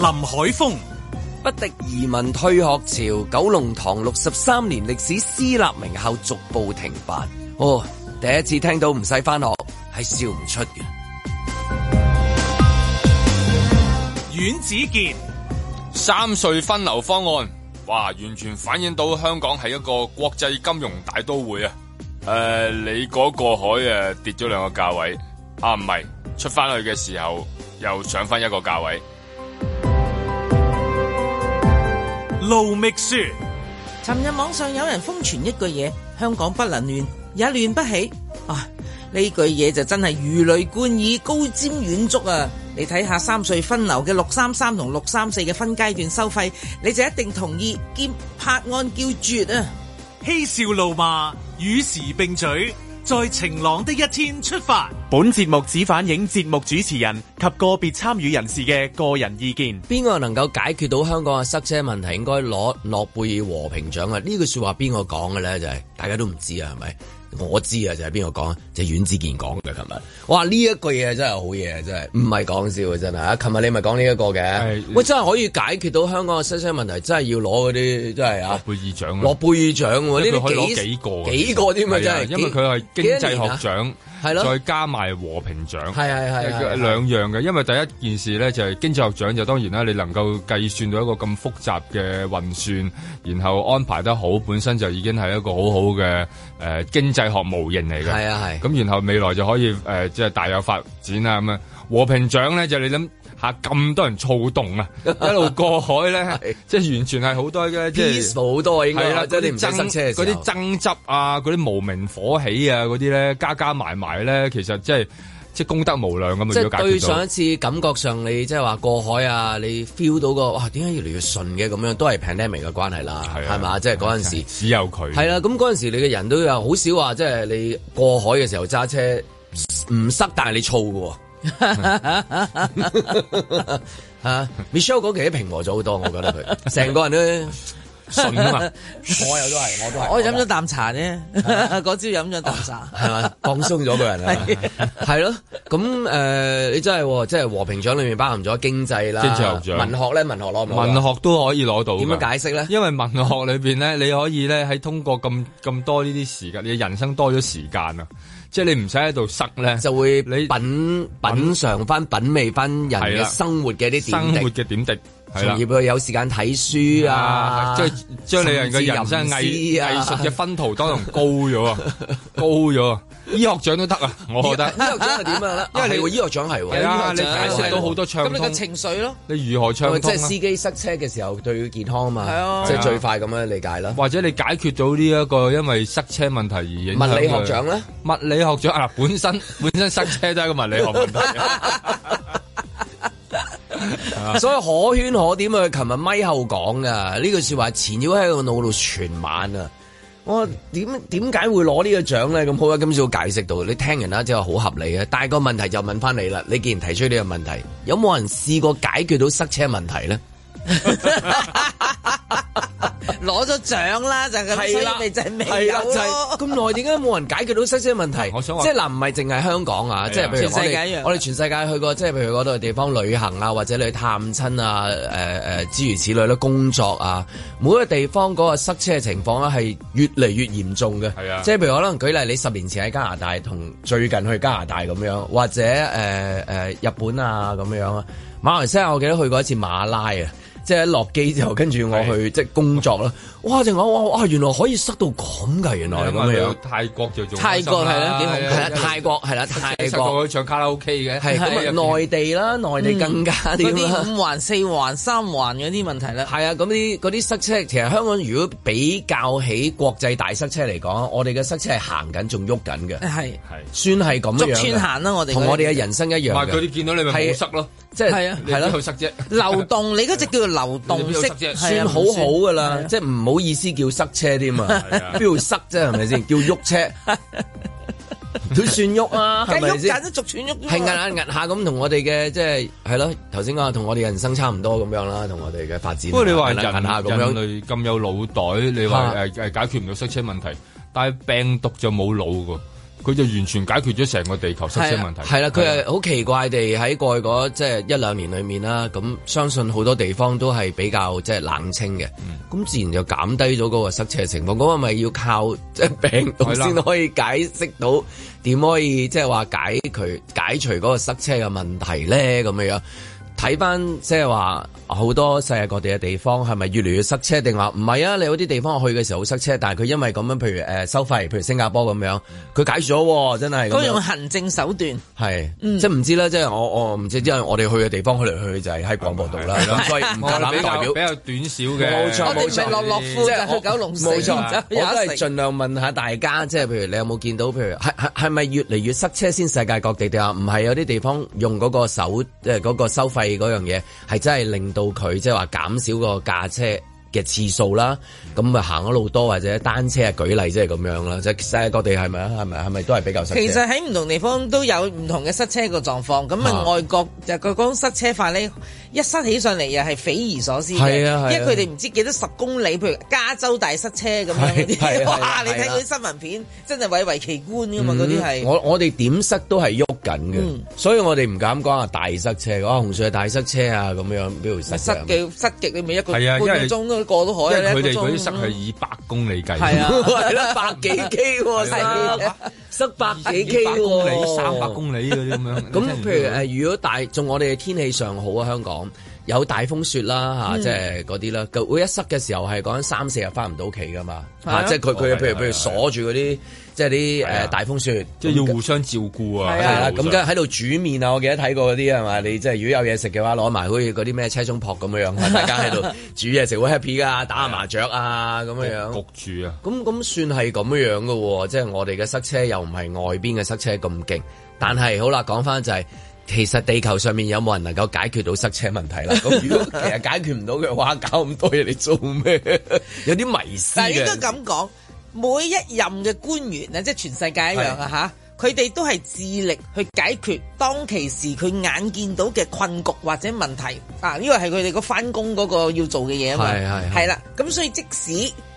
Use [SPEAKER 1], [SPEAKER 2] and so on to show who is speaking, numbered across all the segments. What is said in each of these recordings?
[SPEAKER 1] 海峰。
[SPEAKER 2] 不敵移民退學潮，九龍塘六十三年歷史私立名校逐步停辦。哦，第一次聽到唔使返學係笑唔出嘅。
[SPEAKER 1] 阮子健、
[SPEAKER 3] 三隧分流方案，哇！完全反映到香港係一個國際金融大都會啊！誒、你嗰個海誒、跌咗兩個價位，啊唔係，出翻去嘅時候又上翻一個價位。
[SPEAKER 1] 盧覓雪、
[SPEAKER 4] 尋日網上有人瘋傳一句嘢：香港不能亂，也亂不起。啊，呢句嘢就真係如雷貫耳、高瞻遠矚啊！你睇下三隧分流嘅六三三同六三四嘅分階段收費，你就一定同意兼拍案叫絕啊！
[SPEAKER 1] 嬉笑怒罵，與時並舉，在晴朗的一天出發。
[SPEAKER 5] 本節目只反映節目主持人及個別參與人士嘅個人意見。
[SPEAKER 2] 邊個能夠解決到香港嘅塞車問題，應該攞諾貝爾和平獎啊！呢句說話邊個講嘅咧？就係、大家都唔知啊，係咪？我知啊，就係邊個講？就係阮子健講嘅。琴日，哇！呢一句嘢真係好嘢，真係唔係講笑嘅，真係啊！琴日你咪講呢一個嘅，喂，真係可以解決到香港嘅塞車問題，真係要攞嗰啲，真係啊！
[SPEAKER 3] 貝爾獎啊
[SPEAKER 2] 諾貝爾獎喎，
[SPEAKER 3] 因為
[SPEAKER 2] 呢
[SPEAKER 3] 佢可
[SPEAKER 2] 啲
[SPEAKER 3] 以攞幾個嘅
[SPEAKER 2] 幾個添啊！
[SPEAKER 3] 係
[SPEAKER 2] 真
[SPEAKER 3] 啊
[SPEAKER 2] 係，
[SPEAKER 3] 因為佢係經濟學獎，
[SPEAKER 2] 係咯
[SPEAKER 3] 再加埋和平獎，
[SPEAKER 2] 啊係係係係係
[SPEAKER 3] 兩樣嘅。因為第一件事咧就係經濟學獎就當然啦，你能夠計算到一個咁複雜嘅運算，然後安排得好，本身就已經係一個好好嘅誒經濟學模型嚟嘅。
[SPEAKER 2] 係啊係
[SPEAKER 3] 咁然後未來就可以誒，呃即、係大有發展啊咁樣。和平獎咧就你諗下咁多人躁 動啊，一路過海咧，即係完全係好多嘅即係
[SPEAKER 2] peaceful 好多啊應
[SPEAKER 3] 係
[SPEAKER 2] 該，
[SPEAKER 3] 啦，
[SPEAKER 2] 即
[SPEAKER 3] 嗰
[SPEAKER 2] 係你
[SPEAKER 3] 啲
[SPEAKER 2] 唔使塞
[SPEAKER 3] 爭
[SPEAKER 2] 車嘅時
[SPEAKER 3] 嗰
[SPEAKER 2] 候
[SPEAKER 3] 啲爭執啊，嗰啲無名火起啊，嗰啲咧加加埋埋咧，其實即係即係功德無量咁
[SPEAKER 2] 即
[SPEAKER 3] 啊！如
[SPEAKER 2] 係
[SPEAKER 3] 果解
[SPEAKER 2] 對
[SPEAKER 3] 決
[SPEAKER 2] 上
[SPEAKER 3] 到
[SPEAKER 2] 一，次感覺上，你即係話過海啊，你 feel 到個哇點解越嚟越順嘅咁樣，都係 pandemic 嘅關係啦，
[SPEAKER 3] 係啊
[SPEAKER 2] 係嘛？即係嗰陣時
[SPEAKER 3] 只有佢
[SPEAKER 2] 係啦，咁嗰陣時你嘅人都有好少話，即係你過海嘅時候揸車唔塞，但係你燥嘅喎。啊，Michelle 嗰期都平和咗好多，我覺得佢成 個人咧，
[SPEAKER 3] 順 啊嘛，
[SPEAKER 2] 我又都係，我都係，
[SPEAKER 4] 我飲咗啖茶啫，
[SPEAKER 2] 啊
[SPEAKER 4] 嗰朝飲咗啖茶。
[SPEAKER 2] 係嘛，放鬆咗個人啊， 係咯，咁誒、呃你真係喎即係和平獎裏面包含咗經濟啦，
[SPEAKER 3] 經濟學獎
[SPEAKER 2] 文學咧，文學攞唔攞啊
[SPEAKER 3] 文學都可以攞到㗎。
[SPEAKER 2] 點樣解釋咧？
[SPEAKER 3] 因為文學裏邊咧，你可以咧喺通過咁咁多呢啲時間，你人生多咗時間啊，即係你唔使喺度塞咧，
[SPEAKER 2] 就會品
[SPEAKER 3] 你
[SPEAKER 2] 品嚐翻、品味翻人
[SPEAKER 3] 係
[SPEAKER 2] 嘅
[SPEAKER 3] 啦
[SPEAKER 2] 生活嘅啲
[SPEAKER 3] 生
[SPEAKER 2] 點
[SPEAKER 3] 活
[SPEAKER 2] 滴，
[SPEAKER 3] 嘅點滴係
[SPEAKER 2] 從
[SPEAKER 3] 啦
[SPEAKER 2] 而。佢有時間睇書啊，
[SPEAKER 3] 即係將你人嘅人生
[SPEAKER 2] 甚至
[SPEAKER 3] 藝
[SPEAKER 2] 吟詩啊
[SPEAKER 3] 藝術嘅分途當然高咗啊，高咗啊！醫學獎都得啊，我覺
[SPEAKER 2] 醫
[SPEAKER 3] 得
[SPEAKER 2] 學獎係點樣咧？因
[SPEAKER 3] 因
[SPEAKER 2] 為
[SPEAKER 3] 為你
[SPEAKER 2] 你個醫學獎係喎，哦
[SPEAKER 3] 係啊，
[SPEAKER 4] 醫
[SPEAKER 3] 你
[SPEAKER 4] 學獎
[SPEAKER 3] 解釋到好多
[SPEAKER 4] 咁
[SPEAKER 3] 暢
[SPEAKER 4] 你個
[SPEAKER 3] 通，
[SPEAKER 4] 情緒咯，
[SPEAKER 3] 你如何暢
[SPEAKER 2] 即係司
[SPEAKER 3] 通啊？
[SPEAKER 2] 機塞車嘅時候對佢健康啊嘛，
[SPEAKER 4] 係啊
[SPEAKER 2] 即係最快咁樣理解啦。
[SPEAKER 3] 或者你解決到呢一個因為塞車問題而影響
[SPEAKER 2] 物理學
[SPEAKER 3] 嘅
[SPEAKER 2] 獎咧，
[SPEAKER 3] 物理學獎啊，本身 本身塞車都係一個物理學問題。啊
[SPEAKER 2] 所以可圈可點啊！琴日咪後講噶呢句説話纏繞喺個腦度全晚啊！我點點解會攞呢個獎咧？咁好啊！今朝解釋到，你聽完啦之後好合理啊！但係個問題就問翻你啦，你既然提出呢個問題，有冇人試過解決到塞車問題咧？
[SPEAKER 4] 攞咗獎啦，就咁，所以咪就係未
[SPEAKER 2] 係啦，
[SPEAKER 4] 有
[SPEAKER 2] 就
[SPEAKER 4] 咯
[SPEAKER 2] 係。咁耐，點解冇人解決到塞車問題？
[SPEAKER 3] 我想話
[SPEAKER 2] 即係嗱，唔係淨係香港啊，即係譬如我
[SPEAKER 4] 全世界一
[SPEAKER 2] 哋
[SPEAKER 4] 樣
[SPEAKER 2] 我哋全世界去過，即係譬如嗰度嘅地方旅行啊，或者你去探親啊，誒、誒諸如此類啦，工作啊，每一個地方嗰個塞車嘅情況咧係越嚟越嚴重嘅。
[SPEAKER 3] 係啊
[SPEAKER 2] 即係譬如可能舉例，你十年前喺加拿大同最近去加拿大咁樣，或者誒誒、日本啊咁樣啊，馬來西亞我記得去過一次馬拉啊。即係落機之後，跟住我去即係工作啦。哇！就我哇哇，原來可以塞到咁㗎，原來咁
[SPEAKER 3] 因為
[SPEAKER 2] 樣
[SPEAKER 3] 去。泰國就仲
[SPEAKER 4] 泰國係
[SPEAKER 3] 啊
[SPEAKER 4] 啦幾恐怖
[SPEAKER 2] 係啦，泰國係啦，泰
[SPEAKER 3] 泰
[SPEAKER 2] 國
[SPEAKER 3] 國去唱卡拉 OK 嘅，
[SPEAKER 2] 係咁啊，內地啦，內地更加
[SPEAKER 4] 嗯嗰
[SPEAKER 2] 點啊
[SPEAKER 4] 啲
[SPEAKER 2] 啦。
[SPEAKER 4] 五環、四環、三環嗰啲問題啦。
[SPEAKER 2] 係啊，咁啲嗰啲塞車，其實香港如果比較起國際大塞車嚟講，我哋嘅塞車係行緊仲喐緊嘅，
[SPEAKER 4] 係
[SPEAKER 2] 算係咁
[SPEAKER 4] 逐
[SPEAKER 2] 樣嘅啊
[SPEAKER 4] 村行啦，我哋
[SPEAKER 2] 同我哋
[SPEAKER 4] 嘅
[SPEAKER 2] 嘅人生一
[SPEAKER 3] 唔
[SPEAKER 2] 樣
[SPEAKER 3] 係佢
[SPEAKER 2] 嘅，
[SPEAKER 3] 哋見到你咪冇塞咯，
[SPEAKER 2] 即係
[SPEAKER 4] 係啊
[SPEAKER 2] 係
[SPEAKER 3] 邊
[SPEAKER 2] 咯
[SPEAKER 3] 度。塞啫？
[SPEAKER 4] 流動，你嗰只叫做流動
[SPEAKER 3] 你邊度
[SPEAKER 4] 式
[SPEAKER 3] 塞，啫
[SPEAKER 4] 係啊
[SPEAKER 2] 算好好噶啦，即係唔好意思叫塞車添啊
[SPEAKER 3] 係啊，
[SPEAKER 2] 邊度塞啫係咪先？叫喐 車，都算喐啊，
[SPEAKER 4] 梗
[SPEAKER 2] 係
[SPEAKER 4] 係
[SPEAKER 2] 咪
[SPEAKER 4] 喐
[SPEAKER 2] 先
[SPEAKER 4] 緊？都逐串喐㗎嘛。
[SPEAKER 2] 係壓下壓下咁，同我哋嘅即係係咯，頭先講同我哋人生差唔多咁樣啦，同我哋嘅發展。啊
[SPEAKER 3] 不過你話
[SPEAKER 2] 壓
[SPEAKER 3] 人
[SPEAKER 2] 下壓下咁樣，
[SPEAKER 3] 人類咁有腦袋，你話
[SPEAKER 2] 嚇
[SPEAKER 3] 誒誒解決唔到塞車問題，但係病毒就冇腦㗎。
[SPEAKER 6] 佢就完全解決咗成個地球塞車問題。啊
[SPEAKER 2] 係啦，佢係好奇怪地喺過去嗰即係一兩年裏面啦，咁相信好多地方都係比較即係冷清嘅，咁、
[SPEAKER 6] 嗯
[SPEAKER 2] 自然就減低咗嗰個塞車情況。咁係咪要靠即係病毒
[SPEAKER 6] 係啦
[SPEAKER 2] 先可以解釋到點可以即係話解佢解除嗰個塞車嘅問題咧？咁樣樣。睇翻即係話好多世界各地嘅地方係咪越嚟越塞車？定話唔係啊？你有啲地方去嘅時候好塞車，但係佢因為咁樣，譬如誒、呃收費，譬如新加坡咁樣，佢解除咗喎，真係咁
[SPEAKER 4] 嗰
[SPEAKER 2] 樣
[SPEAKER 4] 用行政手段，
[SPEAKER 2] 係，
[SPEAKER 4] 嗯
[SPEAKER 2] 即係唔知啦，即係我我唔知，因為我哋去嘅地方去嚟去去就係喺廣播道 啦，咁所以唔夠
[SPEAKER 6] 我
[SPEAKER 2] 膽
[SPEAKER 6] 比較
[SPEAKER 2] 代表
[SPEAKER 6] 比。較短小
[SPEAKER 2] 冇
[SPEAKER 6] 嘅，
[SPEAKER 2] 錯
[SPEAKER 4] 我哋
[SPEAKER 2] 冇
[SPEAKER 4] 唔係
[SPEAKER 2] 錯
[SPEAKER 4] 落落
[SPEAKER 2] 即
[SPEAKER 4] 褲
[SPEAKER 2] 係
[SPEAKER 4] 就
[SPEAKER 2] 我
[SPEAKER 4] 去九龍城，
[SPEAKER 2] 冇錯，我
[SPEAKER 4] 有
[SPEAKER 2] 都
[SPEAKER 4] 得
[SPEAKER 2] 係
[SPEAKER 4] 食
[SPEAKER 2] 盡量問下大家，即係譬如你有冇見到，譬如係係係咪越嚟越塞車先？世界各地定啊，唔係有啲地方用嗰個手即係嗰個收費嗰樣嘢，係真係令到佢即係話減少個駕車嘅次數啦。咁啊行咗路多或者單車啊，舉例即係咁樣啦。即係世界各地係咪啊？係咪係咪都係比較塞車？
[SPEAKER 4] 其實喺唔同地方都有唔同嘅塞車個狀況，咁
[SPEAKER 2] 啊
[SPEAKER 4] 啊外國就佢講塞車法咧，一塞起上嚟又係匪夷所思嘅，
[SPEAKER 2] 係啊係啊
[SPEAKER 4] 因為佢哋唔知幾多十公里，譬如加州大塞車咁樣嗰
[SPEAKER 2] 係係
[SPEAKER 4] 啲，
[SPEAKER 2] 係
[SPEAKER 4] 哇！你
[SPEAKER 2] 係
[SPEAKER 4] 睇
[SPEAKER 2] 啦
[SPEAKER 4] 嗰啲新聞片，真係蔚為奇觀噶嘛，嗰啲係。
[SPEAKER 2] 嗯我我哋點塞都係喐緊嘅，
[SPEAKER 4] 嗯
[SPEAKER 2] 所以我哋唔敢講啊大塞車，啊洪水大塞車啊咁樣，邊度塞
[SPEAKER 4] 塞
[SPEAKER 2] 啊？
[SPEAKER 4] 極塞極，你咪一個半
[SPEAKER 6] 係啊
[SPEAKER 4] 個
[SPEAKER 6] 因為
[SPEAKER 4] 鐘都過到海
[SPEAKER 6] 因為
[SPEAKER 4] 啦，
[SPEAKER 6] 佢
[SPEAKER 4] 一個
[SPEAKER 6] 哋嗰
[SPEAKER 4] 鐘
[SPEAKER 6] 啲塞係以百公里計，
[SPEAKER 4] 係啊
[SPEAKER 2] 係啦，百幾 K 喎，
[SPEAKER 4] 係
[SPEAKER 2] 塞
[SPEAKER 4] 啊
[SPEAKER 2] 塞百幾
[SPEAKER 6] 幾
[SPEAKER 2] K
[SPEAKER 6] 百公里、
[SPEAKER 2] 喎，
[SPEAKER 6] 三百公里嗰啲咁樣。
[SPEAKER 2] 咁譬如誒，如果大仲我哋嘅天氣上好啊，香港有大風雪啦嚇，
[SPEAKER 4] 嗯
[SPEAKER 2] 即係嗰啲啦，佢會一塞嘅時候係講緊三四日翻唔到屋企噶嘛
[SPEAKER 4] 係啊
[SPEAKER 2] 嚇，即係佢佢
[SPEAKER 6] 哦係
[SPEAKER 2] 譬
[SPEAKER 6] 啊
[SPEAKER 2] 如
[SPEAKER 6] 係
[SPEAKER 2] 譬
[SPEAKER 6] 啊
[SPEAKER 2] 如鎖住嗰啲即係啲
[SPEAKER 6] 係啊
[SPEAKER 2] 誒大風雪，
[SPEAKER 6] 即係要互相照顧啊，
[SPEAKER 4] 係
[SPEAKER 2] 係啦，
[SPEAKER 6] 互相
[SPEAKER 2] 咁梗係喺度煮麵啊！我記得睇過嗰啲係嘛，你即係如果有嘢食嘅話，攞埋好似嗰啲咩車中撲咁樣啊 樣，大家喺度煮嘢食好 happy 噶，打下麻雀啊咁樣
[SPEAKER 4] 哦
[SPEAKER 2] 樣。
[SPEAKER 6] 焗住啊。
[SPEAKER 2] 咁咁算係咁樣樣嘅喎，即係我哋嘅塞車又唔係外邊嘅塞車咁勁，但係好啦，講翻就係、其實地球上面有冇人能夠解決到塞車問題啦？咁如果其實解決唔到嘅話，搞咁多嘢嚟做 咩？有啲迷思
[SPEAKER 4] 但
[SPEAKER 2] 嘅。
[SPEAKER 4] 係應該咁講，每一任嘅官員啊，即係全世界一樣啊吓，佢哋都係致力去解決當其時佢眼見到嘅困局或者問題啊，呢個係佢哋個翻工嗰個要做嘅嘢啊嘛，
[SPEAKER 2] 係係係
[SPEAKER 4] 係啦，咁所以即使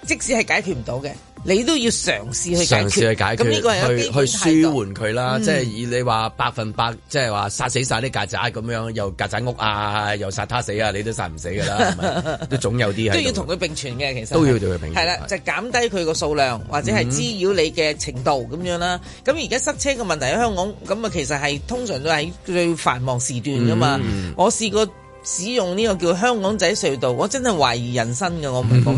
[SPEAKER 4] 即使係解決唔到嘅，你都要嘗試去解
[SPEAKER 2] 嘗試
[SPEAKER 4] 決，
[SPEAKER 2] 去解
[SPEAKER 4] 咁呢個係
[SPEAKER 2] 決，
[SPEAKER 4] 一
[SPEAKER 2] 去
[SPEAKER 4] 個
[SPEAKER 2] 去
[SPEAKER 4] 基
[SPEAKER 2] 舒緩
[SPEAKER 4] 本態度嗯
[SPEAKER 2] 佢啦。即係以你話百分百，即係話殺死晒啲曱甴咁樣，又曱甴屋啊，又殺他死啊，你都殺唔死㗎啦，係 咪？都總有啲係
[SPEAKER 4] 都要同佢並存嘅，其實
[SPEAKER 2] 都要同佢並存
[SPEAKER 4] 係啦，
[SPEAKER 2] 係嗯
[SPEAKER 4] 就減低佢個數量或者係滋擾你嘅程度咁樣啦。咁而家塞車嘅問題喺香港，咁啊其實係通常都喺最繁忙時段噶嘛。
[SPEAKER 2] 嗯
[SPEAKER 4] 我試過。使用呢個叫香港仔隧道，我真係懷疑人生嘅，我唔係講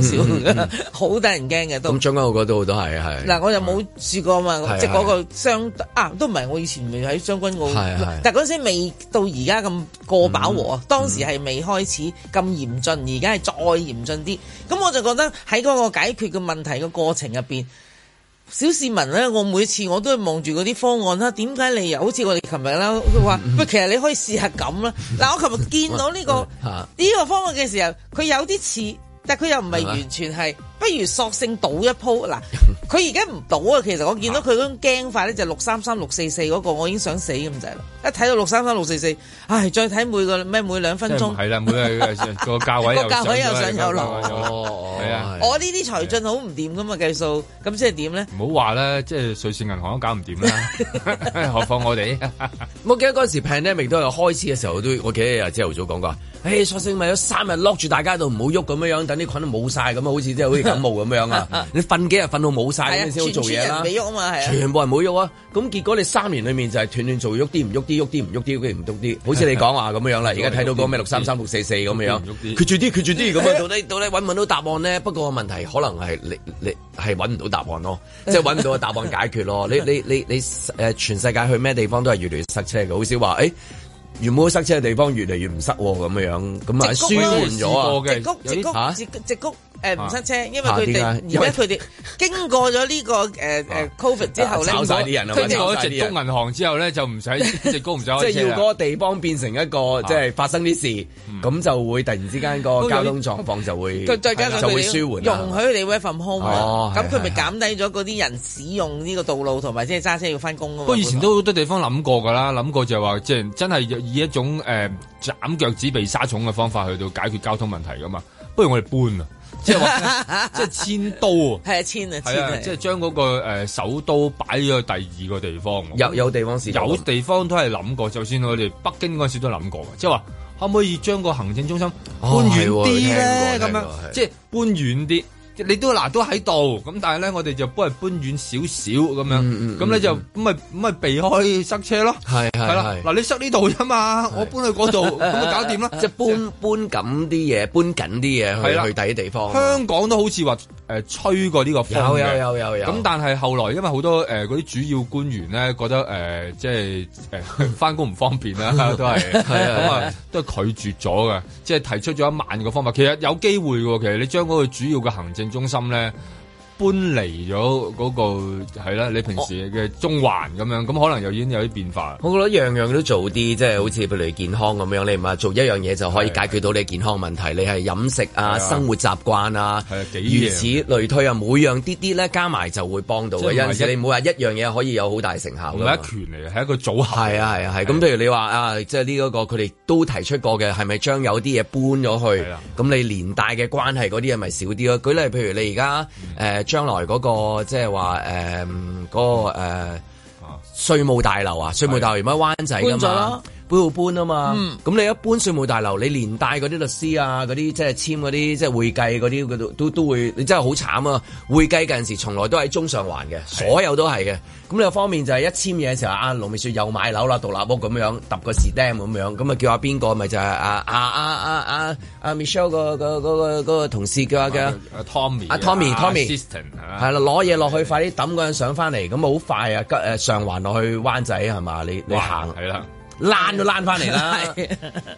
[SPEAKER 4] 笑嘅，好得人驚嘅都
[SPEAKER 2] 咁。將軍澳嗰度都係係
[SPEAKER 4] 嗱，我又冇試過嘛
[SPEAKER 2] 係，
[SPEAKER 4] 即係嗰個雙啊，都唔係我以前未喺將軍
[SPEAKER 2] 係
[SPEAKER 4] 澳
[SPEAKER 2] 係，
[SPEAKER 4] 但嗰陣時未到而家咁過飽和啊，當時係未開始咁嚴峻，而家係再嚴峻啲，咁我就覺得喺嗰個解決嘅問題嘅過程入邊。小市民咧，我每次我都係望住嗰啲方案啦。點解你又好似我哋琴日啦？佢話喂，其實你可以試下咁啦。嗱，我琴日見到呢、個
[SPEAKER 2] 嚇
[SPEAKER 4] 呢個方案嘅時候，佢有啲似，但佢又唔
[SPEAKER 2] 係
[SPEAKER 4] 係
[SPEAKER 2] 嘛
[SPEAKER 4] 完全係。不如索性賭一 鋪嗱，佢而家唔賭啊！其實我見到佢嗰種驚法咧，就六三三六四四嗰個，我已經想死咁滯啦！一睇到六三三六四四，唉，再睇每個咩每兩分
[SPEAKER 6] 即係
[SPEAKER 4] 鐘，
[SPEAKER 6] 係啦，每個個價位又
[SPEAKER 4] 個價位又
[SPEAKER 6] 咗
[SPEAKER 4] 上又落
[SPEAKER 6] 個價位又
[SPEAKER 2] 哦，
[SPEAKER 6] 係啊
[SPEAKER 4] 我呢啲財進好唔掂噶嘛計數，咁即係點咧？
[SPEAKER 6] 唔好話啦，即係瑞士銀行都搞唔掂 啦，何況我哋
[SPEAKER 2] 我記得嗰陣時 pandemic 都有開始嘅時候，都我記得有朝頭早講過，誒索性咪有三日 lock 住大家度唔好喐咁樣樣，等啲菌都冇晒咁啊，好似即係好似感冒咁樣 啊！你瞓幾日瞓到冇晒
[SPEAKER 4] 係
[SPEAKER 2] 咁
[SPEAKER 4] 啊，
[SPEAKER 2] 你先好
[SPEAKER 4] 全
[SPEAKER 2] 做
[SPEAKER 4] 村
[SPEAKER 2] 嘢
[SPEAKER 4] 人
[SPEAKER 2] 啦
[SPEAKER 4] 未。喐啊嘛，係啊。
[SPEAKER 2] 全部人冇喐啊！咁結果你三年裏面就係斷斷做喐啲唔喐啲，喐啲唔喐啲，喐啲唔喐啲，好似你講話咁樣啦。而家睇到嗰個咩六三三六四四咁
[SPEAKER 6] 喐啲
[SPEAKER 2] 樣
[SPEAKER 6] 唔喐，啲
[SPEAKER 2] 決住啲決住啲咁啊！到底到底揾唔揾到答案咧？不過問題可能係你你係揾唔到答案咯，即係揾唔到個答案解決咯。你你你你誒全世界去咩地方都係越嚟越塞車嘅，好少話誒原本好塞車嘅地方越嚟越唔塞喎咁樣樣，咁啊
[SPEAKER 4] 直
[SPEAKER 2] 舒
[SPEAKER 4] 谷啦
[SPEAKER 2] 緩咗啊！
[SPEAKER 4] 直谷直谷
[SPEAKER 2] 嚇
[SPEAKER 4] 直直谷誒唔塞車，因為
[SPEAKER 2] 啊
[SPEAKER 4] 佢哋
[SPEAKER 2] 點解
[SPEAKER 4] 而家佢哋經過咗呢 個誒誒 Covid 之後咧，
[SPEAKER 2] 炒晒啲人啊
[SPEAKER 4] 佢
[SPEAKER 2] 嘛
[SPEAKER 4] 哋
[SPEAKER 2] 炒
[SPEAKER 6] 我直谷銀行之後咧就唔使直谷唔使
[SPEAKER 2] 即
[SPEAKER 6] 開
[SPEAKER 2] 係要
[SPEAKER 6] 車
[SPEAKER 2] 嗰個地方變成一
[SPEAKER 3] 啊
[SPEAKER 2] 個即係發生啲事，
[SPEAKER 3] 嗯
[SPEAKER 2] 咁就會突然之間個交通狀況就會
[SPEAKER 4] 佢再加上
[SPEAKER 2] 就
[SPEAKER 4] 佢
[SPEAKER 2] 會
[SPEAKER 4] 哋
[SPEAKER 2] 舒緩嗯啦
[SPEAKER 4] 容許你 work from home
[SPEAKER 2] 哦
[SPEAKER 4] 啊，咁
[SPEAKER 2] 係
[SPEAKER 4] 佢咪
[SPEAKER 2] 係
[SPEAKER 4] 減低咗嗰啲人使用呢個道路同埋即係揸車要翻工啊
[SPEAKER 6] 不
[SPEAKER 4] 嘛。
[SPEAKER 6] 過以前都好多地方諗過㗎啦，諗過就係話即係真係以一種誒斬腳趾避沙蟲嘅方法去到解決交通問題㗎嘛。不如我哋搬啊，
[SPEAKER 3] 即 係話即係千刀啊！
[SPEAKER 4] 係啊，千啊，
[SPEAKER 3] 係
[SPEAKER 4] 千
[SPEAKER 3] 啊，
[SPEAKER 4] 啊，
[SPEAKER 3] 即係將嗰個呃首都擺咗去第二個地方。
[SPEAKER 2] 有有地方試過
[SPEAKER 3] 有地方都係諗過，就算我哋北京嗰陣時都諗過嘅，即係話可唔可以將個行政中心搬
[SPEAKER 2] 哦
[SPEAKER 3] 遠
[SPEAKER 2] 係
[SPEAKER 3] 啲
[SPEAKER 2] 喎聽過
[SPEAKER 3] 咧？咁
[SPEAKER 2] 聽過
[SPEAKER 3] 樣
[SPEAKER 2] 係
[SPEAKER 3] 即係搬遠啲。即係你都嗱都喺度，咁但係咧，我哋就搬嚟搬遠少少咁
[SPEAKER 2] 嗯嗯
[SPEAKER 3] 樣，咁咧就咁咪咁咪避開塞車咯。
[SPEAKER 2] 係係
[SPEAKER 3] 係啦
[SPEAKER 2] 係，
[SPEAKER 3] 嗱你塞呢度啫 嘛，我搬去嗰度，咁咪搞掂啦。
[SPEAKER 2] 即係搬搬緊啲嘢，搬緊啲
[SPEAKER 3] 係
[SPEAKER 2] 嘢
[SPEAKER 3] 啦
[SPEAKER 2] 去去第啲地方。啊
[SPEAKER 3] 香港都好似話誒吹過呢個風
[SPEAKER 2] 有有
[SPEAKER 3] 嘅
[SPEAKER 2] 有有有
[SPEAKER 3] 咁但係後來因為好多誒嗰啲主要官員咧覺得誒、呃即係 誒翻工唔方便 啦，都係咁啊，都係拒絕咗嘅，即係提出咗一萬個方法。其實有機會嘅喎，其實你將嗰個主要嘅行政中心咧。搬離咗嗰、個係啦，你平時嘅中環咁樣，咁可能又已經有啲變化。
[SPEAKER 2] 我覺得樣樣都做啲，即係好似譬如你健康咁樣，你唔係做一樣嘢就可以解決到你健康問題。你係飲食啊、
[SPEAKER 3] 係啊
[SPEAKER 2] 生活習慣啊，
[SPEAKER 3] 係啊幾
[SPEAKER 2] 如
[SPEAKER 3] 樣
[SPEAKER 2] 此類推啊，每樣啲啲咧加埋就會幫到
[SPEAKER 3] 即係
[SPEAKER 2] 嘅。
[SPEAKER 3] 唔係
[SPEAKER 2] 有陣時
[SPEAKER 3] 一
[SPEAKER 2] 你唔好話一樣嘢可以有好大成效
[SPEAKER 3] 唔
[SPEAKER 2] 㗎
[SPEAKER 3] 係
[SPEAKER 2] 嘛
[SPEAKER 3] 一拳嚟嘅，係一個組合。
[SPEAKER 2] 哦係啊係啊係，咁譬如你話啊，即係呢一個佢哋都提出過嘅，係咪將有啲嘢搬咗去
[SPEAKER 4] 啊
[SPEAKER 3] 係啦？
[SPEAKER 2] 咁你連帶嘅關係嗰啲係咪少啲咯？舉例譬如你而家誒
[SPEAKER 4] 嗯
[SPEAKER 2] 將來嗰、個即係話誒嗰個誒、呃、稅務大樓啊，稅務大樓原本喺灣仔㗎
[SPEAKER 4] 啊搬咗啦
[SPEAKER 2] 嘛。搬到搬啊嘛，咁、你一搬稅務大樓，你連帶嗰啲律師啊，嗰啲即係簽嗰啲即係會計嗰啲，佢都都都會，你真係好慘啊！會計嗰陣時從來都喺中上環嘅，所有都係嘅。咁另一方面就係一簽嘢嘅時候，啊，盧美雪又買樓啦，獨立屋咁樣，揼個士釘咁樣，咁啊叫阿邊個咪就係啊啊啊啊啊啊 Michelle 個個個個個同事叫阿嘅。
[SPEAKER 3] 阿 Tommy，
[SPEAKER 2] 啊阿 Tommy，Tommy
[SPEAKER 3] assistant 啊
[SPEAKER 2] 係啦，攞嘢落去，快啲抌嗰陣上翻嚟，咁好快啊！吉誒上環落去灣仔係嘛？你你行
[SPEAKER 3] 係啦，
[SPEAKER 2] 爛都爛翻嚟 啦。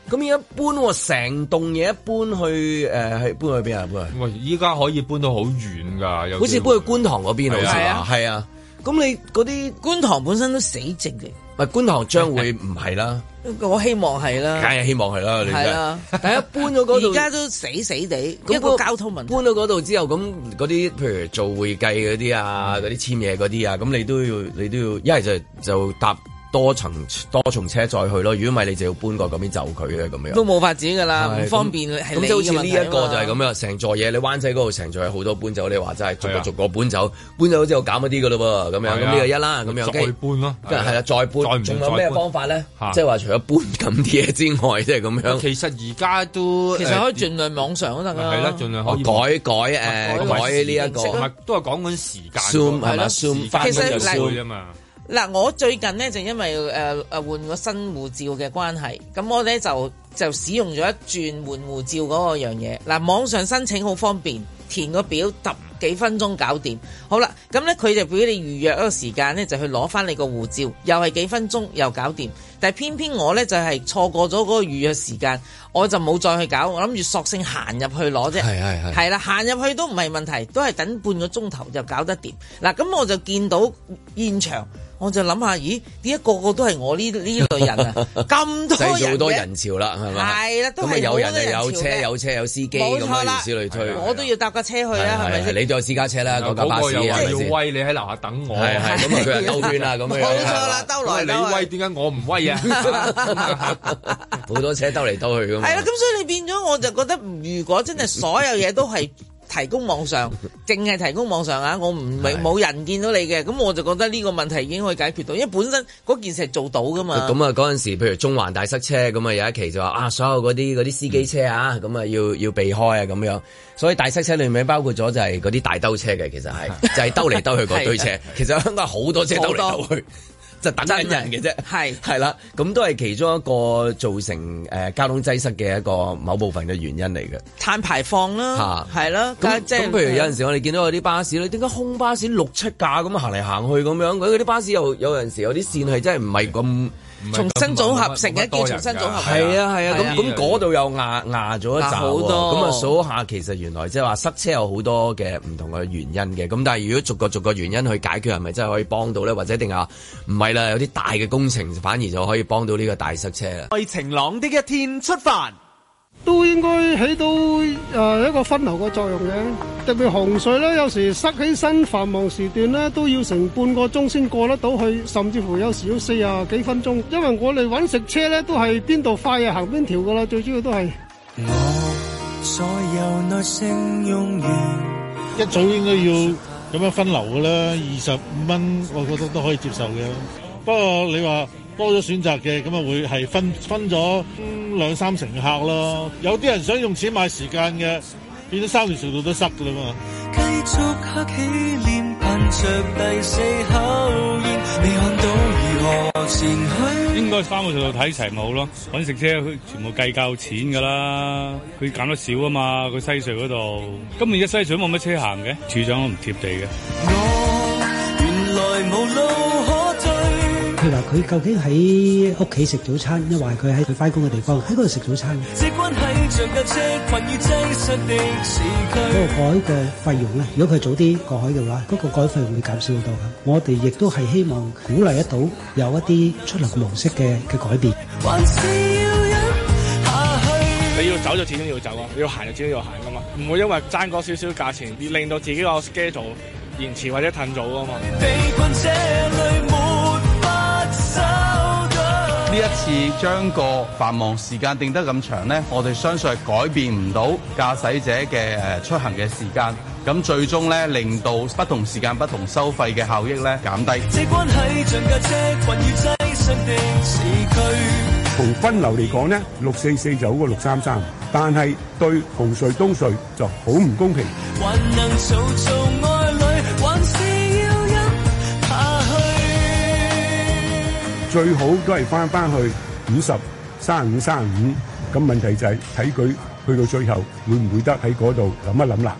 [SPEAKER 2] 咁而家搬喎，成棟嘢搬去誒，係搬去邊啊？搬去
[SPEAKER 3] 喂，依家可以搬到好遠㗎，有
[SPEAKER 2] 好似
[SPEAKER 3] 機
[SPEAKER 2] 搬
[SPEAKER 3] 會
[SPEAKER 2] 去觀塘嗰邊好似
[SPEAKER 3] 係
[SPEAKER 2] 話
[SPEAKER 4] 啊
[SPEAKER 2] 係啊。咁你嗰啲
[SPEAKER 4] 觀塘本身都死寂嘅，
[SPEAKER 2] 唔係觀塘將會唔係 啦，
[SPEAKER 4] 我希望係
[SPEAKER 2] 梗
[SPEAKER 4] 啦，
[SPEAKER 2] 係希望係啦，你真
[SPEAKER 4] 係啦。
[SPEAKER 2] 但係一啊搬咗嗰度
[SPEAKER 4] 而，家都死死地，
[SPEAKER 2] 咁
[SPEAKER 4] 一個
[SPEAKER 2] 搬
[SPEAKER 4] 交通問題
[SPEAKER 2] 搬。到嗰度之後，咁嗰啲譬如做會計嗰啲
[SPEAKER 4] 嗯
[SPEAKER 2] 啊，嗰啲簽嘢嗰啲啊，咁你都要你都要一係就就搭多層多重車再去咯。如果唔係，你就要搬過嗰邊就佢嘅咁樣。
[SPEAKER 4] 都冇發展噶啦，
[SPEAKER 2] 係
[SPEAKER 4] 唔方便
[SPEAKER 2] 咁
[SPEAKER 4] 係你
[SPEAKER 2] 即係好似
[SPEAKER 4] 嘅問
[SPEAKER 2] 呢
[SPEAKER 4] 題啊
[SPEAKER 2] 一
[SPEAKER 4] 嘛
[SPEAKER 2] 個就係咁樣，成座嘢你灣仔嗰度成座有好多搬走，你話真係逐
[SPEAKER 3] 係
[SPEAKER 2] 個
[SPEAKER 3] 啊
[SPEAKER 2] 逐個搬走，搬走之後減一啲噶咯喎，咁樣咁
[SPEAKER 3] 係啊
[SPEAKER 2] 呢個一啦，咁樣
[SPEAKER 3] 再
[SPEAKER 2] 跟住
[SPEAKER 3] 搬咯，
[SPEAKER 2] 跟住係啦，再
[SPEAKER 3] 再
[SPEAKER 2] 搬，
[SPEAKER 3] 唔
[SPEAKER 2] 仲有咩
[SPEAKER 3] 再搬
[SPEAKER 2] 方法咧
[SPEAKER 3] 嚇？
[SPEAKER 2] 即係話除咗搬咁啲嘢之外，即係咁樣
[SPEAKER 3] 其實而家都
[SPEAKER 4] 其實可以
[SPEAKER 3] 誒
[SPEAKER 4] 盡量網上都得啦。
[SPEAKER 3] 係啦，盡量可以
[SPEAKER 2] 哦改改誒
[SPEAKER 3] 同埋
[SPEAKER 2] 改呢一
[SPEAKER 4] 形式
[SPEAKER 2] 個
[SPEAKER 3] 同。埋都係講緊時間
[SPEAKER 2] Zoom，係咪
[SPEAKER 3] 啦
[SPEAKER 2] Zoom，
[SPEAKER 3] 翻
[SPEAKER 4] 其實
[SPEAKER 3] 緊
[SPEAKER 4] 嗱
[SPEAKER 3] 就會啊嘛，
[SPEAKER 4] 嗱，我最近咧就因為誒誒換個新護照嘅關係，咁我咧就就使用咗一轉換護照嗰個樣嘢。嗱，網上申請好方便，填個表揼幾分鐘搞掂。好啦，咁咧佢就俾你預約一個時間咧，就去攞翻你個護照，又係幾分鐘又搞掂。但係偏偏我咧就係、錯過咗嗰個預約時間，我就冇再去搞，我諗住索性行入去攞啫。
[SPEAKER 2] 係係係
[SPEAKER 4] 係啦，行入去都唔係問題，都係等半個鐘頭就搞得掂。嗱，咁我就見到現場，我就諗下，咦，點解個個都係我呢呢類人啊？ 咁
[SPEAKER 2] 製
[SPEAKER 4] 多
[SPEAKER 2] 造
[SPEAKER 4] 人
[SPEAKER 2] 好多
[SPEAKER 4] 嘅
[SPEAKER 2] 人潮啦，係咪？
[SPEAKER 4] 係啦都係
[SPEAKER 2] 咁啊有人
[SPEAKER 4] 好多人
[SPEAKER 2] 啊，有
[SPEAKER 4] 潮
[SPEAKER 2] 車
[SPEAKER 4] 嘅
[SPEAKER 2] 有車有司機
[SPEAKER 4] 冇
[SPEAKER 2] 咁
[SPEAKER 4] 錯
[SPEAKER 2] 啊，
[SPEAKER 4] 啦
[SPEAKER 2] 如此類推。
[SPEAKER 4] 我都要搭架車去啦，係咪
[SPEAKER 2] 係
[SPEAKER 4] 先？
[SPEAKER 2] 啊你都有私家車啦，嗰架
[SPEAKER 3] 嗰
[SPEAKER 2] 巴
[SPEAKER 3] 個
[SPEAKER 2] 士啊
[SPEAKER 3] 又
[SPEAKER 2] 係
[SPEAKER 3] 話
[SPEAKER 2] 咪
[SPEAKER 3] 要
[SPEAKER 2] 先？
[SPEAKER 3] 威，你喺樓下等我，
[SPEAKER 2] 係係咁啊，佢又兜圈啦，啊咁樣。
[SPEAKER 4] 冇錯啦，兜來
[SPEAKER 3] 喂
[SPEAKER 4] 兜
[SPEAKER 3] 你威
[SPEAKER 4] 去。
[SPEAKER 3] 點解我唔 威啊？
[SPEAKER 2] 好多車兜嚟兜去噶嘛
[SPEAKER 4] 係。啦，咁所以你變咗，我就覺得如果真係所有嘢都係提供 網上，淨係提供網上啊，我唔
[SPEAKER 2] 係
[SPEAKER 4] 冇人見到你嘅，咁我就覺得呢個問題已經可以解決到，因為本身嗰件事係做到噶嘛。
[SPEAKER 2] 咁啊，嗰陣時，譬如中環大塞車，咁啊有一期就話啊，所有嗰啲嗰啲司機車啊，咁啊要要避開啊咁樣。所以大塞車裏面包括咗就係嗰啲大兜車嘅，其實係就係兜嚟兜去嗰堆車。其實香港好多車兜嚟兜去， 就等緊人嘅啫。
[SPEAKER 4] 係
[SPEAKER 2] 係啦，咁都係其中一個造成誒交通擠塞嘅一個某部分嘅原因嚟嘅。
[SPEAKER 4] 碳排放啦，
[SPEAKER 2] 嚇
[SPEAKER 4] 係啦，
[SPEAKER 2] 咁
[SPEAKER 4] 即係
[SPEAKER 2] 咁，譬如有陣時我哋見到有啲巴士咧，點解空巴士六七架咁行嚟行去咁樣？嗰啲巴士又有陣時有啲線係真係唔係咁。
[SPEAKER 4] 重新組合成一叫重新組合
[SPEAKER 2] 係啊係啊，
[SPEAKER 4] 係
[SPEAKER 2] 咁
[SPEAKER 4] 啊
[SPEAKER 2] 咁嗰度又壓壓咗一
[SPEAKER 4] 壓
[SPEAKER 2] 扎
[SPEAKER 4] 好多
[SPEAKER 2] 咁啊數下，其實原來即係話塞車有好多嘅唔同嘅原因嘅。咁但係如果逐個逐個原因去解決，係咪真係可以幫到咧？或者定下唔係啦？有啲大嘅工程反而就可以幫到呢個大塞車啊啦。
[SPEAKER 1] 在晴朗的一天出發。
[SPEAKER 7] 都應該起到誒、呃一個分流嘅作用嘅。特別紅隧咧，有時塞起身繁忙時段咧，都要成半個鐘先過得到去，甚至乎有時要四啊幾分鐘。因為我哋揾食車咧，都係邊度快啊行邊條噶啦，最主要都係。
[SPEAKER 8] 我
[SPEAKER 9] 所有耐性用完。
[SPEAKER 10] 一早應該要咁樣分流嘅啦，二十五蚊我覺得都可以接受嘅。不過你話多咗選擇嘅，咁啊會係分分咗嗯兩三成客咯。有啲人想用錢買時間嘅，變咗三條隧道都塞㗎啦嘛。
[SPEAKER 9] 繼續客起臉，憑着第四口煙，未看到如何前去。
[SPEAKER 11] 應該三個隧道睇齊咪好咯，揾食車佢全部計較錢噶啦，佢減得少啊嘛，佢西隧嗰度，今年一西隧都冇乜車行嘅，處長都唔貼地嘅。
[SPEAKER 9] 原來無路可退，
[SPEAKER 12] 譬如話佢究竟喺屋企食早餐，抑或佢喺佢翻工嘅地方喺嗰度食早餐，
[SPEAKER 9] 這關係像架車困於擠塞的市
[SPEAKER 12] 嗰個
[SPEAKER 9] 區。
[SPEAKER 12] 改嘅費用咧，如果佢早啲過海嘅話，嗰、個改費用會減少好多嘅。我哋亦都係希望鼓勵得到有一啲出行模式嘅嘅改變。
[SPEAKER 1] 哦
[SPEAKER 9] 還是要忍下去。
[SPEAKER 13] 你要走就始終要走啊，你要行就始終要行噶嘛，唔會因為爭嗰少少價錢而令到自己個 schedule 延遲或者褪早啊嘛。
[SPEAKER 9] 被困這裏沒法收到。
[SPEAKER 14] 呢一次將個繁忙時間定得咁長呢，我哋相信係改變唔到駕駛者嘅誒出行嘅時間，咁最終呢，令到不同時間不同收費嘅效益呢減低。
[SPEAKER 9] 這關係像架車困於擠塞的市區。
[SPEAKER 15] 從分流嚟講呢，六四四就好過六三三，但係對紅隧東隧就好唔公平。
[SPEAKER 9] 還能做做愛侶，還是要忍下去。
[SPEAKER 15] 最好都係翻翻去五十、三五、三五。咁問題就係睇佢去到最後會唔會得喺嗰度諗一諗啦。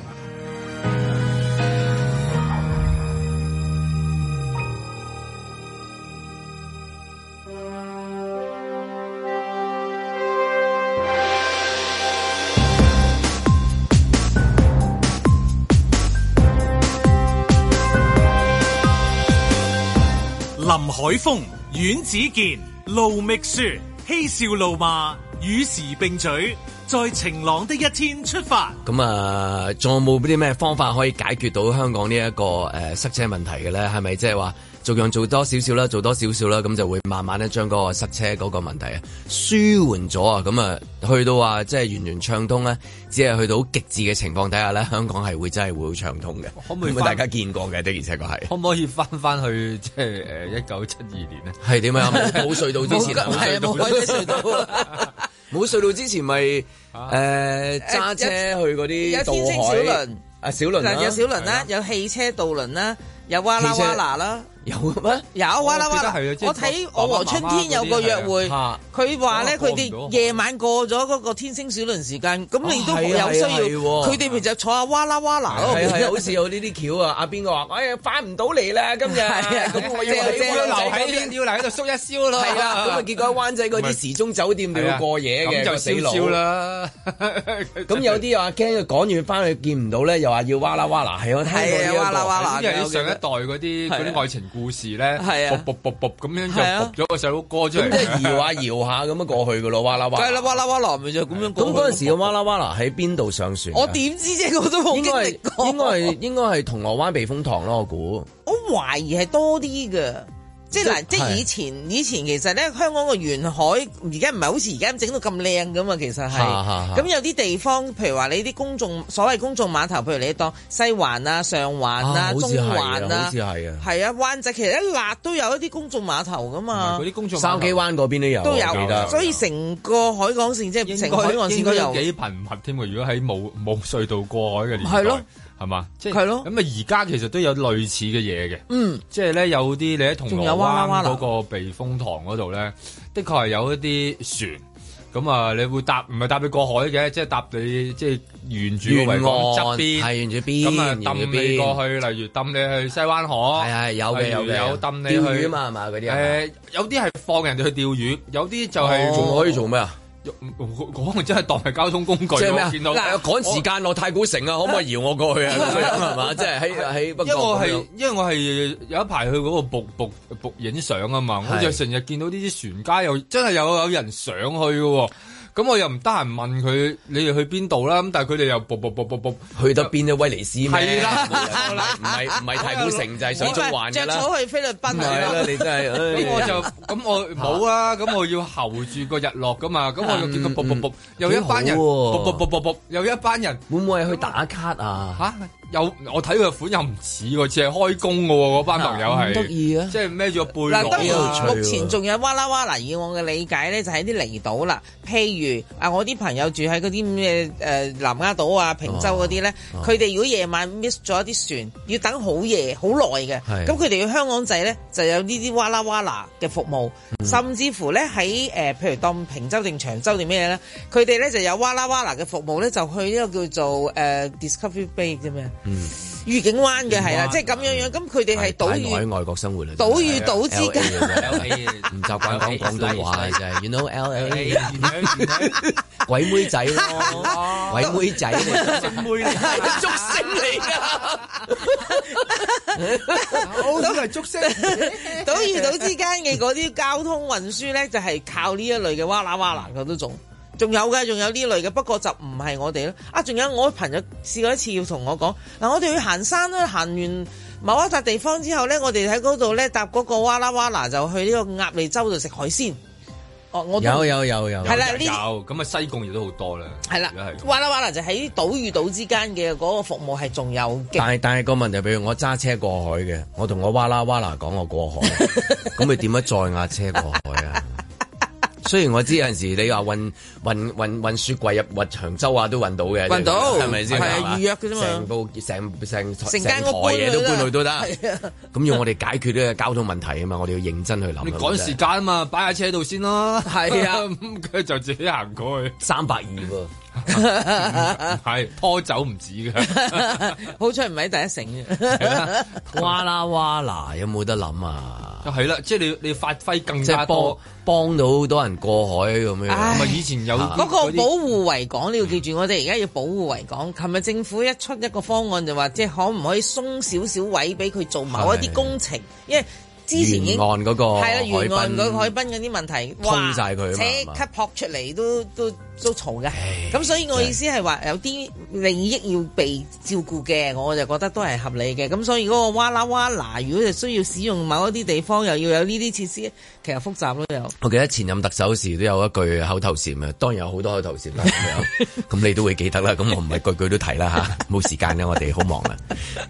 [SPEAKER 1] 林海峰、阮子健、盧覓雪，嬉笑怒罵，與時並舉，在晴朗的一天出發。
[SPEAKER 2] 咁啊，仲有冇啲咩方法可以解決到香港呢、一個誒、呃塞車問題嘅咧？係咪即係話逐樣做多少少啦，做多少少啦，咁就會慢慢咧將嗰個塞車嗰個問題啊舒緩咗啊？咁啊，去到話即係完全暢通咧，只係去到極致嘅情況底下咧，香港係會真係會好暢通嘅。
[SPEAKER 3] 可唔可以
[SPEAKER 2] 咁啊大
[SPEAKER 3] 翻
[SPEAKER 2] 家見過嘅的而且確係。
[SPEAKER 3] 可唔可以翻翻去即係誒一九七二年咧？
[SPEAKER 2] 係點啊？冇冇隧道之前啊，
[SPEAKER 3] 冇係啊冇
[SPEAKER 2] 冇
[SPEAKER 3] 隧道
[SPEAKER 2] 冇隧道之前咪誒揸車去嗰
[SPEAKER 4] 有
[SPEAKER 2] 啲
[SPEAKER 4] 天星
[SPEAKER 2] 渡
[SPEAKER 4] 小
[SPEAKER 2] 海
[SPEAKER 4] 輪
[SPEAKER 2] 啊，小輪啦
[SPEAKER 4] 嗱，有小輪啦，有汽車渡輪啦，有哇啦
[SPEAKER 2] 汽車
[SPEAKER 4] 哇啦啦。
[SPEAKER 2] 有咩？
[SPEAKER 4] 有哇啦哇啦
[SPEAKER 3] 我記得係啊！即係
[SPEAKER 4] 我睇
[SPEAKER 3] 爸
[SPEAKER 4] 我
[SPEAKER 3] 爸
[SPEAKER 4] 和春天有個約
[SPEAKER 3] 媽媽嗰啲
[SPEAKER 4] 會，
[SPEAKER 3] 係啊
[SPEAKER 4] 佢話
[SPEAKER 3] 咁啊
[SPEAKER 4] 咧佢
[SPEAKER 3] 過唔
[SPEAKER 4] 哋
[SPEAKER 3] 到
[SPEAKER 4] 夜晚過咗嗰個天星小輪時間，咁你
[SPEAKER 2] 啊
[SPEAKER 4] 都
[SPEAKER 2] 係啊
[SPEAKER 4] 有需
[SPEAKER 2] 係
[SPEAKER 4] 要，
[SPEAKER 2] 啊係喎
[SPEAKER 4] 佢哋咪就坐下哇啦哇啦咯。
[SPEAKER 2] 係啊係，好似有呢啲橋啊！阿邊個話：哎呀，翻唔到嚟啦，今 日
[SPEAKER 4] 係啊
[SPEAKER 2] 咁我
[SPEAKER 4] 即
[SPEAKER 2] 要
[SPEAKER 4] 係
[SPEAKER 2] 喺
[SPEAKER 4] 即係
[SPEAKER 2] 灣
[SPEAKER 4] 留
[SPEAKER 2] 仔
[SPEAKER 4] 喺
[SPEAKER 2] 嗰邊。
[SPEAKER 3] 要嚟喺度縮一燒咯
[SPEAKER 2] 係啦，咁啊，結果灣仔嗰啲時鐘酒店就要過夜嘅，
[SPEAKER 3] 咁就
[SPEAKER 2] 個死
[SPEAKER 3] 燒
[SPEAKER 2] 佬
[SPEAKER 3] 燒。啦。
[SPEAKER 2] 咁有啲又話驚佢趕完翻去見唔到咧，又話要哇啦哇啦，係我聽到呢一
[SPEAKER 4] 係啊哇啦
[SPEAKER 2] 個
[SPEAKER 4] 哇啦
[SPEAKER 3] 因為上一代嗰啲嗰啲愛情故事咧，
[SPEAKER 4] 啊係啊
[SPEAKER 3] 卜卜卜卜咁樣就卜咗個細佬哥出
[SPEAKER 2] 咁 即係
[SPEAKER 3] 嚟。
[SPEAKER 2] 搖下搖下咁樣過去噶咯，哇啦哇啦
[SPEAKER 4] 梗係。啦，哇啦哇啦咪就咁樣過
[SPEAKER 2] 咁
[SPEAKER 4] 去。
[SPEAKER 2] 嗰陣時嘅哇啦哇啦喺邊度上船㗎？
[SPEAKER 4] 我點知啫？我都冇
[SPEAKER 2] 應
[SPEAKER 4] 經
[SPEAKER 2] 該
[SPEAKER 4] 歷過。
[SPEAKER 2] 係應該係應該係銅鑼灣避風塘咯，我估。
[SPEAKER 4] 我懷疑係多啲嘅。即係嗱，即係
[SPEAKER 2] 係
[SPEAKER 4] 以前以前其實咧，香港個沿海而家唔係好似而家咁整到咁靚噶嘛，其實
[SPEAKER 2] 嚇
[SPEAKER 4] 係。
[SPEAKER 2] 嚇
[SPEAKER 4] 咁有啲地方，譬如話你啲公眾所謂公眾碼頭，譬如你當西環啊、上環啊、
[SPEAKER 2] 好
[SPEAKER 4] 中
[SPEAKER 2] 似係
[SPEAKER 4] 環
[SPEAKER 2] 啊，好
[SPEAKER 4] 啊
[SPEAKER 2] 似，係啊，
[SPEAKER 4] 係啊，灣仔其實一辣都有一啲公眾碼頭噶嘛
[SPEAKER 3] 嗰，啲工作
[SPEAKER 2] 筲箕灣嗰邊都有，
[SPEAKER 4] 都
[SPEAKER 2] 我記得
[SPEAKER 4] 有。所以成個海港線即係
[SPEAKER 3] 應
[SPEAKER 4] 成
[SPEAKER 3] 該
[SPEAKER 4] 個海岸線
[SPEAKER 3] 應
[SPEAKER 4] 都
[SPEAKER 3] 該
[SPEAKER 4] 有。
[SPEAKER 3] 幾頻密添喎。如果喺冇冇隧道過海嘅年代，
[SPEAKER 4] 係咯，
[SPEAKER 3] 係嘛？即
[SPEAKER 4] 係咯
[SPEAKER 3] 咁啊，而家其實都有類似嘅嘢嘅。
[SPEAKER 4] 嗯，
[SPEAKER 3] 即係咧有啲你喺銅
[SPEAKER 4] 仲
[SPEAKER 3] 鑼
[SPEAKER 4] 有哇啦哇
[SPEAKER 3] 灣
[SPEAKER 4] 啦
[SPEAKER 3] 嗰個避風塘嗰度咧，的確係有一啲船。咁啊，你會搭唔係搭你過海嘅，即係搭你即係沿住
[SPEAKER 2] 沿
[SPEAKER 3] 個
[SPEAKER 2] 岸
[SPEAKER 3] 維港側邊，
[SPEAKER 2] 係沿住邊，
[SPEAKER 3] 咁啊
[SPEAKER 2] 沿住
[SPEAKER 3] 抌你
[SPEAKER 2] 邊
[SPEAKER 3] 過去，例如抌你去西灣
[SPEAKER 2] 係
[SPEAKER 3] 河，
[SPEAKER 2] 係有嘅
[SPEAKER 3] 例如
[SPEAKER 2] 有嘅，
[SPEAKER 3] 有抌你
[SPEAKER 2] 釣魚
[SPEAKER 3] 去
[SPEAKER 2] 啊嘛係嘛嗰啲啊，
[SPEAKER 3] 誒有啲係放人哋去釣魚，有啲就係
[SPEAKER 2] 仲可以做咩啊？
[SPEAKER 3] 我我真係當係交通工具
[SPEAKER 2] 即係咩
[SPEAKER 3] 喎，
[SPEAKER 2] 啊？
[SPEAKER 3] 見到
[SPEAKER 2] 嗱，趕時間落太古城 啊，可唔可以搖我過去啊？咁樣係嘛？即係喺喺北
[SPEAKER 3] 因為
[SPEAKER 2] 角
[SPEAKER 3] 我
[SPEAKER 2] 咁
[SPEAKER 3] 係
[SPEAKER 2] 樣。
[SPEAKER 3] 因為我係有一排去嗰個瀑瀑瀑影相啊嘛，
[SPEAKER 2] 係
[SPEAKER 3] 我就成日見到呢啲船家又真係有有人上去嘅喎。咁我又唔得閒問佢你哋去邊度啦，咁但係佢哋又卜卜卜卜卜
[SPEAKER 2] 去得邊啊？威尼斯咩？
[SPEAKER 3] 係啦，
[SPEAKER 2] 唔係唔係太古城就係水
[SPEAKER 4] 你
[SPEAKER 2] 中
[SPEAKER 4] 咪
[SPEAKER 2] 環㗎
[SPEAKER 4] 着
[SPEAKER 2] 啦。
[SPEAKER 4] 草去菲律賓啊
[SPEAKER 2] 係啦你真係唉
[SPEAKER 3] 咁我就咁 我冇啊，咁我要候住個日落噶嘛，咁我又見佢卜卜卜，又一班
[SPEAKER 2] 嗯幾
[SPEAKER 3] 人
[SPEAKER 2] 好喎
[SPEAKER 3] 卜卜卜卜卜，又一班人，
[SPEAKER 2] 會唔會係去打卡啊？
[SPEAKER 3] 吓，又我睇佢個款又唔似喎，似係開工嘅喎，嗰班朋友係
[SPEAKER 2] 咁得意啊
[SPEAKER 3] 即係孭住個背
[SPEAKER 4] 嗱，當
[SPEAKER 3] 囊啊
[SPEAKER 4] 然目前仲有哇啦哇啦，以我嘅理解咧，就喺啲離島啦。譬如啊，我啲朋友住喺嗰啲咩誒南丫島啊、平洲嗰啲咧，佢哋如果夜晚 miss 咗一啲船，要等好夜好耐嘅，
[SPEAKER 16] 係
[SPEAKER 4] 咁佢哋要香港仔咧就有呢啲哇啦哇啦嘅服務，甚至乎咧喺誒譬如當平洲定長洲定咩咧，佢哋咧就有哇啦哇啦嘅服務咧，就去呢個叫做誒、呃 Discovery Bay 啫咩？
[SPEAKER 2] 嗯，
[SPEAKER 4] 御景灣嘅係啦，
[SPEAKER 2] 灣
[SPEAKER 4] 即係咁樣樣，咁佢哋係島
[SPEAKER 2] 太耐
[SPEAKER 4] 嶼
[SPEAKER 2] 喺外國生活啦，
[SPEAKER 4] 島與島之間
[SPEAKER 2] LA 嘅啫唔習慣講廣東話嘅啫，You know L A，鬼妹仔 咯，鬼妹仔嚟，
[SPEAKER 9] 正妹嚟，
[SPEAKER 2] 竹星嚟噶。
[SPEAKER 9] 我都係竹星。
[SPEAKER 4] 島與島之間嘅嗰啲交通運輸咧，就係靠呢一類嘅哇啦哇啦嘅都仲仲有嘅，仲有呢類嘅，不過就唔係我哋咯。啊，仲有我朋友試過一次要同我講，嗱，我哋去行山啦，行完某一笪地方之後咧，我哋喺嗰度咧搭嗰個哇啦哇啦就去呢個鴨脷洲度食海鮮。哦，我都
[SPEAKER 2] 有有有有，
[SPEAKER 4] 係啦呢
[SPEAKER 3] 有咁啊西貢亦都好多啦，
[SPEAKER 4] 係啦
[SPEAKER 3] 如果係咁，
[SPEAKER 4] 哇啦哇啦就喺島與島之間嘅嗰個服務係仲有 嘅。
[SPEAKER 2] 但係但係個問題，譬如我揸車過海嘅，我同我哇啦哇啦講我過 海，咁佢點樣載架車過海啊？雖然我知有陣時你話運運運運雪櫃入運長洲啊，都運到嘅，
[SPEAKER 4] 運到
[SPEAKER 2] 係咪先？
[SPEAKER 4] 係
[SPEAKER 2] 係嘛
[SPEAKER 4] 預約嘅啫嘛
[SPEAKER 2] 成部成成
[SPEAKER 4] 成間
[SPEAKER 2] 台
[SPEAKER 4] 屋搬
[SPEAKER 2] 嘢都搬去都得。
[SPEAKER 4] 係啊
[SPEAKER 2] 咁要我哋解決呢個交通問題啊嘛，我哋要認真去諗。
[SPEAKER 3] 你趕時間啊嘛，擺下車度先啦。
[SPEAKER 2] 係啊
[SPEAKER 3] 咁佢就自己行過去。
[SPEAKER 2] 三百二喎， 啊
[SPEAKER 3] 係拖走唔止㗎。
[SPEAKER 4] 好彩唔喺第一城
[SPEAKER 3] 啦
[SPEAKER 4] 啫。
[SPEAKER 2] 哇啦哇啦，有冇得諗啊？
[SPEAKER 3] 係啦，即係你你發揮更
[SPEAKER 2] 即係
[SPEAKER 3] 加
[SPEAKER 2] 幫
[SPEAKER 3] 多。啊
[SPEAKER 2] 幫到好多人過海咁啊樣。
[SPEAKER 4] 唉
[SPEAKER 3] 以前有
[SPEAKER 4] 嗰個保護維港，你要記住，我哋而家要保護維港。琴日政府一出一個方案，就話即係可唔可以鬆少少位俾佢做某一
[SPEAKER 2] 係
[SPEAKER 4] 啲工程，因為之前已經
[SPEAKER 2] 沿岸嗰個
[SPEAKER 4] 係啦，沿
[SPEAKER 2] 海濱
[SPEAKER 4] 岸嗰個海濱嗰啲問題，
[SPEAKER 2] 通
[SPEAKER 4] 哇
[SPEAKER 2] 晒佢啊嘛
[SPEAKER 4] 即
[SPEAKER 2] 係嘛
[SPEAKER 4] 刻撲出嚟都都都嘈嘅。咁所以我意思係話有啲利益要被照顧嘅，我就覺得都係合理嘅。咁所以嗰個哇啦哇嗱，如果係需要使用某一啲地方，又要有呢啲設施，其實複雜咯又。
[SPEAKER 2] 我記得前任特首時都有一句口頭禪啊，當然有好多口頭禪啦咁 樣，咁你都會記得啦。咁我唔係句句都提啦吓，冇時間啦，我哋好忙啊。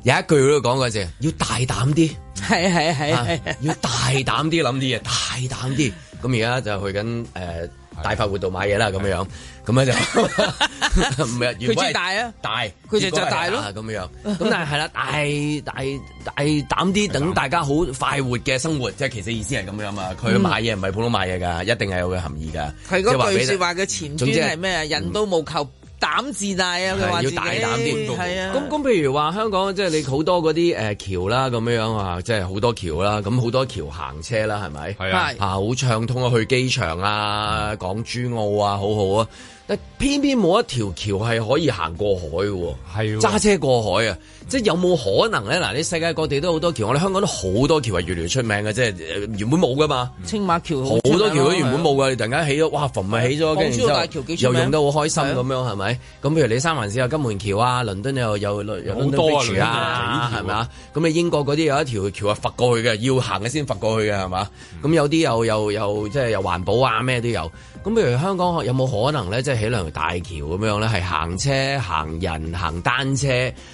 [SPEAKER 2] 有一句我都講過啫，要大膽啲，
[SPEAKER 4] 係係係
[SPEAKER 2] 啊要大膽啲諗啲嘢，大膽啲。咁而家就去緊誒大快活度買嘢啦，咁樣咁咧 就唔係原
[SPEAKER 4] 佢
[SPEAKER 2] 本
[SPEAKER 4] 最
[SPEAKER 2] 係
[SPEAKER 4] 大啊！
[SPEAKER 2] 大，
[SPEAKER 4] 佢就就大
[SPEAKER 2] 結果
[SPEAKER 4] 咯
[SPEAKER 2] 係咁樣。咁但係係啦，大大大膽啲，等大家好快活嘅生活，即係其實意思係咁樣嘛。佢
[SPEAKER 4] 嗯
[SPEAKER 2] 買嘢唔係普通買嘢㗎，一定係有佢含義㗎。
[SPEAKER 4] 佢
[SPEAKER 2] 即係話
[SPEAKER 4] 嗰
[SPEAKER 2] 俾你
[SPEAKER 4] 句説話嘅前端
[SPEAKER 2] 總之嗯
[SPEAKER 4] 係咩啊？人都無求膽自大啊！佢
[SPEAKER 2] 係要
[SPEAKER 4] 話自己
[SPEAKER 2] 大膽啲，
[SPEAKER 4] 係啊。
[SPEAKER 2] 咁咁，譬如話香港，即係你好多嗰啲誒橋啦，咁樣樣啊，即係好多橋啦，咁好多橋行車啦，係咪？係
[SPEAKER 4] 啊嗯
[SPEAKER 2] 好暢通啊，去機場啊，港珠澳啊，好好啊。但偏偏冇一條橋係可以行過海嘅喎，
[SPEAKER 3] 喎
[SPEAKER 2] 揸車過海啊！即係有冇可能咧？嗱，你世界各地都好多橋，我哋香港都好多橋係越嚟越出名嘅，即係呃原本冇噶嘛。
[SPEAKER 4] 青馬橋
[SPEAKER 2] 好多橋都原本冇㗎，你突然間起咗，哇！墳咪起咗，跟住
[SPEAKER 4] 港珠澳啊大
[SPEAKER 2] 之後
[SPEAKER 4] 橋幾出
[SPEAKER 2] 又
[SPEAKER 4] 名啊
[SPEAKER 2] 用得好開心咁樣，係咪？咁譬如你三藩市有金門橋啊，倫敦又有有
[SPEAKER 3] 好多啊
[SPEAKER 2] London Bridge 啊，
[SPEAKER 3] 倫敦有幾條啊
[SPEAKER 2] 係咪啊？咁你英國嗰啲有一條橋係啊佛過去嘅，要行嘅先佛過去嘅，係嘛？
[SPEAKER 3] 嗯
[SPEAKER 2] 咁有啲又又又即係又環保啊，咩都有。咁譬如香港有冇可能咧，即係起兩條大橋咁樣咧，係行車、行人、行單車，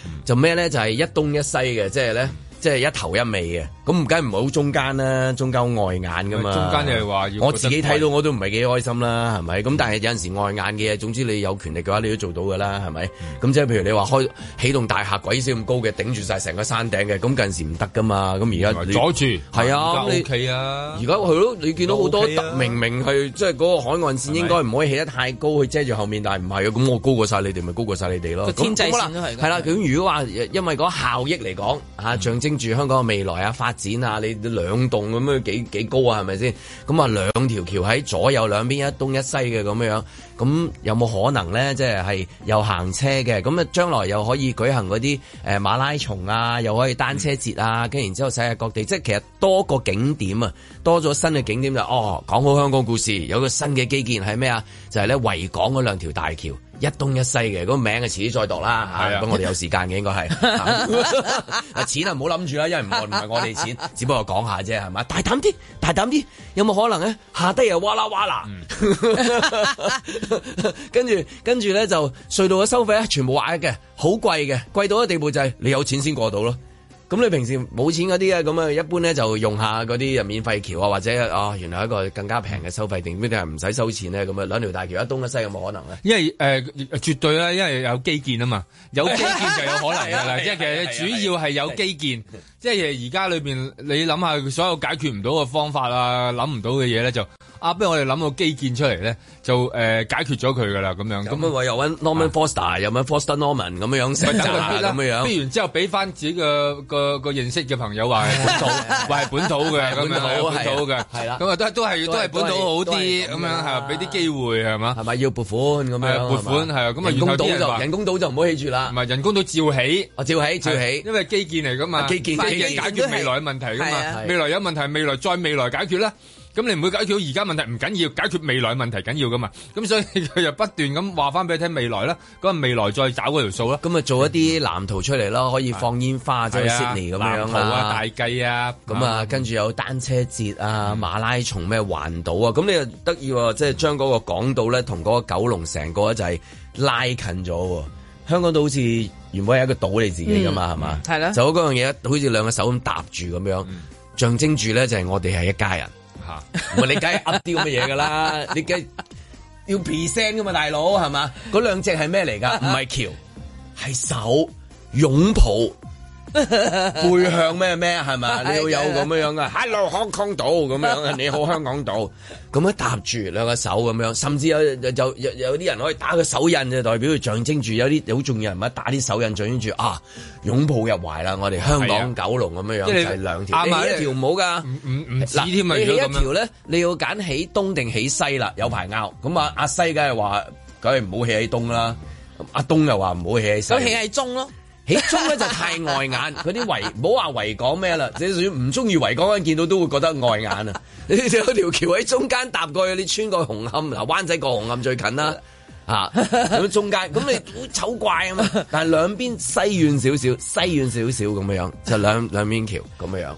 [SPEAKER 3] 嗯
[SPEAKER 2] 就咩咧？就係一東一西嘅，即係咧。即係一頭一尾嘅，咁唔梗係唔好中間啦，中間好礙眼㗎嘛。
[SPEAKER 3] 啊中間又係話要
[SPEAKER 2] 啊我自己睇
[SPEAKER 3] 覺得嗯
[SPEAKER 2] 到我都唔係幾開心啦，係咪？咁但係有陣時外眼嘅嘢，總之你有權力嘅話，你都做到㗎啦，係咪？
[SPEAKER 3] 嗯
[SPEAKER 2] 咁即係譬如你話開起棟大廈鬼死咁高嘅，頂住晒成個山頂嘅，咁近時唔得㗎嘛。咁而家你
[SPEAKER 3] 嗯阻住
[SPEAKER 2] 係啊，
[SPEAKER 3] 而家
[SPEAKER 2] 你
[SPEAKER 3] OK 啊
[SPEAKER 2] 而家係咯，你見到好多
[SPEAKER 3] 而家 OK 啊
[SPEAKER 2] 明明係即係嗰個海岸線應該唔可以起得太高，去遮住後面，但係唔係啊？咁我高過晒你哋，咪高過晒你哋咯。
[SPEAKER 4] 個天際
[SPEAKER 2] 咁好
[SPEAKER 4] 線
[SPEAKER 2] 啦
[SPEAKER 4] 都係㗎
[SPEAKER 2] 呃
[SPEAKER 4] 嗯
[SPEAKER 2] 係啦。咁如果話因為嗰個效益嚟講，啊象徵住香港嘅未來啊、發展啊，你兩棟咁樣幾幾高啊，係咪先？咁啊兩條橋喺左右兩邊一東一西嘅咁樣，咁有冇可能咧？即係係又行車嘅，咁啊將來又可以舉行嗰啲誒馬拉松啊，又可以單車節
[SPEAKER 4] 嗯
[SPEAKER 2] 啊，跟住然之後世界各地，即係其實多個景點啊，多咗新嘅景點就哦講好香港故事，有個新嘅基建係咩啊？就係咧維港嗰兩條大橋。一東一西嘅，嗰個名啊，遲啲再讀啦嚇。咁我哋有時間嘅應該係。啊錢啊唔好諗住啦，因為唔係唔係我哋錢，只不過講下啫係嘛。大膽啲，大膽啲，有冇可能咧？下低又哇啦哇啦， 跟住跟住咧就隧道嘅收費咧啊全部劃一嘅，好貴嘅，貴到嘅地步就係你有錢先過到咯。咁你平時冇錢嗰啲啊，咁啊一般咧就用下嗰啲免費橋啊，或者啊、哦原來一個更加平嘅收費定邊啲係唔使收錢咧？咁啊兩條大橋一東一西有冇可能咧？
[SPEAKER 3] 因為誒、呃、絕對啦，因為有基建啊嘛，有基建就有可能㗎
[SPEAKER 2] 係啊
[SPEAKER 3] 啦。即係其
[SPEAKER 2] 係啊
[SPEAKER 3] 實主要係有基建，即係而家裏邊你諗下佢所有解決唔到嘅方法啊，諗唔到嘅嘢咧就啊，不如我哋諗個基建出嚟咧，就誒、呃解決咗佢㗎啦咁樣。咁
[SPEAKER 2] 咁啊話又揾 Norman Foster，又揾 Foster Norman 咁樣樣
[SPEAKER 3] 咪
[SPEAKER 2] 成
[SPEAKER 3] 等佢
[SPEAKER 2] 扎
[SPEAKER 3] 逼
[SPEAKER 2] 咁
[SPEAKER 3] 啦，
[SPEAKER 2] 樣樣。
[SPEAKER 3] 逼完之後俾翻自己個個個認識嘅朋友話係本土，話係本土嘅咁樣，
[SPEAKER 2] 係
[SPEAKER 3] 係
[SPEAKER 2] 啊
[SPEAKER 3] 本土嘅，
[SPEAKER 2] 係啦
[SPEAKER 3] 咁啊都係都係都係本土好
[SPEAKER 2] 都係
[SPEAKER 3] 啲
[SPEAKER 2] 咁
[SPEAKER 3] 咁
[SPEAKER 2] 樣
[SPEAKER 3] 樣
[SPEAKER 2] 啦
[SPEAKER 3] 係俾啲機會係嘛？
[SPEAKER 2] 係咪要撥款咁
[SPEAKER 3] 係
[SPEAKER 2] 樣？
[SPEAKER 3] 啊撥款
[SPEAKER 2] 嘛
[SPEAKER 3] 係啊咁啊
[SPEAKER 2] 人
[SPEAKER 3] 然後
[SPEAKER 2] 工
[SPEAKER 3] 啲
[SPEAKER 2] 島
[SPEAKER 3] 人
[SPEAKER 2] 就
[SPEAKER 3] 話
[SPEAKER 2] 人工島就唔好起住啦。
[SPEAKER 3] 唔係人工島照起，
[SPEAKER 2] 我照起照起，
[SPEAKER 3] 因為基建嚟噶嘛，
[SPEAKER 2] 啊基建
[SPEAKER 3] 基建
[SPEAKER 2] 基建
[SPEAKER 3] 解
[SPEAKER 2] 都係
[SPEAKER 3] 決未來嘅問題㗎
[SPEAKER 2] 係啊
[SPEAKER 3] 嘛，未來有問題，未來再未來解決啦。咁你唔會解決到而家問題唔緊要，解決未來問題緊要噶嘛。咁所以佢就不斷咁話翻俾你聽未來啦，咁啊未來再找嗰條數啦。
[SPEAKER 2] 咁啊做一啲藍圖出嚟咯，可以放煙花即係
[SPEAKER 3] 係啊
[SPEAKER 2] Sydney 咁樣
[SPEAKER 3] 藍圖啊大計啊，
[SPEAKER 2] 咁啊跟住有單車節
[SPEAKER 4] 嗯
[SPEAKER 2] 啊、馬拉松咩環島啊，咁你又得意喎，即係將嗰個港島咧同嗰個九龍成個就係拉近咗喎。香港島好似原本係一個島你自己噶嘛，
[SPEAKER 4] 嗯
[SPEAKER 2] 係嘛？
[SPEAKER 4] 係嗯啦
[SPEAKER 2] 就嗰樣嘢好似兩個手咁搭住咁樣，象徵住咧就係我哋係一家人。唔係你梗係噏啲咁嘅嘢㗎 啦，你梗係要 present 㗎嘛，大佬係嘛？嗰兩隻係咩嚟 㗎？唔係橋，係手擁抱。背向咩咩係 咪？
[SPEAKER 3] 哎
[SPEAKER 2] 你要有咁樣樣噶，Hello Hong Kong 島咁樣，啊你好香港島，咁樣搭住兩個手咁樣，甚至有有有有啲人可以打個手印，就代表佢象徵住有啲好重要人物打啲手印，象徵住啊擁抱入懷啦！我哋香港九龍咁樣樣
[SPEAKER 3] 即係你
[SPEAKER 2] 就係兩條，
[SPEAKER 3] 啱啊
[SPEAKER 2] 你起一條唔好㗎。
[SPEAKER 3] 唔唔止
[SPEAKER 2] 嗱，
[SPEAKER 3] 添啊！
[SPEAKER 2] 你起
[SPEAKER 3] 如果
[SPEAKER 2] 一
[SPEAKER 3] 咁樣
[SPEAKER 2] 條咧，你要揀起東定起西啦，有排拗。咁啊，阿西梗係話，梗係唔好起喺東啦。咁阿東又話唔好起喺西。
[SPEAKER 4] 咁起係中咯，
[SPEAKER 2] 起中咧就太礙眼，嗰啲維唔好話維港咩啦，就算唔中意維港嗰陣見到都會覺得礙眼啊！ 你有條橋喺中間搭過去，你穿過紅磡嗱，灣仔過紅磡最近啦。啊！咁中間咁你好醜怪啊嘛！但係兩邊西遠少少，西遠少少咁樣樣，就兩兩邊橋咁樣樣。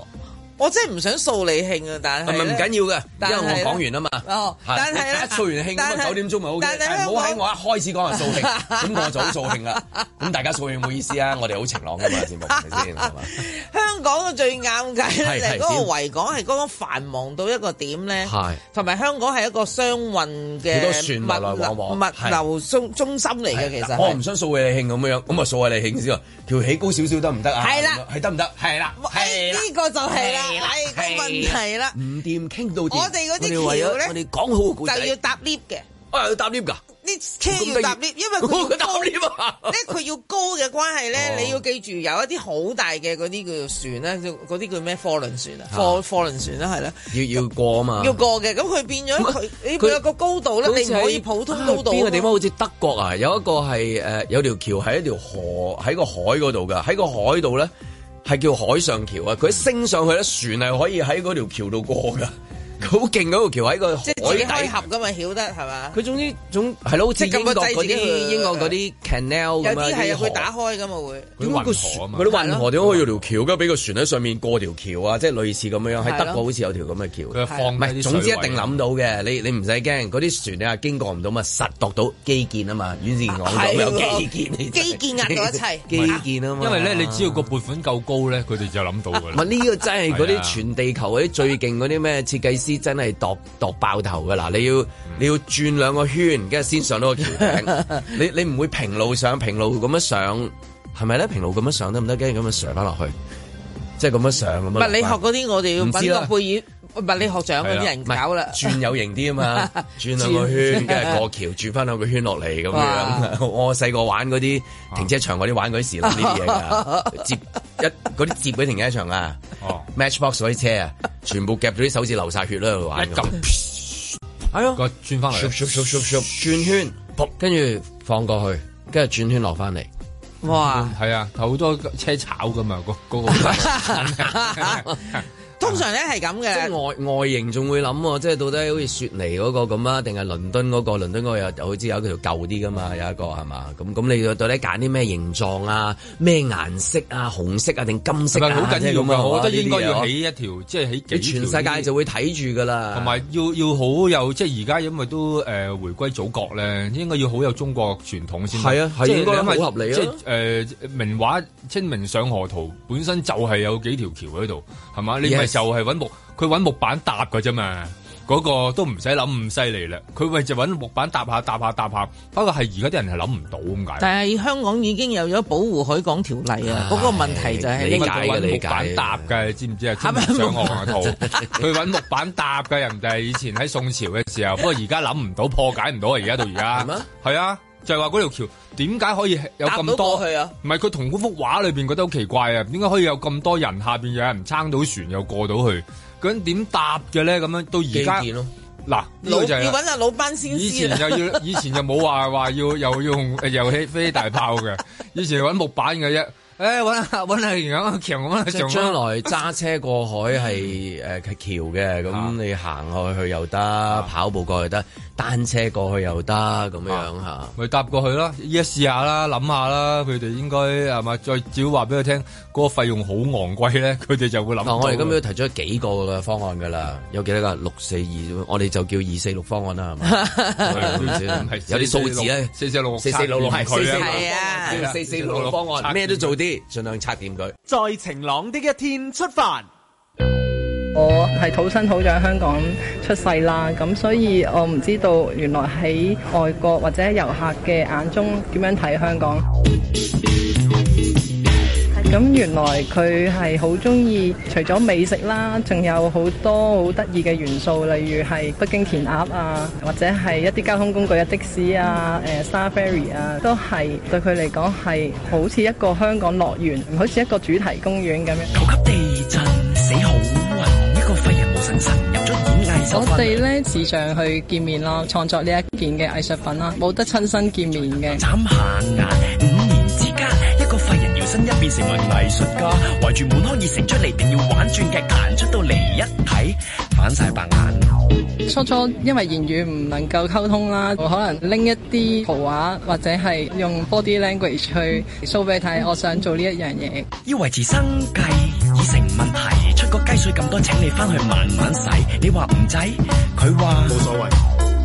[SPEAKER 4] 我真係唔想掃你興啊，但
[SPEAKER 2] 唔
[SPEAKER 4] 係
[SPEAKER 2] 係唔
[SPEAKER 4] 咧
[SPEAKER 2] 緊要
[SPEAKER 4] 但
[SPEAKER 2] 嘅，
[SPEAKER 4] 係
[SPEAKER 2] 因為我講完啊嘛。
[SPEAKER 4] 哦但係咧
[SPEAKER 2] 一掃完興
[SPEAKER 4] 但
[SPEAKER 2] 咁
[SPEAKER 4] 係
[SPEAKER 2] 啊，九點鐘咪 O
[SPEAKER 4] 但係香
[SPEAKER 2] K。
[SPEAKER 4] 港
[SPEAKER 2] 唔好喺我一開始講話 掃興，咁我就好掃興啦。咁大家掃興冇意思啊！我哋好晴朗㗎嘛，節目係咪先係嘛？
[SPEAKER 4] 香港嘅最尷尬
[SPEAKER 2] 係
[SPEAKER 4] 咧，就係
[SPEAKER 2] 係
[SPEAKER 4] 嗰
[SPEAKER 2] 點
[SPEAKER 4] 個維港係嗰個繁忙到一個點咧
[SPEAKER 2] 係，
[SPEAKER 4] 同埋香港係一個商運嘅
[SPEAKER 2] 好多船來來往往
[SPEAKER 4] 物
[SPEAKER 2] 係
[SPEAKER 4] 流中中心嚟嘅，其實
[SPEAKER 2] 嗱我唔
[SPEAKER 4] 係
[SPEAKER 2] 想掃你興咁樣，咁啊掃下你興先喎。條起高少少得唔得啊？
[SPEAKER 4] 係啦
[SPEAKER 2] 咁樣係得唔得？係啦，係啦
[SPEAKER 4] 哎呢個就係啦，係個問題啦。
[SPEAKER 2] 唔掂傾到掂。
[SPEAKER 4] 我哋嗰啲
[SPEAKER 2] 我為咗
[SPEAKER 4] 橋咧
[SPEAKER 2] 我哋講好個故仔，
[SPEAKER 4] 就要搭 lift 嘅，
[SPEAKER 2] 啊要搭 lift 㗎。
[SPEAKER 4] 啲車要搭
[SPEAKER 2] 咁
[SPEAKER 4] lift，
[SPEAKER 2] 得意
[SPEAKER 4] 因為 佢要
[SPEAKER 2] 搭
[SPEAKER 4] 高
[SPEAKER 2] lift 啊，
[SPEAKER 4] 咧佢要高嘅關係咧
[SPEAKER 2] 哦，
[SPEAKER 4] 你要記住有一啲好大嘅嗰啲叫船咧，嗰啲叫咩貨輪船啊，
[SPEAKER 2] 啊
[SPEAKER 4] 貨貨輪船啦，係啦。
[SPEAKER 2] 要要過啊嘛。
[SPEAKER 4] 要過嘅，咁佢變咗佢，你
[SPEAKER 2] 啊佢
[SPEAKER 4] 佢有個高度咧，你唔可以普通高度。
[SPEAKER 2] 啊
[SPEAKER 4] 啊
[SPEAKER 2] 邊個地方好似德國啊？有一個係誒、呃有條橋係一條河喺個海嗰度㗎，喺個海度咧係叫海上橋
[SPEAKER 4] 嗯
[SPEAKER 2] 啊！佢一升上去咧，船係可以喺嗰條橋度過㗎，好勁嗰條橋喺個海
[SPEAKER 4] 嗯即係自己開
[SPEAKER 2] 底。
[SPEAKER 4] 合噶嘛，曉得係嘛？
[SPEAKER 2] 佢總之總係咯，好似
[SPEAKER 4] 即係
[SPEAKER 2] 英
[SPEAKER 4] 撳個
[SPEAKER 2] 國
[SPEAKER 4] 掣
[SPEAKER 2] 嗰
[SPEAKER 4] 自己
[SPEAKER 2] 啲
[SPEAKER 4] 去
[SPEAKER 2] 英國嗰啲 canal
[SPEAKER 4] 有
[SPEAKER 2] 咁啊
[SPEAKER 4] 啲係
[SPEAKER 2] 河
[SPEAKER 4] 佢打開噶嘛會。
[SPEAKER 2] 點解個船嗰啲運河點啊解可以有條橋㗎？俾個船喺上面過條橋啊！即係類似咁樣樣，
[SPEAKER 4] 係
[SPEAKER 2] 喺
[SPEAKER 4] 咯
[SPEAKER 2] 德國好似有條咁嘅橋。
[SPEAKER 3] 佢放
[SPEAKER 2] 唔
[SPEAKER 3] 低
[SPEAKER 2] 係，
[SPEAKER 3] 啲
[SPEAKER 2] 總之一
[SPEAKER 3] 水位
[SPEAKER 2] 定諗到嘅。你你唔使驚，嗰啲船你話經過唔到嘛，實度到基建啊嘛，阮志健講咗
[SPEAKER 4] 啊係
[SPEAKER 2] 有
[SPEAKER 4] 喎
[SPEAKER 2] 基建呢啲。
[SPEAKER 4] 基建壓到一齊。
[SPEAKER 2] 基建啊嘛，
[SPEAKER 3] 因為咧，你只要個撥款夠高咧，佢哋就諗到㗎
[SPEAKER 2] 唔
[SPEAKER 3] 啦
[SPEAKER 2] 係。呢個真係嗰
[SPEAKER 3] 係啊
[SPEAKER 2] 啲全地球嗰啲最勁嗰啲咩設計師真係度度爆頭㗎嗱，你
[SPEAKER 3] 嗯
[SPEAKER 2] 要你要轉兩個圈，跟住先上到個橋 頂。你你唔會平路上，平路咁樣上係咪咧？平路咁樣上得唔得？跟住咁樣上翻落去，即係咁樣上咁樣。
[SPEAKER 4] 物理學嗰啲我哋要
[SPEAKER 2] 啊唔
[SPEAKER 4] 揾
[SPEAKER 2] 知啦
[SPEAKER 4] 諾貝爾物理學獎嗰啲人搞啦。
[SPEAKER 2] 轉有型啲啊嘛， 轉兩個圈，跟住過橋，轉翻兩個圈落嚟咁樣。
[SPEAKER 4] 哇
[SPEAKER 2] 我細個玩嗰啲停車場嗰啲玩嗰啲時諗呢啲嘢㗎，接一嗰啲接嗰啲停車場啊，Matchbox 嗰啲車啊，全部夾到啲手指流晒血啦，佢玩咁，係咯，
[SPEAKER 3] 個轉翻嚟，
[SPEAKER 2] 轉圈，噗跟住放過去，跟住轉圈落翻嚟。
[SPEAKER 4] 哇！
[SPEAKER 3] 係啊，好多車炒噶嘛，嗰 嗰個
[SPEAKER 4] 通常咧係咁
[SPEAKER 2] 即係
[SPEAKER 4] 嘅，
[SPEAKER 2] 外外形仲會諗喎，即係到底好似雪梨嗰個咁啊，定係倫敦嗰、個？倫敦嗰個又又好似有一條舊啲噶嘛，有一個係嘛？咁咁你到底揀啲咩形狀啊？咩顏色啊？紅色啊定金色啊？
[SPEAKER 3] 係咪好緊要
[SPEAKER 2] 即係咁啊
[SPEAKER 3] 㗎？我
[SPEAKER 2] 呢
[SPEAKER 3] 覺得
[SPEAKER 2] 啲
[SPEAKER 3] 應該要
[SPEAKER 2] 嘢
[SPEAKER 3] 起一條，即係起幾
[SPEAKER 2] 你全
[SPEAKER 3] 條
[SPEAKER 2] 世
[SPEAKER 3] 呢
[SPEAKER 2] 界啊就會睇住噶啦。
[SPEAKER 3] 同埋要要好有即係而家因為都誒、呃回歸祖國咧，應該要好有中國傳統先得。
[SPEAKER 2] 係啊係
[SPEAKER 3] 即係
[SPEAKER 2] 應該
[SPEAKER 3] 因為
[SPEAKER 2] 好合理啊
[SPEAKER 3] 即係誒名畫《清明上河圖》本身就係有幾條橋喺度，係嘛？你
[SPEAKER 2] Yes
[SPEAKER 3] 咪就係揾木，佢揾木板搭嘅啫嘛。嗰個都唔使諗咁犀利啦，佢咪就揾木板搭下搭下搭下，不過係而家啲人係諗唔到咁解。
[SPEAKER 4] 但係香港已經有咗保護海港條例啊，嗰個問題就係
[SPEAKER 3] 理解
[SPEAKER 4] 呢
[SPEAKER 3] 嘅
[SPEAKER 4] 個
[SPEAKER 3] 理解。木板搭嘅，知唔知啊？中上岸嘅圖，佢揾木板搭嘅人哋以前喺宋朝嘅時候，不過而家諗唔到，破解唔到啊！而家到而家係啊，就係話嗰條橋點解可以有咁多？
[SPEAKER 4] 去啊！
[SPEAKER 3] 唔係佢同嗰幅畫裏邊覺得好奇怪啊！點解可以有咁多人下邊有人撐到船又過到去？究竟點搭嘅咧？咁樣到而家
[SPEAKER 2] 基建咯
[SPEAKER 3] 嗱，呢
[SPEAKER 4] 老
[SPEAKER 3] 個就係
[SPEAKER 4] 要揾阿老班先
[SPEAKER 3] 以
[SPEAKER 4] 知啊
[SPEAKER 3] 前
[SPEAKER 4] 啦
[SPEAKER 3] 就要，以前就冇話話要 又要用呃誒又起飛大炮嘅，以前係揾木板嘅啫。誒揾下 揾下樣橋咁啊，
[SPEAKER 2] 即係將來揸車過海係誒
[SPEAKER 3] 嗯
[SPEAKER 2] 係橋嘅，
[SPEAKER 3] 啊
[SPEAKER 2] 咁你行過去又得，跑步過去得，單車過去又得，咁樣嚇。
[SPEAKER 3] 咪搭過去啦，依家試下啦，諗下啦，佢哋應該係咪再只要話俾佢聽，嗰個費用好昂貴咧， 佢哋就會諗到
[SPEAKER 2] 嗱，
[SPEAKER 3] 嘅。
[SPEAKER 2] 哦我哋今日提出幾個嘅方案㗎啦，有幾多㗎？六四二，我哋就叫二四六方案啦，係嘛？唔知
[SPEAKER 3] 唔 係
[SPEAKER 2] 有啲數字咧，
[SPEAKER 3] 四四六六
[SPEAKER 2] 四四六六係
[SPEAKER 3] 拆掂佢
[SPEAKER 2] 四四
[SPEAKER 3] 啊
[SPEAKER 2] 六
[SPEAKER 3] 嘛
[SPEAKER 2] 六方案，四四六六
[SPEAKER 3] 係啊
[SPEAKER 2] 方
[SPEAKER 3] 拆掂佢
[SPEAKER 2] 案，咩都做啲，盡量拆掂佢。
[SPEAKER 1] 在晴朗的一天出發。
[SPEAKER 16] 我係土生土長香港出世啦，咁所以我唔知道原來喺外國或者遊客嘅眼中點樣睇香港。咁原來佢係好中意，除咗美食啦，仲有好多好得意嘅元素，例如係北京填鴨啊，或者係一啲交通工具嘅的士啊、誒、Star Ferry 啊，都係對佢嚟講係好似一個香港樂園，好似一個主題公園咁樣。我哋咧時常去見面啦，創作呢一件嘅藝術品啦，冇得親身見面嘅。眨下眼，五年之間，一個廢人搖身一變成為藝術家，
[SPEAKER 17] 圍住滿腔熱誠出嚟，定要玩轉嘅彈出到嚟一睇，反晒白眼。
[SPEAKER 16] 初初因為言語唔能夠溝通啦，我可能拎一啲圖畫或者係用 body language 去 show 俾你睇，我想做呢一樣嘢。
[SPEAKER 17] 要維持生計已成問題，出個雞碎咁多，請你翻去慢慢洗。你話唔制，佢話冇所謂。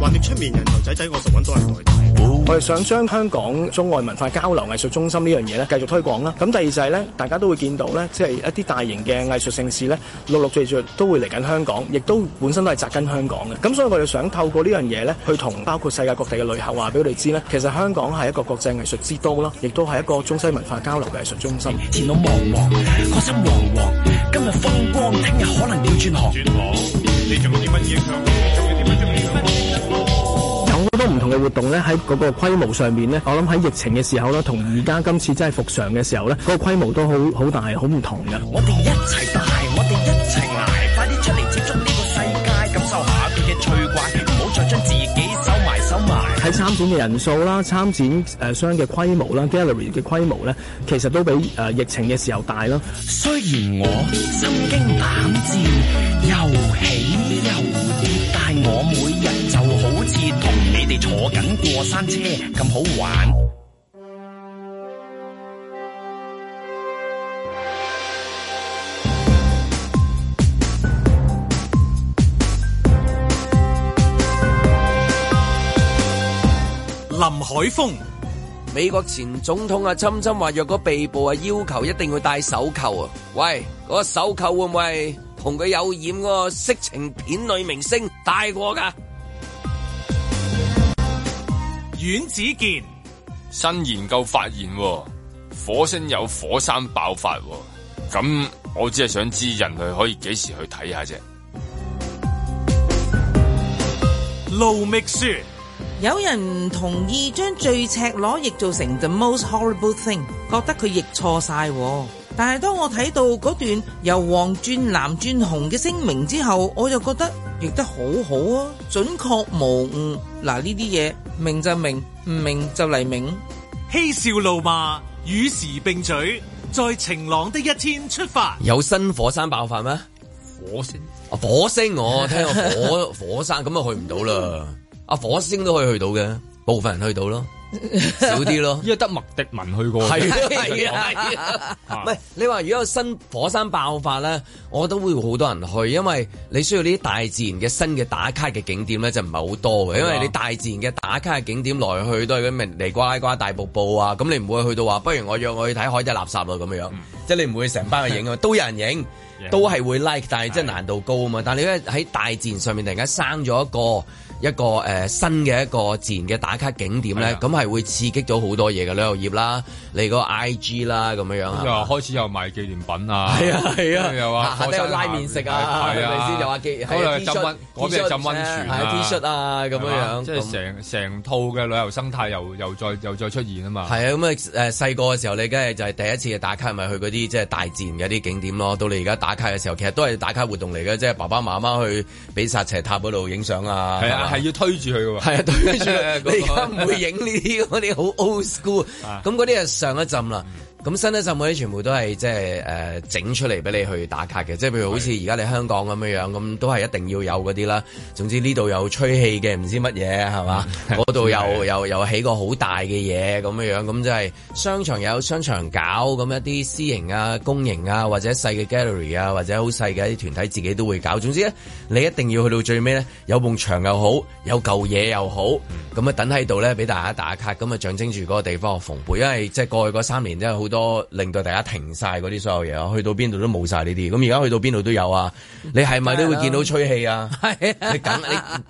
[SPEAKER 17] 橫掂出面人頭仔仔，我就揾到人代替。
[SPEAKER 18] 我哋想將香港中外文化交流藝術中心呢樣嘢咧繼續推廣啦。咁第二就係咧，大家都會見到咧，即係一啲大型嘅藝術盛事咧，陸陸續續都會嚟緊香港，亦都本身都係扎根香港嘅。咁所以我哋想透過呢樣嘢咧，去同包括世界各地嘅旅客話俾佢哋知咧，其實香港係一個國際藝術之都啦，亦都係一個中西文化交流嘅藝術中心。前路茫茫，個心惶惶，今日風光，聽日可能要轉行。轉行，你仲要乜嘢有好多唔同嘅活動咧，喺嗰個規模上面咧，我諗喺疫情嘅時候咧，同而家今次真係復常嘅時候咧，嗰、個規模都好好大，好唔同嘅。
[SPEAKER 17] 我哋一齊大，我哋一齊捱，快啲出嚟接觸呢個世界，感受下佢嘅趣怪，唔好再將自己收埋收埋。
[SPEAKER 18] 喺參展嘅人數啦、參展誒呃商嘅規模啦、gallery 嘅規模咧，其實都比誒、呃疫情嘅時候大啦。雖然我
[SPEAKER 17] 心驚膽戰，又起又跌，但我每日就好似同你哋坐緊過山車咁好玩。
[SPEAKER 2] 林海峰，美國前總統啊，侵侵話若果被捕啊，要求一定要戴手扣啊。喂，嗰、個手扣會唔會係同佢有染嗰個色情片女明星戴過㗎？
[SPEAKER 1] 阮子健，
[SPEAKER 6] 新研究發現喎，火星有火山爆發喎，咁我只係想知人類可以幾時去睇下啫。
[SPEAKER 1] 盧覓雪，
[SPEAKER 4] 有人唔同意將最赤裸譯做成 the most horrible thing，覺得佢譯錯晒喎。但係當我睇到嗰段由黃轉藍轉紅嘅聲明之後，我就覺得譯得好好啊，準確無誤。嗱，呢啲嘢明就明，唔明就黎明。
[SPEAKER 1] 嬉笑怒罵，與時並舉，在晴朗的一天出發。
[SPEAKER 2] 有新火山爆發咩？
[SPEAKER 3] 火星
[SPEAKER 2] 啊，火星 我聽過火火山咁啊去唔到啦。啊，火星都可以去到嘅，部分人去到咯，少啲咯。
[SPEAKER 3] 因為得麥迪文去過。
[SPEAKER 2] 係啊，係啊，唔係你話如果有新火山爆發咧，我都會好多人去，因為你需要呢啲大自然嘅新嘅打卡嘅景點咧，就唔係好多嘅，因
[SPEAKER 3] 啊
[SPEAKER 2] 為你大自然嘅打卡嘅景點來去都係咁，明尼瓜拉瓜大瀑布啊，咁你唔會去到話，不如我約我去睇海底垃圾啊咁
[SPEAKER 3] 嗯
[SPEAKER 2] 樣，即係你唔會成班去 影啊，都有人影。都係會 like，但係即係難度高啊嘛。但係你咧喺大自然上面突然間生咗一個一個誒、呃新嘅一個自然嘅打卡景點
[SPEAKER 3] 啊
[SPEAKER 2] 咧，咁係會刺激到好多嘢嘅旅遊業啦，你個 IG 啦咁樣樣
[SPEAKER 3] 咁
[SPEAKER 2] 係
[SPEAKER 3] 又
[SPEAKER 2] 嘛
[SPEAKER 3] 話開始又賣紀念 品啊，
[SPEAKER 2] 係啊係啊
[SPEAKER 3] 又話
[SPEAKER 2] 下下低有拉麵食啊係
[SPEAKER 3] 係
[SPEAKER 2] 咪
[SPEAKER 3] 啊，
[SPEAKER 2] 先又話紀
[SPEAKER 3] 嗰度
[SPEAKER 2] 係啊
[SPEAKER 3] 又浸
[SPEAKER 2] T-shirt，
[SPEAKER 3] 温，嗰邊又浸温泉
[SPEAKER 2] T-shirt 啊
[SPEAKER 3] 啊
[SPEAKER 2] 係 T-shirt 啊咁樣
[SPEAKER 3] 係嘛
[SPEAKER 2] 樣
[SPEAKER 3] 即係成成套嘅旅遊生態又又再又再出現啊嘛，
[SPEAKER 2] 係啊，咁啊誒細個嘅時候，你梗係就係第一次嘅打卡，咪去嗰啲即係大自然嘅啲景點咯。到你而家打卡嘅時候，其實都係打卡活動嚟嘅，即係爸爸媽媽去比薩斜塔嗰度影相啊。
[SPEAKER 3] 係啊，係要推住佢嘅喎，
[SPEAKER 2] 係啊，對住你而家唔
[SPEAKER 3] 嗰個
[SPEAKER 2] 會影呢啲嗰啲好 old school，咁嗰啲係上一浸啦。咁新一浸嗰啲全部都係即係誒整出嚟俾你去打卡嘅，即係譬如好似而家你香港咁樣樣，咁都係一定要有嗰啲啦。總之呢度有吹氣嘅唔知乜嘢係嘛，嗰度又又又起個好大嘅嘢咁樣樣，咁即係商場有商場搞，咁一啲私營啊、公營啊或者細嘅 gallery 啊或者好細嘅一啲團體自己都會搞。總之咧，你一定要去到最尾咧，有埲牆又好，有嚿嘢又好，咁啊等喺度咧俾大家打卡，咁啊象徵住嗰個地方嘅蓬勃，因為即係過去嗰三年真係好多令到大家停晒嗰啲所有嘢啊，去到邊度都冇晒呢啲，咁而家去到邊度都有啊，你係咪都會見到吹氣啊？係你梗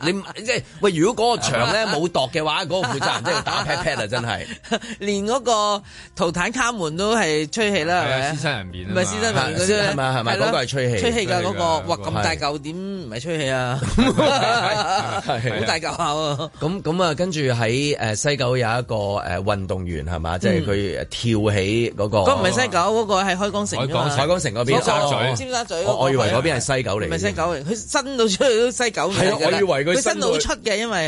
[SPEAKER 2] 你你即係喂，如果嗰個牆咧冇度嘅話，嗰、個負責人真係打 pat pat 啊，真係。
[SPEAKER 4] 連嗰個圖坦卡門都係吹氣啦，係咪？
[SPEAKER 2] 獅身人面啊
[SPEAKER 4] 唔
[SPEAKER 2] 嘛
[SPEAKER 4] 係獅身人面嗰啲咧，
[SPEAKER 2] 係咪係咪
[SPEAKER 4] 咯
[SPEAKER 2] 嗰個係吹氣
[SPEAKER 4] 吹氣
[SPEAKER 2] 吹
[SPEAKER 4] 㗎
[SPEAKER 2] 氣
[SPEAKER 4] 嗰
[SPEAKER 2] 㗎
[SPEAKER 4] 個，
[SPEAKER 2] 嗰
[SPEAKER 4] 哇
[SPEAKER 2] 個
[SPEAKER 4] 咁大嚿點唔係吹氣 啊？
[SPEAKER 2] 啊
[SPEAKER 4] 好大嚿下喎。
[SPEAKER 2] 咁咁啊，跟住喺誒西九有一個誒運動員係嘛，即係佢跳起嗰個。
[SPEAKER 4] 嗯嗰個唔係西九，嗰個係開江城
[SPEAKER 2] 海
[SPEAKER 4] 㗎
[SPEAKER 2] 哦
[SPEAKER 4] 嘛。
[SPEAKER 2] 港海港城嗰邊，
[SPEAKER 4] 嗰
[SPEAKER 2] 哦
[SPEAKER 4] 個尖沙咀嗰個
[SPEAKER 2] 我我以為嗰邊係西九嚟。
[SPEAKER 4] 唔係西九嚟，佢伸到出去都西九嚟
[SPEAKER 2] 係
[SPEAKER 4] 㗎啦
[SPEAKER 2] 啊我以為佢
[SPEAKER 4] 佢伸
[SPEAKER 2] 伸
[SPEAKER 4] 到
[SPEAKER 2] 到去
[SPEAKER 4] 出嘅，因為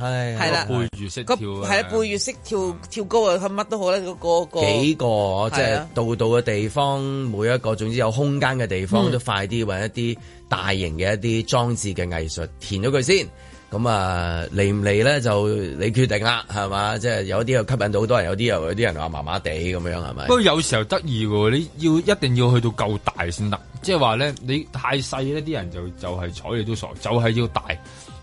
[SPEAKER 4] 係
[SPEAKER 2] 係
[SPEAKER 4] 係啦，
[SPEAKER 3] 背住識
[SPEAKER 4] 個
[SPEAKER 3] 跳啊
[SPEAKER 4] 係啦，啊背越識跳跳高啊，佢乜都好啦，嗰個個
[SPEAKER 2] 幾個即
[SPEAKER 4] 係
[SPEAKER 2] 係
[SPEAKER 4] 啊
[SPEAKER 2] 到到嘅地方，每一個總之有空間嘅地方，
[SPEAKER 4] 嗯
[SPEAKER 2] 都快啲揾一啲大型嘅一啲裝置嘅藝術填咗佢先。咁啊，嚟唔嚟咧就你決定啦，係嘛？即係有啲又吸引到好多人，有啲又有啲人話麻麻地咁樣，係咪
[SPEAKER 3] 不？過有時候得意喎，你要一定要去到夠大先得，即係話咧，你太細咧，啲人就就係睬你都傻，就係、要大。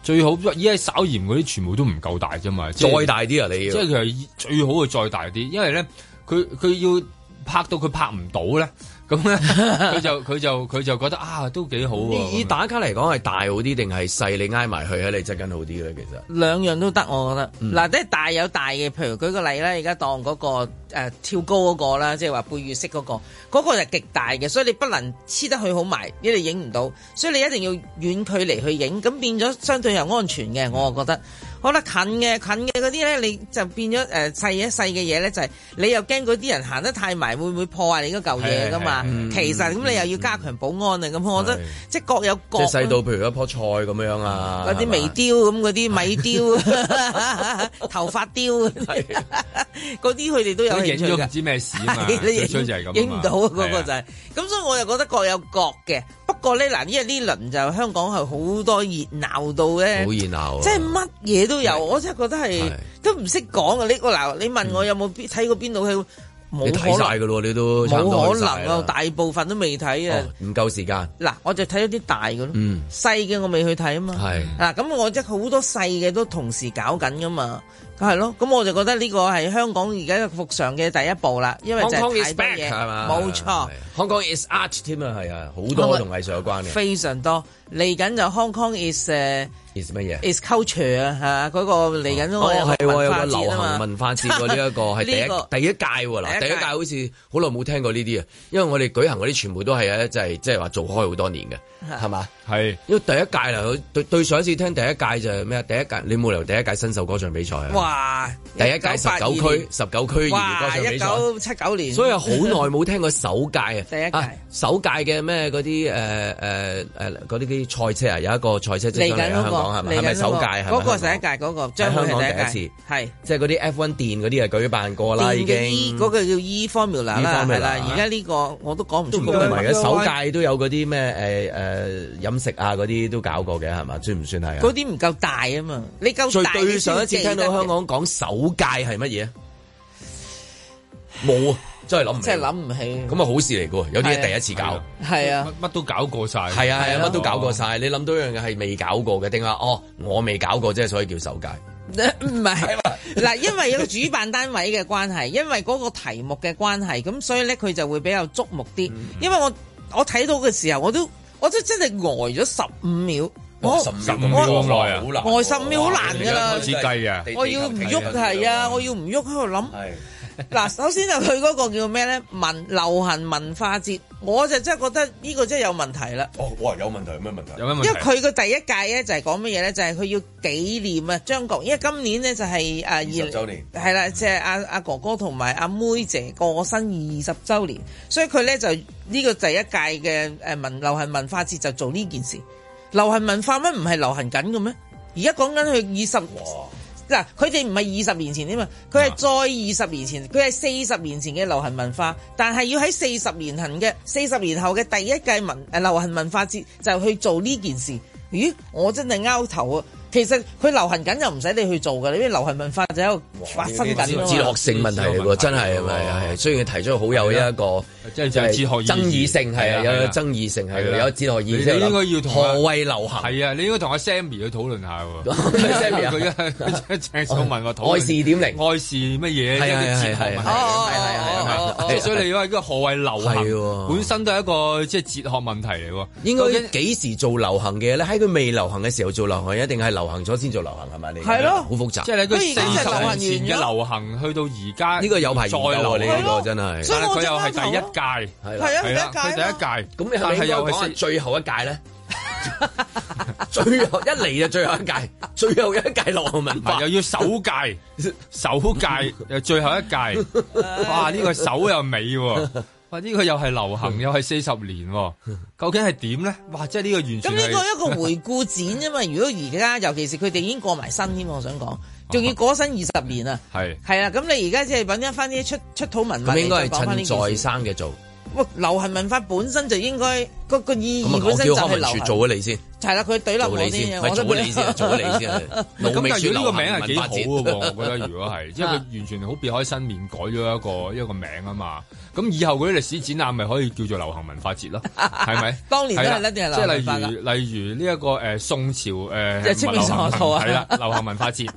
[SPEAKER 3] 最好依家稍嫌嗰啲全部都唔夠大啫嘛，即係
[SPEAKER 2] 再大啲啊你要
[SPEAKER 3] 即係佢係最好佢再大啲，因為咧佢佢要拍到佢拍唔到咧，咁 咧佢就佢就佢就覺得啊都幾好喎、
[SPEAKER 2] 以打卡嚟講係大好啲定係細？你挨埋去啊，你側跟好啲咧，其實。
[SPEAKER 4] 兩樣都得，我覺
[SPEAKER 2] 嗯
[SPEAKER 4] 得。嗱、即係大有大嘅，譬如舉個例啦，而家當嗰、個、呃、跳高嗰、個啦，即係話背越式嗰、個，嗰、個係極大嘅，所以你不能黐得佢好埋，因為你影唔到，所以你一定要遠距離去影，咁變咗相對又安全嘅，我覺得。好啦，近嘅近嘅嗰啲咧，你就變咗誒細一細嘅嘢咧，就係、你又驚嗰啲人行得太埋，會唔會破壞你嗰嚿嘢噶嘛
[SPEAKER 2] 係係？嗯係
[SPEAKER 4] 其實咁你又要加強保安啊，咁我覺得即係各有
[SPEAKER 2] 即
[SPEAKER 4] 各嗯
[SPEAKER 2] 係細到譬如一樖菜咁樣啊，
[SPEAKER 4] 嗰啲微雕咁，嗰啲米雕、 頭髮雕嗰啲， 嗰啲佢哋都有
[SPEAKER 3] 佢
[SPEAKER 4] 興
[SPEAKER 3] 影
[SPEAKER 4] 趣
[SPEAKER 3] 咗
[SPEAKER 4] 㗎
[SPEAKER 3] 唔知咩事啊嘛，
[SPEAKER 4] 係你
[SPEAKER 3] 最衰就係咁啊嘛
[SPEAKER 4] 影唔到啊嗰
[SPEAKER 3] 係
[SPEAKER 4] 個
[SPEAKER 3] 啊
[SPEAKER 4] 就係。咁所以我就覺得各有各嘅。不過咧嗱，因為呢輪就香港係好多熱鬧到咧，
[SPEAKER 2] 好熱鬧啊
[SPEAKER 4] 即係乜嘢都有。我真係覺得係都唔識講啊！呢個嗱，你問我有冇邊睇過邊度去？冇
[SPEAKER 2] 你
[SPEAKER 4] 可能
[SPEAKER 2] 睇晒噶咯，你都差唔
[SPEAKER 4] 冇
[SPEAKER 2] 多
[SPEAKER 4] 可
[SPEAKER 2] 去晒
[SPEAKER 4] 能啊！
[SPEAKER 2] 啦哦
[SPEAKER 4] 大部分都未睇啊！
[SPEAKER 2] 唔夠時間。
[SPEAKER 4] 嗱，我就睇咗啲大嘅咯，
[SPEAKER 2] 嗯
[SPEAKER 4] 細嘅我未去睇啊嘛。
[SPEAKER 2] 係
[SPEAKER 4] 嗱，咁我即係好多細嘅都同時搞緊噶嘛，係咯。咁我就覺得呢個係香港而家復常嘅第一步啦，因為就
[SPEAKER 2] Hong Kong
[SPEAKER 4] 係
[SPEAKER 2] is
[SPEAKER 4] 太多
[SPEAKER 2] back
[SPEAKER 4] 嘢，
[SPEAKER 2] 係嘛？
[SPEAKER 4] 冇錯
[SPEAKER 2] 係。，Hong Kong is art 添啊，係啊，好多同藝術有關嘅。
[SPEAKER 4] 非常多嚟緊就 Hong Kong is 誒
[SPEAKER 2] is 乜嘢？
[SPEAKER 4] is culture 啊，嚇嗰個嚟緊嗰
[SPEAKER 2] 哦，
[SPEAKER 4] 個
[SPEAKER 2] 係喎，有
[SPEAKER 4] 文
[SPEAKER 2] 個
[SPEAKER 4] 化
[SPEAKER 2] 流
[SPEAKER 4] 節
[SPEAKER 2] 行
[SPEAKER 4] 啊嘛
[SPEAKER 2] 文化節喎，呢一 個係第
[SPEAKER 4] 呢個
[SPEAKER 2] 一第一屆喎，嗱，
[SPEAKER 4] 第
[SPEAKER 2] 第
[SPEAKER 4] 一
[SPEAKER 2] 一
[SPEAKER 4] 屆
[SPEAKER 2] 屆好似好耐冇聽過呢啲啊，因為我哋舉行嗰啲全部都係咧，就係即係話做開好多年嘅， 係嘛？
[SPEAKER 3] 係，
[SPEAKER 2] 因為第一屆啦，對對上一次聽第一屆就係咩啊？第一屆你冇理由第一屆新秀歌唱比賽啊？
[SPEAKER 4] 哇哇！
[SPEAKER 2] 第一屆十九區十九區兒歌
[SPEAKER 4] 哇！
[SPEAKER 2] 唱
[SPEAKER 4] 一
[SPEAKER 2] 比賽。
[SPEAKER 4] 九七九年，
[SPEAKER 2] 所以好耐冇聽過首屆啊！
[SPEAKER 4] 第一屆
[SPEAKER 2] 啊首屆嘅咩嗰啲誒誒誒嗰啲啲賽車啊，有一個賽車即
[SPEAKER 4] 嚟
[SPEAKER 2] 將嚟
[SPEAKER 4] 緊
[SPEAKER 2] 香
[SPEAKER 4] 嗰個
[SPEAKER 2] 港係咪？
[SPEAKER 4] 嚟緊
[SPEAKER 2] 係咪
[SPEAKER 4] 嗰
[SPEAKER 2] 首
[SPEAKER 4] 個
[SPEAKER 2] 屆？係咪
[SPEAKER 4] 嗰個
[SPEAKER 2] 香
[SPEAKER 4] 第一屆嗰個將會
[SPEAKER 2] 喺香
[SPEAKER 4] 係
[SPEAKER 2] 港
[SPEAKER 4] 第
[SPEAKER 2] 第
[SPEAKER 4] 一
[SPEAKER 2] 一
[SPEAKER 4] 次
[SPEAKER 2] 次，
[SPEAKER 4] 係
[SPEAKER 2] 即係嗰啲 F1 電嗰啲啊舉辦過啦，已
[SPEAKER 4] 電嘅 E
[SPEAKER 2] 經
[SPEAKER 4] 嗰個叫 E formula 啦，
[SPEAKER 2] E formula
[SPEAKER 4] 係啦。而家呢個我都講唔
[SPEAKER 2] 都
[SPEAKER 4] 出
[SPEAKER 2] 唔
[SPEAKER 4] 個
[SPEAKER 2] 公
[SPEAKER 4] 名
[SPEAKER 2] 平嘅。首屆都有嗰啲咩誒誒飲食啊嗰啲都搞過嘅係嘛？算唔算係
[SPEAKER 4] 嗰
[SPEAKER 2] 啊？
[SPEAKER 4] 啲唔夠大啊嘛，你夠
[SPEAKER 2] 最
[SPEAKER 4] 大
[SPEAKER 2] 對上一次聽
[SPEAKER 4] 聽
[SPEAKER 2] 到香港講首屆係乜嘢啊？冇啊，真係諗唔起
[SPEAKER 4] 真係諗唔起。
[SPEAKER 2] 咁啊好事嚟嘅喎，有啲
[SPEAKER 4] 係
[SPEAKER 2] 嘢
[SPEAKER 4] 啊
[SPEAKER 2] 第一次搞。
[SPEAKER 4] 係啊，
[SPEAKER 3] 乜都搞過晒，
[SPEAKER 2] 係啊係啊，乜都搞過晒。你諗到一樣嘢係未搞過嘅，定話哦，我未搞過，即係所以叫首屆。
[SPEAKER 4] 唔係嗱，因為有個主辦單位嘅關係，因為嗰個題目嘅關係，咁所以咧佢就會比較矚目啲。因為我我睇到嘅時候，我都我都真係呆咗十五秒。我
[SPEAKER 3] 15秒咁耐啊好難
[SPEAKER 4] 我呆十五秒好難㗎啦。
[SPEAKER 3] 你而家開始計啊
[SPEAKER 4] 我要唔喐係啊，我要唔喐喺度諗。 嗱，首先就佢嗰個叫咩咧？文流行文化節，我就真係覺得呢個真係有問題啦。
[SPEAKER 2] 哦，哇，有問題，有咩問題？
[SPEAKER 3] 有咩問
[SPEAKER 4] 因為佢個第一屆咧就係講乜嘢咧？就係、佢要紀念啊張國，因為今年咧就係誒啊二
[SPEAKER 2] 20周年
[SPEAKER 4] 係啦，即係阿阿哥哥同埋阿妹姐過身二十週年，所以佢咧就呢、個第一屆嘅誒文流行文化節就做呢件事。流行文化乜唔係流行緊嘅咩？而家講緊佢二十。嗱，佢哋唔係二十年前啊嘛，佢係再二十年前，佢係四十年前嘅流行文化，但係要喺四十年後嘅四十年後嘅第一屆文誒流行文化節就去做呢件事。咦，我真係拗頭啊！其實佢流行緊就唔使你去做㗎，因為流行文化就喺度發生緊啊嘛
[SPEAKER 2] 哲學性問題嚟
[SPEAKER 3] 啊
[SPEAKER 2] 喎，真係係咪？係雖然提出好有一個
[SPEAKER 3] 即啊係就係哲學意義
[SPEAKER 2] 爭議性係啊，
[SPEAKER 3] 係啊
[SPEAKER 2] 有爭議性係
[SPEAKER 3] 係
[SPEAKER 2] 啊
[SPEAKER 3] 啊
[SPEAKER 2] 有哲學意
[SPEAKER 3] 你
[SPEAKER 2] 義。
[SPEAKER 3] 你應該要同阿
[SPEAKER 2] 何謂流 行？
[SPEAKER 3] 係啊，你應該同阿 Sammy 去討論下喎。
[SPEAKER 2] Sammy 啊
[SPEAKER 3] 佢一鄭秀文話討論
[SPEAKER 2] 愛是點零
[SPEAKER 3] 愛是乜嘢？
[SPEAKER 2] 係啊
[SPEAKER 3] 一個哲學
[SPEAKER 2] 係啊
[SPEAKER 3] 問題
[SPEAKER 2] 係啊
[SPEAKER 3] 係啊即係所以你話呢個何謂流
[SPEAKER 2] 係喎
[SPEAKER 3] 行，本身都係一個即係哲學問題嚟喎。
[SPEAKER 2] 應該幾時做流行嘅咧？喺佢未流行嘅時候做流行，一定係流行咗先做流行係咪？你
[SPEAKER 3] 係咯
[SPEAKER 2] 好複雜。
[SPEAKER 3] 即係你佢四十年前嘅流行，去到而家
[SPEAKER 2] 呢個有排研
[SPEAKER 3] 再
[SPEAKER 2] 究啊
[SPEAKER 3] 流行
[SPEAKER 2] 你呢個真係所以
[SPEAKER 3] 但係
[SPEAKER 2] 我
[SPEAKER 3] 佢
[SPEAKER 2] 就
[SPEAKER 3] 又
[SPEAKER 2] 啱
[SPEAKER 3] 係第一
[SPEAKER 2] 頭
[SPEAKER 3] 屆，係
[SPEAKER 2] 係啊
[SPEAKER 3] 係啦，
[SPEAKER 2] 第
[SPEAKER 3] 佢
[SPEAKER 2] 一屆
[SPEAKER 3] 第一屆，
[SPEAKER 2] 咁你係
[SPEAKER 3] 但
[SPEAKER 2] 咪
[SPEAKER 3] 係
[SPEAKER 2] 應該
[SPEAKER 3] 又
[SPEAKER 2] 講係
[SPEAKER 3] 係
[SPEAKER 2] 最後一屆咧？最後一嚟就最後一屆，最後一屆流行文化
[SPEAKER 3] 又要首屆， 首屆又最後一屆，哇！呢、個首又尾喎， 哇！呢、個又係流行，又係四十年喎，究竟係點咧？哇！即係呢個完
[SPEAKER 4] 咁
[SPEAKER 3] 全
[SPEAKER 4] 呢
[SPEAKER 3] 係
[SPEAKER 4] 個一個回顧展啫嘛。如果而家尤其是佢哋已經過埋身添，我想講，仲要過身二十年啊。
[SPEAKER 3] 係
[SPEAKER 4] 係啦，咁你而家即係揾一翻啲出出土文物
[SPEAKER 2] 咁
[SPEAKER 4] 嚟
[SPEAKER 2] 應該
[SPEAKER 4] 再
[SPEAKER 2] 係
[SPEAKER 4] 講翻呢
[SPEAKER 2] 趁
[SPEAKER 4] 件
[SPEAKER 2] 在
[SPEAKER 4] 事。
[SPEAKER 2] 生嘅做。
[SPEAKER 4] 喂，流行文化本身就應該個個意
[SPEAKER 2] 咁
[SPEAKER 4] 義
[SPEAKER 2] 啊
[SPEAKER 4] 本，
[SPEAKER 2] 我叫
[SPEAKER 4] 身就
[SPEAKER 2] 康
[SPEAKER 4] 係
[SPEAKER 2] 文
[SPEAKER 4] 流
[SPEAKER 2] 署
[SPEAKER 4] 行。
[SPEAKER 2] 做咗你先，
[SPEAKER 4] 係啦，佢懟冧
[SPEAKER 2] 做
[SPEAKER 4] 我
[SPEAKER 2] 你先，
[SPEAKER 4] 先，
[SPEAKER 2] 咪
[SPEAKER 4] 我
[SPEAKER 2] 做咗你先，做咗你先。老
[SPEAKER 3] 咁
[SPEAKER 2] 美
[SPEAKER 3] 但係
[SPEAKER 2] 書
[SPEAKER 3] 如
[SPEAKER 2] 流
[SPEAKER 3] 果呢個
[SPEAKER 2] 行
[SPEAKER 3] 名係幾
[SPEAKER 2] 文
[SPEAKER 3] 好
[SPEAKER 2] 化
[SPEAKER 3] 嘅
[SPEAKER 2] 節
[SPEAKER 3] 喎， 我覺得如果
[SPEAKER 4] 啊
[SPEAKER 3] 係，因為佢完全好別開新面改咗一個一個名啊嘛。咁以後嗰啲歷史展覽咪可以叫做流行文化節 咯，係咪？
[SPEAKER 4] 當年都係
[SPEAKER 3] 啦
[SPEAKER 4] 一定係
[SPEAKER 3] 即
[SPEAKER 4] 流行文化
[SPEAKER 3] 係例如例如呢一個誒宋朝
[SPEAKER 4] 即係
[SPEAKER 3] 誒
[SPEAKER 4] 清明上河圖啊
[SPEAKER 3] 係啦，流行文化 節。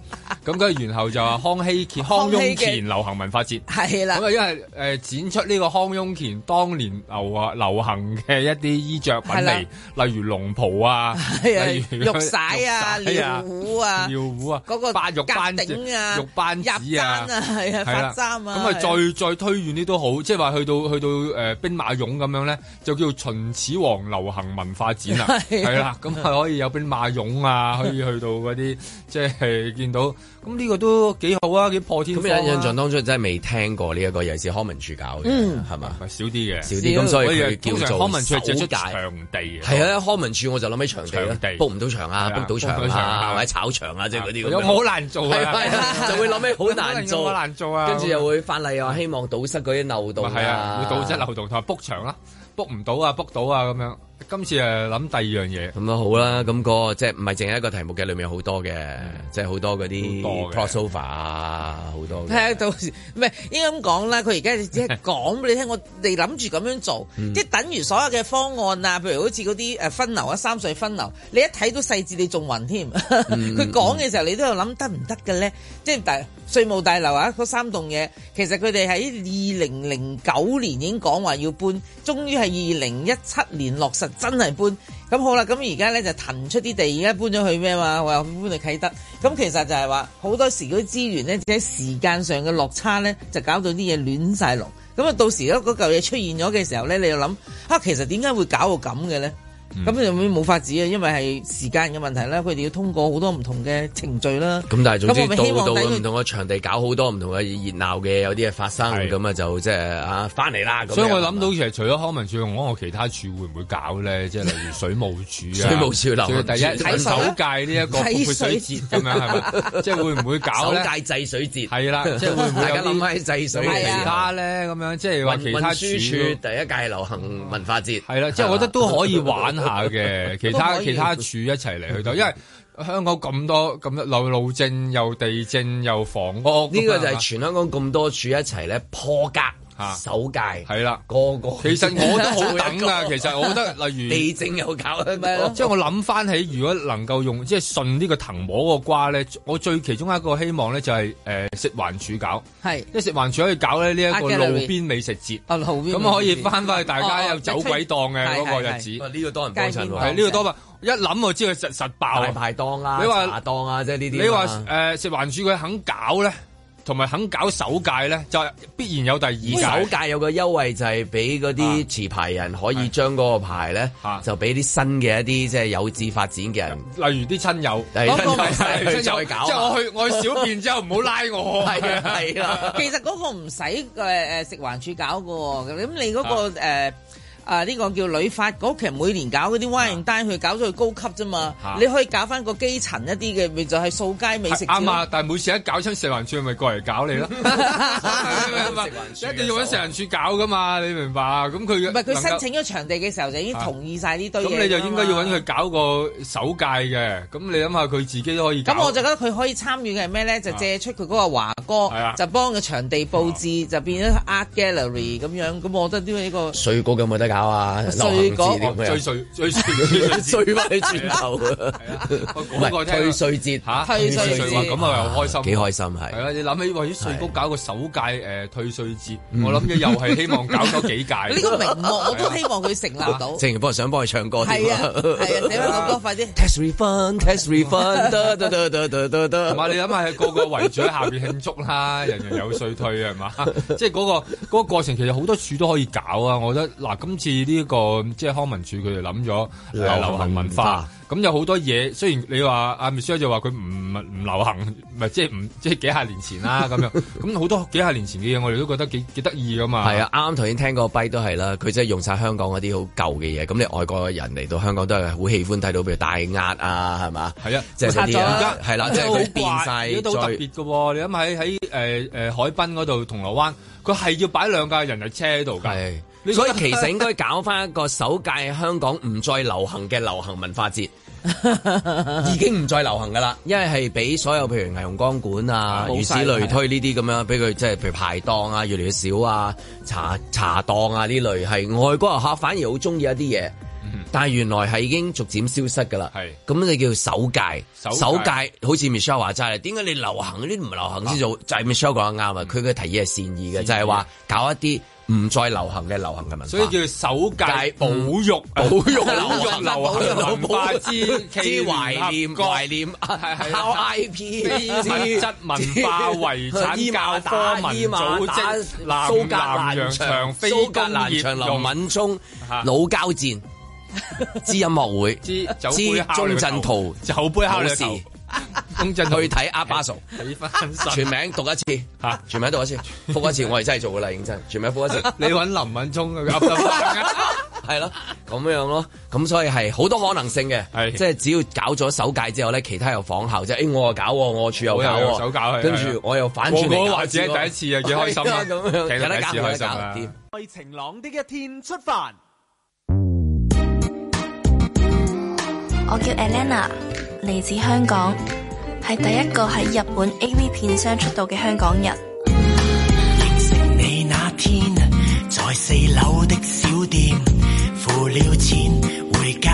[SPEAKER 3] 咁跟住然後就話康熙乾康雍乾流行文化節。
[SPEAKER 4] 係啦
[SPEAKER 3] 咁啊，因為誒展出呢個康雍乾當年流啊流行嘅一啲衣着品
[SPEAKER 4] 係啦
[SPEAKER 3] 嚟，例如龍袍啊，
[SPEAKER 4] 係啊
[SPEAKER 3] 例如
[SPEAKER 4] 玉璽啊
[SPEAKER 3] 玉璽
[SPEAKER 4] 廖胡啊
[SPEAKER 3] 廖胡啊，
[SPEAKER 4] 嗰個
[SPEAKER 3] 八玉班
[SPEAKER 4] 甲頂啊
[SPEAKER 3] 玉班子啊，
[SPEAKER 4] 入簪啊係 啊
[SPEAKER 3] 係啦
[SPEAKER 4] 髮簪啊
[SPEAKER 3] 咁啊，
[SPEAKER 4] 係
[SPEAKER 3] 再再推遠啲都好，即係話去到去到誒兵馬俑咁樣咧，就叫秦始皇流行文化展 啦，
[SPEAKER 6] 係啊
[SPEAKER 3] 係啦，咁係可以有兵馬俑啊，可以去到嗰啲即係見到，咁呢個都幾好啊，幾破天
[SPEAKER 2] 咁
[SPEAKER 3] 荒
[SPEAKER 2] 印
[SPEAKER 3] 啊
[SPEAKER 2] 印象當中真係未聽過呢一個，尤其是康文署搞嘅，
[SPEAKER 3] 嗯
[SPEAKER 2] 係嘛？
[SPEAKER 3] 少啲嘅，
[SPEAKER 2] 少啲咁，所以佢
[SPEAKER 3] 通
[SPEAKER 2] 叫
[SPEAKER 3] 常
[SPEAKER 2] 做
[SPEAKER 3] 康文署係
[SPEAKER 2] 首
[SPEAKER 3] 借出
[SPEAKER 2] 屆
[SPEAKER 3] 場地嘅，
[SPEAKER 2] 係啊，康文署我就諗起場地啦
[SPEAKER 3] 場地
[SPEAKER 2] ，book 唔到場啊
[SPEAKER 3] 係啊
[SPEAKER 2] ，book 到場
[SPEAKER 3] ，book 到場
[SPEAKER 2] 啊，
[SPEAKER 3] 啊
[SPEAKER 2] 或者炒場啊，即係嗰啲咁
[SPEAKER 3] 有
[SPEAKER 2] 樣。
[SPEAKER 3] 好難做
[SPEAKER 2] 係係
[SPEAKER 3] 啊，
[SPEAKER 2] 就會諗起好難做，
[SPEAKER 3] 好難做啊，
[SPEAKER 2] 跟住又會法例又希望堵塞嗰啲漏洞
[SPEAKER 3] 係啊，會導質漏洞同埋 book 場啦，book 唔到啊，book 到啊咁樣。今次誒諗第二樣嘢，
[SPEAKER 2] 咁都好啦，咁、個即係唔係淨係一個題目嘅，裏面有好多嘅，即係好多嗰啲 crossover 啊，好多嘅。
[SPEAKER 4] 係啊，到時唔係應該咁講啦。佢而家 只係講俾你聽，我哋諗住咁樣做，
[SPEAKER 2] 嗯
[SPEAKER 4] 即係等於所有嘅方案啊。譬如好似嗰啲誒分流啊、三水分流，你一睇到細節你仲暈添。
[SPEAKER 2] 嗯
[SPEAKER 4] 佢講嘅時候，你都有諗得唔得嘅咧？即係大稅務大樓啊，嗰三棟嘢，其實佢哋喺二零零九年已經講話要搬，終於係二零一七年落實，真係搬。咁好啦，咁而家咧就騰出啲地，而家搬咗去咩嘛？話搬去啟德。咁其實就係話好多時嗰啲資源咧，即係時間上嘅落差咧，就搞到啲嘢亂晒龍。咁啊，到時嗰嗰嚿嘢出現咗嘅時候咧，你又諗啊，其實點解會搞到咁嘅咧？
[SPEAKER 2] 嗯
[SPEAKER 4] 咁就冇法子啊，因為係時間嘅問題啦，佢哋要通過好多唔同嘅程序啦。
[SPEAKER 2] 咁但係總
[SPEAKER 4] 我咪
[SPEAKER 2] 之
[SPEAKER 4] 希
[SPEAKER 2] 到
[SPEAKER 4] 望
[SPEAKER 2] 到
[SPEAKER 4] 等佢
[SPEAKER 2] 唔同嘅場地搞好多唔同嘅熱鬧嘅有啲嘢發生，咁啊就即係啊翻嚟啦。咁樣
[SPEAKER 3] 所以我諗到其實除咗康文署，我我其他處會唔會搞咧？即係例如水務署啊，
[SPEAKER 2] 水務署流
[SPEAKER 3] 所以第
[SPEAKER 2] 體
[SPEAKER 3] 一
[SPEAKER 2] 水
[SPEAKER 3] 首屆呢一個
[SPEAKER 2] 體
[SPEAKER 3] 潑水
[SPEAKER 2] 水
[SPEAKER 3] 節咁樣係咪？即係會唔會搞咧？
[SPEAKER 2] 首屆制水節
[SPEAKER 3] 係 啦，即係會唔會有
[SPEAKER 2] 大家
[SPEAKER 3] 啲
[SPEAKER 2] 諗起制水
[SPEAKER 3] 有冇啊其他咧咁樣？即係話其他
[SPEAKER 2] 運輸署
[SPEAKER 3] 處
[SPEAKER 2] 第一屆流行文化節係啊
[SPEAKER 3] 啦即係我覺得都可以玩下嘅，其
[SPEAKER 2] 都
[SPEAKER 3] 他
[SPEAKER 2] 可以
[SPEAKER 3] 其他處一齊嚟去到，因為香港咁多咁多路路政又地政又房 屋，啊
[SPEAKER 2] 呢個就係全香港咁多處一齊咧破格首屆，
[SPEAKER 3] 係啦，
[SPEAKER 2] 個個
[SPEAKER 3] 其實我都好等㗎其實我覺得例如
[SPEAKER 2] 地政又搞一
[SPEAKER 3] 係咯即係我諗翻起，如果能夠用即係順呢個藤摸個瓜咧，我最其中一個希望咧就係、誒、食環署搞，
[SPEAKER 4] 係
[SPEAKER 3] 即係食環署可以搞咧
[SPEAKER 2] 啊
[SPEAKER 3] 呢一個
[SPEAKER 4] Art
[SPEAKER 3] 路
[SPEAKER 4] Gallery
[SPEAKER 3] 邊美食節，
[SPEAKER 4] 啊路邊美食節
[SPEAKER 3] 咁可以翻翻去大
[SPEAKER 4] 哦
[SPEAKER 3] 家
[SPEAKER 4] 哦
[SPEAKER 3] 有走鬼檔嘅嗰個日子。
[SPEAKER 2] 哇哦呢個多人幫襯喎，
[SPEAKER 3] 係呢個多嘛？一諗我知佢實實爆
[SPEAKER 2] 大排檔啦，
[SPEAKER 3] 你話
[SPEAKER 2] 茶檔啊，即係呢啲啊嘛。
[SPEAKER 3] 你話誒、食環署佢肯搞咧，同埋肯搞首屆咧，就必然有第二
[SPEAKER 2] 二
[SPEAKER 3] 屆
[SPEAKER 2] 手。界有個優惠就係俾嗰啲持牌人可以將嗰個牌咧，就俾啲新嘅一啲即係有志發展嘅 人，
[SPEAKER 3] 例如啲親友，
[SPEAKER 4] 嗰個咪
[SPEAKER 2] 親友
[SPEAKER 3] 係
[SPEAKER 2] 去再搞啊，
[SPEAKER 3] 即係我去我去小便之後唔好拉我。
[SPEAKER 2] 係啊係 啦
[SPEAKER 4] 其實嗰個唔使誒誒食環署搞嘅喎，咁你嗰、個誒啊呢、個叫旅發局，其實每年搞嗰啲 wine d 佢搞咗佢高級啫嘛，
[SPEAKER 3] 啊
[SPEAKER 4] 你可以搞翻個基層一啲嘅，咪就係掃街美食節
[SPEAKER 3] 啱
[SPEAKER 4] 咯
[SPEAKER 3] 啊！但係每次一搞親食環署，咪過嚟搞你咯。 一定要揾食環署搞噶嘛，你明白？咁佢唔
[SPEAKER 4] 唔係佢申請咗場地嘅時候就已經同意晒呢堆嘢㗎嘛。
[SPEAKER 3] 咁你就應該要揾佢搞個首屆嘅。咁你諗下，佢自己都可以搞。
[SPEAKER 4] 咁我就覺得佢可以參與嘅係咩咧？就借出佢嗰個華
[SPEAKER 3] 係啊
[SPEAKER 4] 哥，就幫個場地佈置，就變咗 art gallery 咁樣。咁我覺得呢個
[SPEAKER 2] 稅局有冇得搞 啊？
[SPEAKER 4] 稅局
[SPEAKER 3] 追稅追
[SPEAKER 2] 稅，
[SPEAKER 3] 稅
[SPEAKER 2] 追翻你轉頭啊！唔係
[SPEAKER 3] 啊
[SPEAKER 2] 退稅節
[SPEAKER 3] 嚇，
[SPEAKER 2] 退
[SPEAKER 3] 稅
[SPEAKER 2] 稅
[SPEAKER 3] 節
[SPEAKER 2] 節
[SPEAKER 3] 咁啊又開心，
[SPEAKER 2] 幾開心係
[SPEAKER 3] 係啊！你諗起喂，啲稅局搞個首屆誒退稅節，
[SPEAKER 2] 嗯
[SPEAKER 3] 我諗嘅又係希望搞多幾屆。
[SPEAKER 4] 呢個名目我都希望佢成立 到。
[SPEAKER 2] 正如幫想幫佢唱歌添
[SPEAKER 4] 係啊， 係啊，寫翻首歌快啲。
[SPEAKER 2] Tax refund, tax refund，得得得得得得得。
[SPEAKER 3] 同埋你諗下，個個圍住喺下邊慶祝啦， 人人有稅退啊係嘛？ 即係嗰、個嗰、個過程其實好多處都可以搞啊！我覺得嗱，今次呢、個即係康文署佢哋諗咗
[SPEAKER 2] 流
[SPEAKER 3] 呃
[SPEAKER 2] 行
[SPEAKER 3] 流行文
[SPEAKER 2] 文
[SPEAKER 3] 化
[SPEAKER 2] 化。
[SPEAKER 3] 咁有好多嘢，雖然你話阿 Michelle 就話佢唔唔流行，唔係即係唔即係幾廿年 前啦咁樣，咁好多幾廿年前嘅嘢，我哋都覺得幾幾得意噶嘛。
[SPEAKER 2] 係啊，啱啱頭先聽個跛都係啦，佢真係用晒香港嗰啲好舊嘅嘢，咁你外國人嚟到香港都係好喜歡睇到，譬如大壓啊，係嘛？
[SPEAKER 3] 係啊，
[SPEAKER 2] 即係嗰啲
[SPEAKER 3] 而
[SPEAKER 2] 啊
[SPEAKER 3] 家，
[SPEAKER 2] 係啦，
[SPEAKER 3] 而
[SPEAKER 2] 即
[SPEAKER 3] 家
[SPEAKER 2] 係
[SPEAKER 3] 好
[SPEAKER 2] 佢變
[SPEAKER 3] 怪而
[SPEAKER 2] 晒
[SPEAKER 3] 家都好特
[SPEAKER 2] 再
[SPEAKER 3] 別嘅喎。你諗喺喺誒誒海濱嗰度銅鑼灣，佢係要擺兩架人力車喺
[SPEAKER 2] 啊
[SPEAKER 3] 度㗎。你
[SPEAKER 2] 所以其實應該搞翻一個首屆香港唔再流行嘅流行文化節， 已經唔再流行噶啦，因為係俾所有譬如霓虹光管啊、
[SPEAKER 3] 冇
[SPEAKER 2] 如此
[SPEAKER 3] 晒
[SPEAKER 2] 類推呢啲咁樣，俾佢即係譬如排檔啊，越嚟越少啊，茶茶檔啊呢類係外國遊客反而好中意一啲嘢。但係原來係已經逐漸消失㗎啦，咁你叫首屆，
[SPEAKER 3] 首
[SPEAKER 2] 首
[SPEAKER 3] 屆
[SPEAKER 2] 屆好似 Michelle 話齋，點解你流行嗰啲唔流行先做？就係 Michelle 講得啱啊，佢嘅提議係善意嘅，就係話搞一啲唔再流行嘅流行嘅文化。
[SPEAKER 3] 所以叫首屆保育
[SPEAKER 2] 保育流
[SPEAKER 3] 保育
[SPEAKER 2] 行
[SPEAKER 3] 流行文化之
[SPEAKER 2] 之懷念懷念 How I P
[SPEAKER 3] 物質文化遺產教科文組織南
[SPEAKER 2] 蘇格
[SPEAKER 3] 南洋
[SPEAKER 2] 蘭
[SPEAKER 3] 長
[SPEAKER 2] 場
[SPEAKER 3] 非
[SPEAKER 2] 蘇格
[SPEAKER 3] 工業
[SPEAKER 2] 蘭場
[SPEAKER 3] 用
[SPEAKER 2] 林敏聰老交戰之音樂會
[SPEAKER 3] 之酒杯
[SPEAKER 2] 之
[SPEAKER 3] 敲
[SPEAKER 2] 鐘
[SPEAKER 3] 你個
[SPEAKER 2] 鎮
[SPEAKER 3] 頭
[SPEAKER 2] 濤
[SPEAKER 3] 酒杯敲你個
[SPEAKER 2] 冇事
[SPEAKER 3] 頭鐘鎮濤
[SPEAKER 2] 去睇阿巴數。
[SPEAKER 3] 睇翻 身
[SPEAKER 2] 全名讀一次
[SPEAKER 3] 嚇，
[SPEAKER 2] 全名讀一次，覆一次，我係真係做噶啦，認真，全名覆 一次。
[SPEAKER 3] 你揾林敏聰嘅噏得翻
[SPEAKER 2] 係咯，咁樣咯，咁所以係好多可能性嘅，即係只要搞咗首屆之後咧，其他又仿效即係，誒我又搞喎，我處又搞
[SPEAKER 3] 哦我又
[SPEAKER 2] 喎，
[SPEAKER 3] 手搞係
[SPEAKER 2] 跟
[SPEAKER 3] 係啊
[SPEAKER 2] 住我又反轉嚟
[SPEAKER 3] 個個
[SPEAKER 2] 搞
[SPEAKER 3] 都話自己
[SPEAKER 2] 一次喎
[SPEAKER 3] 第一次啊幾開心啊
[SPEAKER 2] 係咁樣
[SPEAKER 3] 其
[SPEAKER 2] 有
[SPEAKER 3] 實
[SPEAKER 2] 得
[SPEAKER 3] 第一
[SPEAKER 2] 搞
[SPEAKER 3] 次
[SPEAKER 2] 有
[SPEAKER 3] 開
[SPEAKER 2] 得
[SPEAKER 3] 心
[SPEAKER 2] 搞
[SPEAKER 3] 啊
[SPEAKER 2] 掂。
[SPEAKER 1] 為晴朗的一天出發。
[SPEAKER 19] 我叫 Elena，嚟自香港，係第一個喺日本 AV 片商出道嘅香港人。
[SPEAKER 9] 你那天在四樓的小店，付了錢回家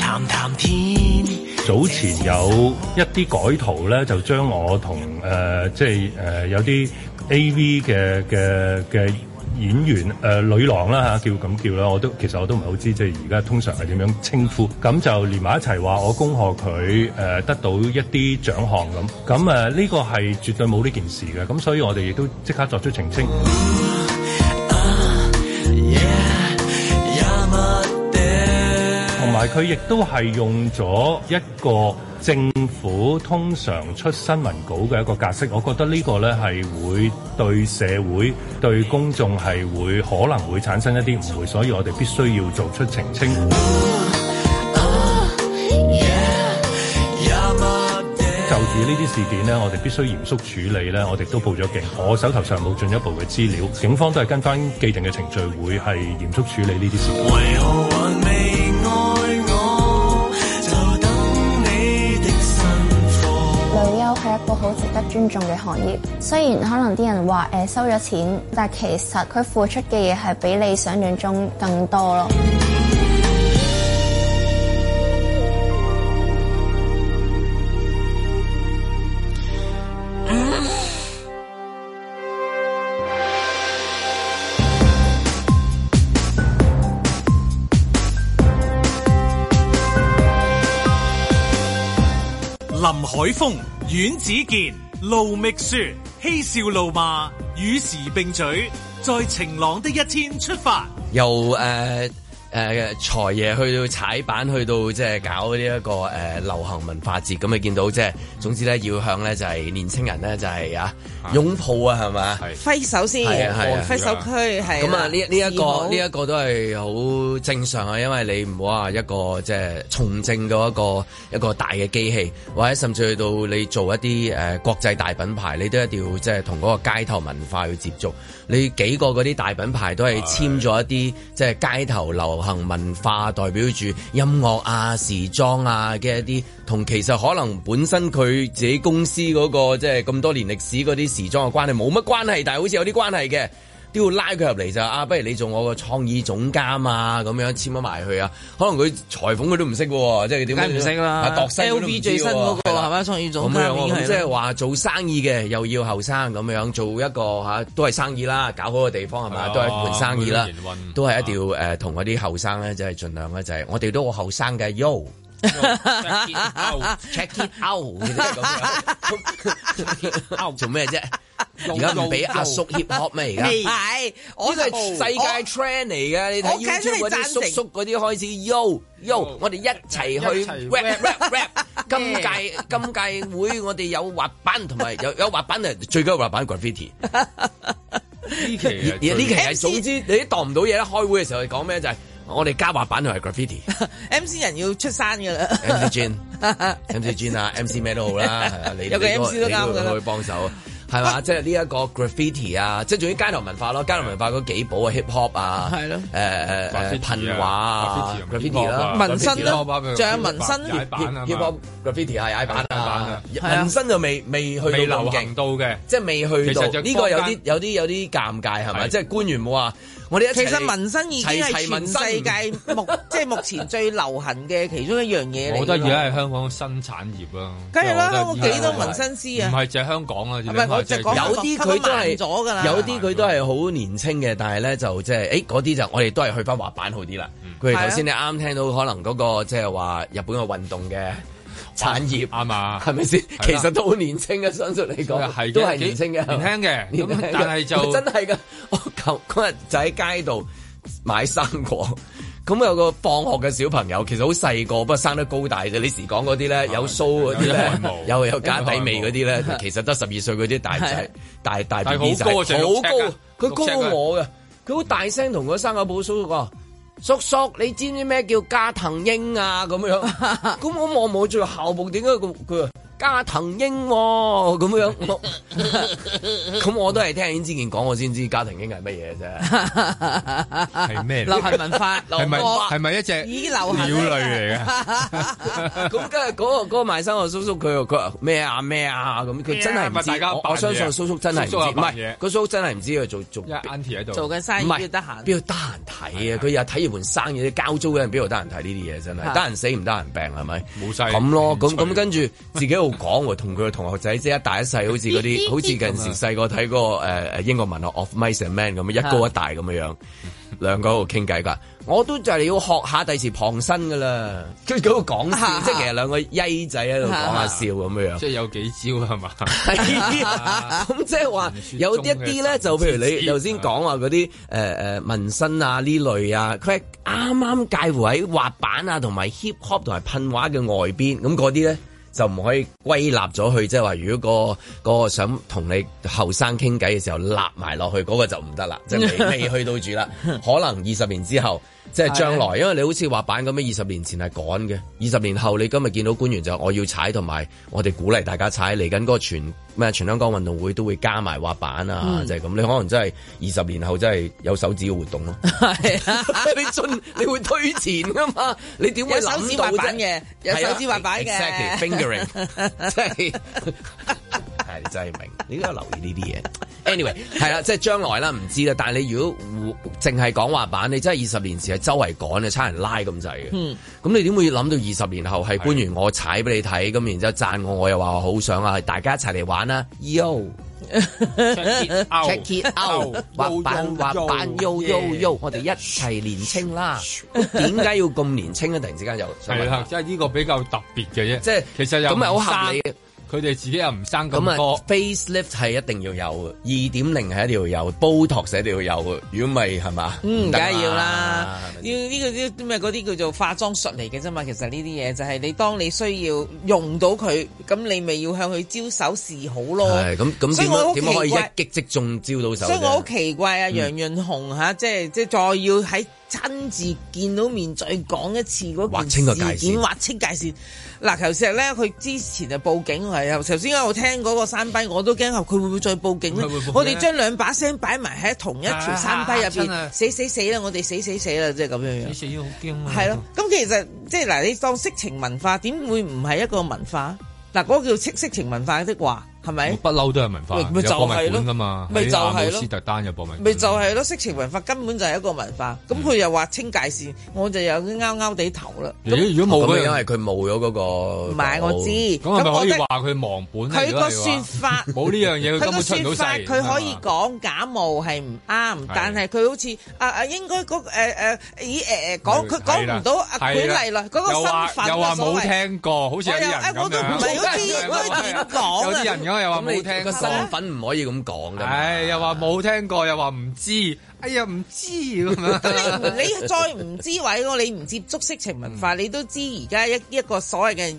[SPEAKER 9] 談談天。
[SPEAKER 20] 早前有一啲改圖咧，就將我同誒、呃即係誒、呃有啲 A.V. 嘅嘅嘅演員誒、呃女郎啦嚇，叫咁叫啦，我都其實我都唔係好知，即係而家通常係點樣稱呼，咁就連埋一齊話我恭賀佢誒呃得到一啲獎項咁，咁誒呃呢個係絕對冇呢件事嘅，咁所以我哋亦都即刻作出澄清。同埋埋佢亦都係用咗一個政府通常出新聞稿嘅一個格式，我覺得呢個呢係會對社會、對公眾係會可能會產生一啲誤會，所以我哋必須要做出澄清。就住呢啲事件呢，我哋必須嚴肅處理呢，我哋都報咗警，我手頭上冇進一步嘅資料，警方都係跟翻既定嘅程序，會係嚴肅處理呢啲事件。
[SPEAKER 21] 旅遊係一個好值得尊重嘅行業，雖然可能啲人話誒、呃收咗錢，但係其實佢付出嘅嘢係比你想象中更多咯。
[SPEAKER 1] 林海峰、阮子健、盧覓雪，嬉笑怒罵，與時並舉，在晴朗的一天出發。
[SPEAKER 2] 由誒誒財爺去到踩板，去到即係搞呢、一個誒、呃流行文化節，咁你見到即係總之咧，要向咧就係、年青人咧就係、啊擁抱啊，係嘛？
[SPEAKER 4] 揮手先，
[SPEAKER 2] 係啊係啊
[SPEAKER 4] 揮手區係
[SPEAKER 2] 咁啊！呢呢一個呢一
[SPEAKER 4] 一
[SPEAKER 2] 個都係好正常啊，因為你唔好話一個即係從政嘅一個一個大嘅機器，或者甚至去到你做一啲誒、呃、國際大品牌，你都一定要即係同嗰個街頭文化去接觸。你幾個嗰啲大品牌都係簽咗一啲即係街頭流行文化，代表住音樂啊、時裝啊嘅一啲，同其實可能本身佢自己公司嗰、個即係咁多年歷史嗰啲時裝嘅關係冇乜關係，但係好似有啲關係嘅。都要拉佢入嚟就啊，不如你做我個創意總監啊，咁樣簽咗埋佢啊。可能佢裁縫佢都唔識喎，即係點解
[SPEAKER 4] 梗唔識啦
[SPEAKER 2] 啊度身佢都唔
[SPEAKER 4] LV
[SPEAKER 2] 知
[SPEAKER 4] 最新嗰個
[SPEAKER 2] 喎係啦
[SPEAKER 4] 係咪創意總監
[SPEAKER 2] 咁樣
[SPEAKER 4] 已經
[SPEAKER 2] 喎
[SPEAKER 4] 係啦
[SPEAKER 2] 咁即係話做生意嘅又要後生咁樣做一個嚇、啊都係生意啦，搞好個地方係
[SPEAKER 3] 係
[SPEAKER 2] 嘛，
[SPEAKER 3] 啊
[SPEAKER 2] 都係一盤生意啦
[SPEAKER 3] 每個營運，
[SPEAKER 2] 都係一定要誒同嗰啲後生咧，就係盡量咧就係我哋都好後生嘅，yo。check it out，即係咁 樣 做咩啫？而家唔俾阿叔 hip hop 咩？而家
[SPEAKER 4] 係我
[SPEAKER 2] 呢個係世
[SPEAKER 4] 哦
[SPEAKER 2] 界 trend 嚟嘅，你睇
[SPEAKER 4] 我梗哦係
[SPEAKER 2] YouTube 嗰啲
[SPEAKER 4] 贊成
[SPEAKER 2] 叔叔嗰啲開始 yo yo，我哋一齊
[SPEAKER 4] 一
[SPEAKER 2] 去
[SPEAKER 4] 齊
[SPEAKER 2] rap rap rap。今屆今屆會我哋有滑板同埋有有滑板啊，最緊要滑板 graffiti。
[SPEAKER 3] 呢期
[SPEAKER 4] 啊
[SPEAKER 2] 而呢期係總之你都當唔到嘢啦。開會嘅時候你講咩就係我哋加滑板同埋 graffiti。
[SPEAKER 4] MC 人要出山㗎啦。
[SPEAKER 2] MC Jin。MC Jin 啊，MC 咩都好啦，係啊你
[SPEAKER 4] 有個
[SPEAKER 2] 你都
[SPEAKER 4] MC 都啱㗎啦
[SPEAKER 2] 你會去幫手。係 嘛？即係呢一個 graffiti 啊，即係仲要街頭文化咯，街頭文化嗰幾寶啊，hip hop 啊，
[SPEAKER 4] 係咯
[SPEAKER 2] 誒誒誒
[SPEAKER 3] Graffiti
[SPEAKER 2] 噴畫啊
[SPEAKER 3] graffiti
[SPEAKER 2] ，graffiti 啦，
[SPEAKER 3] 紋身啦
[SPEAKER 2] graffiti
[SPEAKER 3] 仲有紋身
[SPEAKER 2] 踩板啊
[SPEAKER 3] hip-
[SPEAKER 2] hip
[SPEAKER 3] hop
[SPEAKER 2] hop graffiti 係踩板
[SPEAKER 3] 踩板
[SPEAKER 2] 啊
[SPEAKER 3] 啊，
[SPEAKER 2] 係啊紋身就未未去到
[SPEAKER 3] 未
[SPEAKER 2] 咁
[SPEAKER 3] 流
[SPEAKER 2] 勁
[SPEAKER 3] 行。到嘅，
[SPEAKER 2] 即係未去
[SPEAKER 3] 其
[SPEAKER 2] 到
[SPEAKER 3] 實就
[SPEAKER 2] 呢個有
[SPEAKER 3] 坊
[SPEAKER 2] 啲
[SPEAKER 3] 間
[SPEAKER 2] 有啲有啲尷尬係咪？即係官員冇話 我哋一齊
[SPEAKER 4] 其實紋身已經係
[SPEAKER 2] 齊齊
[SPEAKER 4] 全
[SPEAKER 2] 紋身
[SPEAKER 4] 世界目 即係目前最流行嘅其中一樣嘢嚟㗎。
[SPEAKER 3] 我覺得而家係香港新產業啦，
[SPEAKER 4] 梗係啦
[SPEAKER 3] 即係我覺得
[SPEAKER 4] 香港幾多紋身師啊
[SPEAKER 3] 唔係淨係香港啦，
[SPEAKER 4] 係我就講
[SPEAKER 2] 有 啲佢都係
[SPEAKER 4] 都慢咗㗎啦
[SPEAKER 2] 有啲佢都係好年青嘅，但係咧就即係，誒嗰啲就我哋都係去翻滑板好啲啦。
[SPEAKER 3] 嗯
[SPEAKER 2] 佢
[SPEAKER 3] 啊
[SPEAKER 2] 哋頭先你啱聽到可能嗰個即係話日本嘅運動嘅產業
[SPEAKER 3] 啱嘛，
[SPEAKER 2] 係咪先？
[SPEAKER 3] 係啦
[SPEAKER 2] 其實都好年青嘅，相信你講
[SPEAKER 3] 係嘅
[SPEAKER 2] 都係年青嘅，
[SPEAKER 3] 幾年輕嘅
[SPEAKER 2] 年輕
[SPEAKER 3] 咁但係就
[SPEAKER 2] 真係㗎。我琴嗰日就喺街度買生果。咁有個放學嘅小朋友，其實好細個，不過生得高大啫。你時講嗰啲咧，有須嗰啲
[SPEAKER 3] 有
[SPEAKER 2] 咧
[SPEAKER 3] 汗毛，
[SPEAKER 2] 有有家底味嗰啲咧，其實得十二歲嗰啲大
[SPEAKER 3] 係
[SPEAKER 2] 仔、大大
[SPEAKER 3] 但係
[SPEAKER 2] BB 仔，
[SPEAKER 3] 好高啊成六
[SPEAKER 2] 好
[SPEAKER 3] 尺㗎
[SPEAKER 2] 高，佢高
[SPEAKER 3] 六尺㗎啊
[SPEAKER 2] 過我嘅，佢好大聲同個生果鋪叔叔講。叔叔，你知唔知咩叫加藤英啊？咁樣，咁我望望住個校服，點解佢佢話加藤英喎咁樣？我咁我都係聽尹之健講，我先知加藤英係乜嘢啫。
[SPEAKER 3] 係咩嚟？
[SPEAKER 2] 流行文化
[SPEAKER 3] 係咪
[SPEAKER 2] 流行
[SPEAKER 3] 係咪一隻
[SPEAKER 2] 已經流行
[SPEAKER 3] 鳥類嚟嘅？
[SPEAKER 2] 咁跟住嗰個嗰個賣生嘅叔叔，佢又佢話咩啊咩啊咁，佢真係唔
[SPEAKER 3] 咩啊咪大
[SPEAKER 2] 知。
[SPEAKER 3] 家
[SPEAKER 2] 我
[SPEAKER 3] 扮嘢
[SPEAKER 2] 我相信叔叔真係唔知，
[SPEAKER 3] 叔叔又
[SPEAKER 2] 唔
[SPEAKER 3] 扮
[SPEAKER 2] 係
[SPEAKER 3] 嘢
[SPEAKER 2] 個叔叔真係唔知佢做做
[SPEAKER 3] 因為 Auntie 喺度
[SPEAKER 4] 做緊生意
[SPEAKER 2] 唔係
[SPEAKER 4] 要得閒
[SPEAKER 2] 邊度得閒睇啊？佢又睇完生意，交租嗰人邊度得閒睇呢啲嘢真係
[SPEAKER 4] 係
[SPEAKER 2] 得閒死唔得閒病係咪？
[SPEAKER 3] 冇晒
[SPEAKER 2] 咁咯，咁咁跟住自己喺度講喎，同佢嘅同學仔即係一大一細，好似 嗰
[SPEAKER 4] 啊
[SPEAKER 2] 啲，好似近時細個睇嗰個誒誒英國文學 Of Mice and Men 咁樣，一高一大咁樣樣。兩個喺度傾偈㗎。我都就係要學下第時傍身㗎啦。 跟住喺度講 笑，即係其實兩個曳仔喺度講下笑咁樣。
[SPEAKER 3] 即係有幾招係嘛？
[SPEAKER 2] 咁即係話有一啲咧，就譬如你頭先講話嗰啲呃誒誒紋身啊呢類啊，佢係啱啱介乎喺滑板啊同埋 hip hop 同埋噴畫嘅外邊，咁嗰啲咧。就唔可以歸納咗去，即係話如果、個、個想同你後生傾偈嘅時候，納埋落去嗰、個就唔得啦，即係未未去到住啦。可能二十年之後，即係將
[SPEAKER 4] 啊
[SPEAKER 2] 來，因為你好似滑板咁樣，二十年前係趕嘅，二十年後你今日見到官員就我哦要踩，同埋我哋鼓勵大家踩。嚟緊嗰個全咩全香港運動會都會加埋滑板啊，
[SPEAKER 4] 嗯
[SPEAKER 2] 就係咁。你可能真係二十年後真係有手指嘅活 動咯。 你進你會推前噶嘛？你點會
[SPEAKER 4] 啊有手
[SPEAKER 2] 諗
[SPEAKER 4] 指
[SPEAKER 2] 到
[SPEAKER 4] 滑
[SPEAKER 2] 啫
[SPEAKER 4] 板嘅，有
[SPEAKER 2] 啊
[SPEAKER 4] 手指滑板嘅
[SPEAKER 2] Exactly, fingering，即 e- 係係真係明，你都有留意呢啲嘢。Anyway，係啦，即係將來啦，唔知啦。但係你如果淨係講滑板，你真係二十年前係周圍趕啊，差人拉咁滯嘅。
[SPEAKER 4] 嗯
[SPEAKER 2] 咁你點會諗到二十年後係官員我踩俾你睇，咁然之後讚我，我又話我好想啊，大家一齊嚟玩啦，Yo！check
[SPEAKER 4] Oh
[SPEAKER 2] it out，滑板滑板 yo yo yo，我哋一齊年青 啦。點解要咁年青啊？突然之間又想問
[SPEAKER 3] 係啦，即係呢個比較特別嘅啫。即係其實又
[SPEAKER 2] 咁咪好
[SPEAKER 3] 唔
[SPEAKER 2] 合
[SPEAKER 3] 生
[SPEAKER 2] 理嘅。
[SPEAKER 3] 佢哋自己又唔生
[SPEAKER 2] 咁
[SPEAKER 3] 咁
[SPEAKER 2] 啊
[SPEAKER 3] 多。
[SPEAKER 2] ，facelift 係一定要有嘅，二點零係一定要有，Botox 係一定要有嘅。如果唔係係嘛？
[SPEAKER 4] 嗯，
[SPEAKER 2] 唔
[SPEAKER 4] 梗
[SPEAKER 2] 得啊
[SPEAKER 4] 係要啦，要呢、個啲咩嗰啲叫做化妝術嚟嘅啫嘛。其實呢啲嘢就係你當你需要用到佢，咁你咪要向佢招手示好咯。
[SPEAKER 2] 係咁咁
[SPEAKER 4] 哦所以我好
[SPEAKER 2] 點點
[SPEAKER 4] 奇
[SPEAKER 2] 可以一
[SPEAKER 4] 怪
[SPEAKER 2] 擊即中招到手嗯
[SPEAKER 4] 所以我好
[SPEAKER 2] 啫？
[SPEAKER 4] 奇怪啊，楊潤雄嚇，即係即係再要喺親自見到面再講一次嗰
[SPEAKER 2] 劃清個界
[SPEAKER 4] 件事件，
[SPEAKER 2] 線
[SPEAKER 4] 劃清界線。嗱，頭先咧，佢之前就報警係，頭先我聽嗰個山跛，我都驚佢會唔會再報警咧
[SPEAKER 2] 會唔會報警？啊
[SPEAKER 4] 我哋將兩把聲擺埋喺同一條山跛入
[SPEAKER 3] 啊嚇親啊
[SPEAKER 4] 邊，死死死啦！我哋死死死啦，即係咁樣樣。
[SPEAKER 3] 死好驚
[SPEAKER 2] 啊
[SPEAKER 4] 係咯，咁其實即係嗱，你當色情文化點會唔係一個文化？嗱，嗰個叫色色情文化的話，係咪？
[SPEAKER 3] 不嬲都係文化，
[SPEAKER 4] 咪咪就
[SPEAKER 3] 有博物
[SPEAKER 4] 係咯
[SPEAKER 3] 館噶嘛，
[SPEAKER 4] 咪就係咯
[SPEAKER 3] 係斯特丹有博物館。
[SPEAKER 4] 咪就係咯，色情文化根本就係一個文化。咁佢又劃清界線，我就有啲拗拗地頭啦。
[SPEAKER 2] 咁啊
[SPEAKER 3] 如果冇嗰樣
[SPEAKER 2] 因為佢冇咗嗰個唔
[SPEAKER 4] 唔係我知
[SPEAKER 3] 咁係咪可以
[SPEAKER 4] 咁我覺得
[SPEAKER 3] 話佢忘本啊
[SPEAKER 4] 佢
[SPEAKER 3] 如果
[SPEAKER 4] 個
[SPEAKER 3] 你話
[SPEAKER 4] 説法
[SPEAKER 3] 冇呢樣 嘢，佢根
[SPEAKER 4] 佢個
[SPEAKER 3] 本出唔
[SPEAKER 4] 説
[SPEAKER 3] 到
[SPEAKER 4] 法
[SPEAKER 3] 世。啊
[SPEAKER 4] 佢可以講假冒係唔啱，但係佢好似啊啊應該嗰誒誒咦誒誒講佢
[SPEAKER 3] 係啦
[SPEAKER 4] 講唔到啊舉
[SPEAKER 3] 係啦
[SPEAKER 4] 例啦，嗰個
[SPEAKER 3] 又
[SPEAKER 4] 身
[SPEAKER 3] 話
[SPEAKER 4] 份
[SPEAKER 3] 又話
[SPEAKER 4] 啊所
[SPEAKER 3] 冇
[SPEAKER 4] 謂
[SPEAKER 3] 聽過，好似有啲人
[SPEAKER 4] 我又啊我
[SPEAKER 3] 咁
[SPEAKER 4] 都唔
[SPEAKER 3] 樣。
[SPEAKER 4] 係好知應該點講啊
[SPEAKER 3] 有啲人咁又話冇聽過
[SPEAKER 2] 個身份唔可以咁講㗎。
[SPEAKER 3] 唉，又話冇聽過，又話唔知，哎呀唔知咁樣。
[SPEAKER 4] 你你再唔知位我，你唔接觸色情文化，你都知而家一一個所謂嘅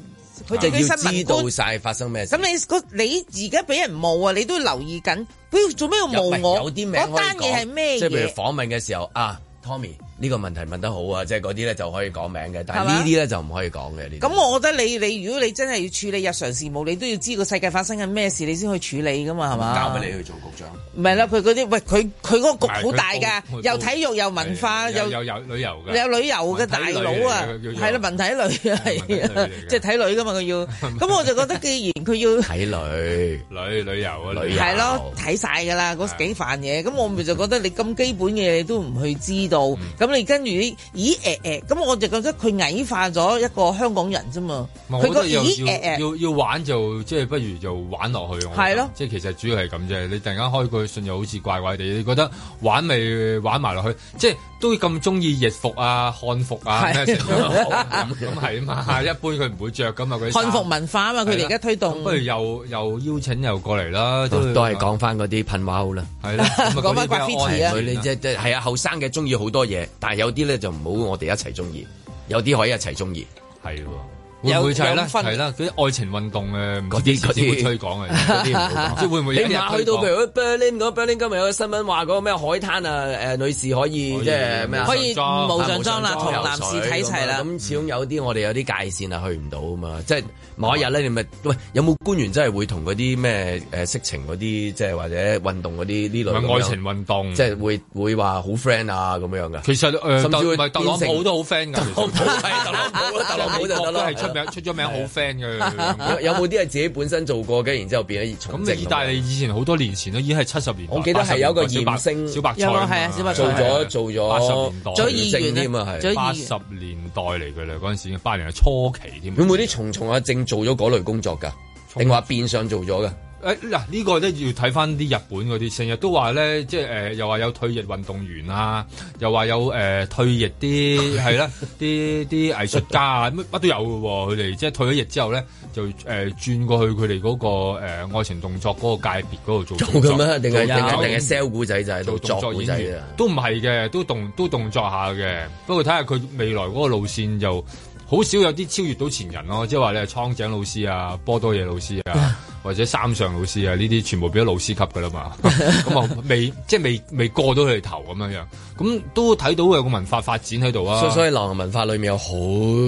[SPEAKER 4] 佢
[SPEAKER 2] 就
[SPEAKER 4] 哋啲
[SPEAKER 2] 要
[SPEAKER 4] 新
[SPEAKER 2] 知
[SPEAKER 4] 聞
[SPEAKER 2] 道
[SPEAKER 4] 觀。
[SPEAKER 2] 晒發生咩事
[SPEAKER 4] 咁。你嗰你而家俾人冒啊，你都留意緊。佢做咩要冒
[SPEAKER 2] 有
[SPEAKER 4] 我？
[SPEAKER 2] 有啲名
[SPEAKER 4] 嗰
[SPEAKER 2] 可以
[SPEAKER 4] 單嘢係咩
[SPEAKER 2] 講，即係譬如
[SPEAKER 4] 嘢？
[SPEAKER 2] 訪問嘅時候啊，Tommy 呢個問題問得好啊，即係嗰啲咧就可以講名嘅，但係
[SPEAKER 4] 係嘛
[SPEAKER 2] 呢啲咧就唔可以講嘅呢啲。
[SPEAKER 4] 咁我覺得你你如果你真係要處理日常事務，你都要知個世界發生緊咩事，你先去處理噶嘛，係嘛？
[SPEAKER 2] 交俾你去做局長。
[SPEAKER 4] 唔係啦，佢嗰啲喂，佢佢嗰個局
[SPEAKER 3] 唔係
[SPEAKER 4] 好大
[SPEAKER 3] 佢
[SPEAKER 4] 㗎
[SPEAKER 3] 報，
[SPEAKER 4] 又體育又文化
[SPEAKER 3] 有有
[SPEAKER 4] 又
[SPEAKER 3] 有旅遊嘅，
[SPEAKER 4] 有旅遊嘅大佬啊
[SPEAKER 3] 文體旅嚟嘅，佢叫做
[SPEAKER 4] 係啦，文體旅啊，係啊， 即係睇女㗎嘛，佢 要。咁我就覺得，既然佢要
[SPEAKER 2] 睇女
[SPEAKER 3] 旅旅遊啊，旅遊
[SPEAKER 4] 係咯，睇晒㗎啦，嗰幾範嘢，咁我咪就覺得你咁基本嘅嘢你都唔去知道，咁你跟住啲咦誒誒，咁我就覺得佢矮化咗一個香港人啫嘛，
[SPEAKER 3] 唔係我覺
[SPEAKER 4] 佢個
[SPEAKER 3] 得又
[SPEAKER 4] 咦
[SPEAKER 3] 要
[SPEAKER 4] 誒誒，
[SPEAKER 3] 要要玩就即係不如就玩落去。我覺得
[SPEAKER 4] 係咯
[SPEAKER 3] 即係其實主要係咁啫。你突然間開句信又好似怪怪地，你覺得玩咪玩埋落去，即係都咁中意日服啊、漢服啊
[SPEAKER 4] 係
[SPEAKER 3] 咩成 日都講咁咁係啊嘛。一般佢唔會着咁嘛，佢啲
[SPEAKER 4] 漢服
[SPEAKER 3] 衫
[SPEAKER 4] 文化啊嘛，佢哋而家推動
[SPEAKER 3] 咁，不如又又邀請又過嚟啦，
[SPEAKER 2] 都都係講翻嗰啲噴畫好啦，
[SPEAKER 3] 係啦，咁啊
[SPEAKER 4] 講返
[SPEAKER 3] 嗰啲比較
[SPEAKER 4] graffiti 啊
[SPEAKER 3] 安
[SPEAKER 2] 佢
[SPEAKER 3] 全
[SPEAKER 2] 你即即係啊，後生嘅中意好多嘢，但係有啲咧就唔好我哋一齊中意，有啲可以一齊中意。
[SPEAKER 3] 係喎，會唔會就係咧？
[SPEAKER 2] 有分
[SPEAKER 3] 係啦，嗰啲愛情運動誒，
[SPEAKER 2] 嗰啲
[SPEAKER 3] 嗰啲
[SPEAKER 2] 嗰啲
[SPEAKER 3] 嗰啲會推廣嘅，嗰啲唔好講即係會唔會有一
[SPEAKER 2] 你
[SPEAKER 3] 日
[SPEAKER 2] 唔係去
[SPEAKER 3] 推
[SPEAKER 2] 到譬
[SPEAKER 3] 廣？
[SPEAKER 2] 如 Berlin 嗰 Berlin 今日有個新聞話嗰個咩海灘啊誒女士可以即係咩啊
[SPEAKER 4] 可以無上裝啦
[SPEAKER 2] 啊
[SPEAKER 4] 同男士睇齊啦
[SPEAKER 2] 咁始終有啲我哋有啲界線啊去唔到啊嘛，即係某一
[SPEAKER 4] 啊
[SPEAKER 2] 日咧你咪喂有冇官員真係會同嗰啲咩誒色情嗰啲即係或者運動嗰啲呢類咁樣
[SPEAKER 3] 愛情運動
[SPEAKER 2] 即係會會話好 friend 啊咁樣噶。
[SPEAKER 3] 其實誒，
[SPEAKER 2] 甚
[SPEAKER 3] 特
[SPEAKER 2] 至
[SPEAKER 3] 唔
[SPEAKER 2] 會
[SPEAKER 3] 係特
[SPEAKER 2] 變
[SPEAKER 3] 朗普
[SPEAKER 2] 成
[SPEAKER 3] 都好 friend 㗎，特朗普
[SPEAKER 2] 係特朗 普，特朗普就特
[SPEAKER 3] 都
[SPEAKER 2] 朗
[SPEAKER 3] 係出名出咗名好 friend
[SPEAKER 2] 有
[SPEAKER 3] 嘅。
[SPEAKER 2] 有冇啲係自己本身做過嘅，然之後變咗從
[SPEAKER 3] 咁
[SPEAKER 2] 政
[SPEAKER 3] 你意大利以前好多年前都已經係七十年代，
[SPEAKER 2] 啊我記得係有一個
[SPEAKER 3] 80年代
[SPEAKER 2] 艷星
[SPEAKER 3] 小白菜
[SPEAKER 2] 有
[SPEAKER 3] 嘛，
[SPEAKER 2] 啊係啊小白菜做咗
[SPEAKER 3] 係啊
[SPEAKER 2] 做咗
[SPEAKER 3] 八十年代，
[SPEAKER 2] 做咗議員啊添啊係做咗
[SPEAKER 3] 八
[SPEAKER 2] 議員
[SPEAKER 3] 十年代嚟嘅啦，嗰陣時已經八零係初期添。
[SPEAKER 2] 會唔會啲蟲蟲阿正做咗嗰類工作㗎？定話變相做咗㗎？
[SPEAKER 3] 誒嗱呢個咧要睇翻啲日本嗰啲，成日都話咧，即係誒又話有退役運動員啊， 又話有誒、呃退役 啲係啦，啲啲藝術家啊，乜乜都有嘅喎、佢哋即係退咗役之後咧，就誒、呃、轉過去佢哋嗰個誒、呃、愛情動作嗰個界別嗰度做
[SPEAKER 2] 做咁啊？定係定
[SPEAKER 3] 做動
[SPEAKER 2] 係
[SPEAKER 3] 作
[SPEAKER 2] 定係 sell 古仔就係度
[SPEAKER 3] 做動
[SPEAKER 2] 作
[SPEAKER 3] 作
[SPEAKER 2] 古
[SPEAKER 3] 演
[SPEAKER 2] 仔
[SPEAKER 3] 員
[SPEAKER 2] 啊？
[SPEAKER 3] 都唔係嘅，都動都動作下嘅。不過睇下佢未來嗰個路線就好少有啲超越到前人咯，即係話你係蒼井老師啊、波多野老師 啊，或者三上老師啊，呢啲全部變咗老師級噶啦嘛。咁啊，未即係未未過到佢哋頭咁樣樣，咁都睇到有個文化發展喺度啊。
[SPEAKER 2] 所所以流行文化裏面有好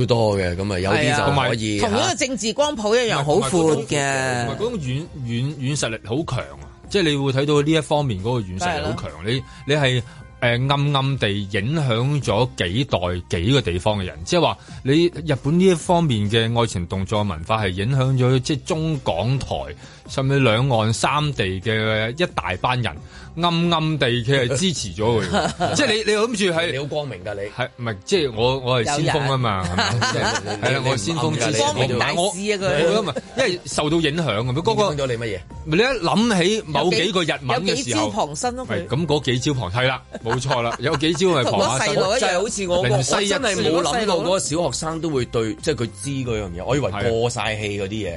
[SPEAKER 2] 多嘅，咁啊有
[SPEAKER 4] 係
[SPEAKER 2] 啲
[SPEAKER 4] 啊
[SPEAKER 2] 就可以
[SPEAKER 4] 同
[SPEAKER 2] 嚇
[SPEAKER 4] 一個政治光譜一樣好闊嘅
[SPEAKER 3] 同埋。嗰種軟軟軟實力好強啊！即係你會睇到呢一方面嗰個軟實力好強，你你係。誒暗暗地影響咗幾代幾個地方嘅人，即係話你日本呢一方面嘅愛情動作文化係影響咗即係中港台甚至兩岸三地嘅一大班人，暗暗地佢係支持咗佢 嘅，即係你你諗住係
[SPEAKER 2] 你好光明㗎你
[SPEAKER 3] 係唔係即係我我係先鋒啊嘛，係 咪即係係啦，我係先鋒之
[SPEAKER 2] 光明大
[SPEAKER 3] 但我
[SPEAKER 2] 師啊佢
[SPEAKER 3] 我咁啊因為受到影響咁樣，嗰個影響
[SPEAKER 2] 咗你乜嘢？
[SPEAKER 3] 你一諗起某幾個日文
[SPEAKER 4] 有
[SPEAKER 3] 嘅
[SPEAKER 4] 幾
[SPEAKER 3] 時
[SPEAKER 4] 招
[SPEAKER 3] 候，
[SPEAKER 4] 旁身咯佢
[SPEAKER 3] 喂。咁嗰幾招旁係啦，冇錯啦，有幾招係
[SPEAKER 4] 同我
[SPEAKER 3] 旁下
[SPEAKER 4] 細
[SPEAKER 3] 身，
[SPEAKER 4] 路一樣
[SPEAKER 2] 就係好似我我
[SPEAKER 3] 零
[SPEAKER 2] 我
[SPEAKER 3] 西一
[SPEAKER 2] 真係
[SPEAKER 3] 招
[SPEAKER 2] 冇諗過嗰個小學生都會對，即係佢知嗰樣嘢，我以為過晒氣嗰啲嘢。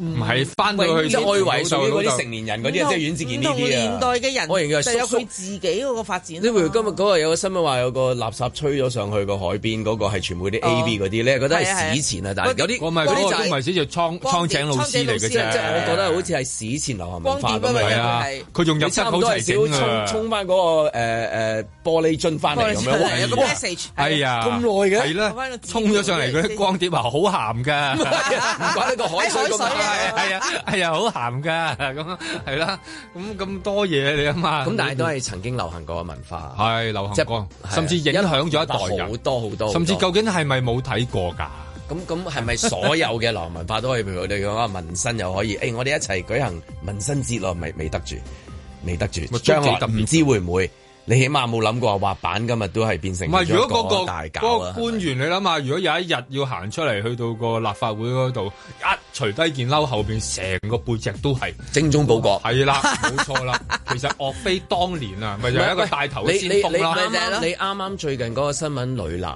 [SPEAKER 3] 唔係翻到
[SPEAKER 2] 喂
[SPEAKER 3] 去
[SPEAKER 2] 即係我以為
[SPEAKER 3] 老
[SPEAKER 2] 屬於
[SPEAKER 3] 豆
[SPEAKER 2] 嗰
[SPEAKER 3] 老
[SPEAKER 2] 啲
[SPEAKER 3] 豆
[SPEAKER 2] 成年人嗰啲啊，即係阮志健呢
[SPEAKER 4] 唔同年代
[SPEAKER 2] 啲啊。
[SPEAKER 4] 嘅人，
[SPEAKER 2] 我認為
[SPEAKER 4] 就
[SPEAKER 2] 叔
[SPEAKER 4] 有
[SPEAKER 2] 叔
[SPEAKER 4] 佢自己嗰個發展。
[SPEAKER 2] 你譬
[SPEAKER 3] 啊
[SPEAKER 2] 如今日嗰個有個新聞話有個垃圾吹咗上去個海邊，嗰個係全部
[SPEAKER 3] 哦
[SPEAKER 2] 啲 A V 嗰啲咧，覺得係史前啊，但係有啲
[SPEAKER 3] 我咪
[SPEAKER 2] 嗰
[SPEAKER 3] 嗰
[SPEAKER 2] 啲就
[SPEAKER 3] 個
[SPEAKER 2] 係
[SPEAKER 3] 咪先叫蒼蒼井老師嚟嘅啫，
[SPEAKER 2] 即係我覺得好似係史前流行文化咁
[SPEAKER 3] 係啊
[SPEAKER 2] 樣。，
[SPEAKER 3] 佢仲入
[SPEAKER 2] 你
[SPEAKER 3] 室
[SPEAKER 2] 差
[SPEAKER 3] 好
[SPEAKER 2] 唔多
[SPEAKER 3] 齊
[SPEAKER 2] 係
[SPEAKER 3] 整
[SPEAKER 2] 少
[SPEAKER 3] 啊
[SPEAKER 2] 沖！沖翻嗰個誒誒玻璃樽翻嚟咁樣，哇
[SPEAKER 3] 係
[SPEAKER 2] 哇
[SPEAKER 3] 哎 呀，
[SPEAKER 2] 咁耐嘅
[SPEAKER 3] 係啦，衝咗上嚟嗰啲光碟啊，好 鹹噶，
[SPEAKER 2] 唔怪得個海水咁
[SPEAKER 3] 啊係係啊，係啊，好鹹噶，咁係啦，咁咁多嘢你啊嘛，
[SPEAKER 2] 咁但係都係曾經流行過嘅文化，
[SPEAKER 3] 係流行過
[SPEAKER 2] 即係
[SPEAKER 3] 甚至影響咗一代人
[SPEAKER 2] 好多好多，
[SPEAKER 3] 甚至究竟係咪冇睇過㗎？
[SPEAKER 2] 咁咁係咪所有嘅流行文化都可以？譬如我哋講啊，紋身又可以，誒、 我哋一齊舉行紋身節咯，未未得住，未得住，
[SPEAKER 3] 都幾
[SPEAKER 2] 將來
[SPEAKER 3] 特別
[SPEAKER 2] 唔知會唔會？你起碼冇諗過話滑板今日都係變成
[SPEAKER 3] 唔係，啊如果嗰、
[SPEAKER 2] 咗一個大搞
[SPEAKER 3] 個嗰
[SPEAKER 2] 啊
[SPEAKER 3] 個！官員，你諗下，如果有一日要行出嚟去到個立法會嗰度，一除低件褸，後邊成個背脊都係
[SPEAKER 2] 精忠報國，
[SPEAKER 3] 係 啊啦，冇錯啦。其實岳飛當年啊，咪就係一個大頭
[SPEAKER 2] 你
[SPEAKER 3] 嘅
[SPEAKER 2] 你
[SPEAKER 3] 先
[SPEAKER 2] 你
[SPEAKER 3] 鋒啦。
[SPEAKER 2] 啱啱你啱啱最近嗰個新聞女男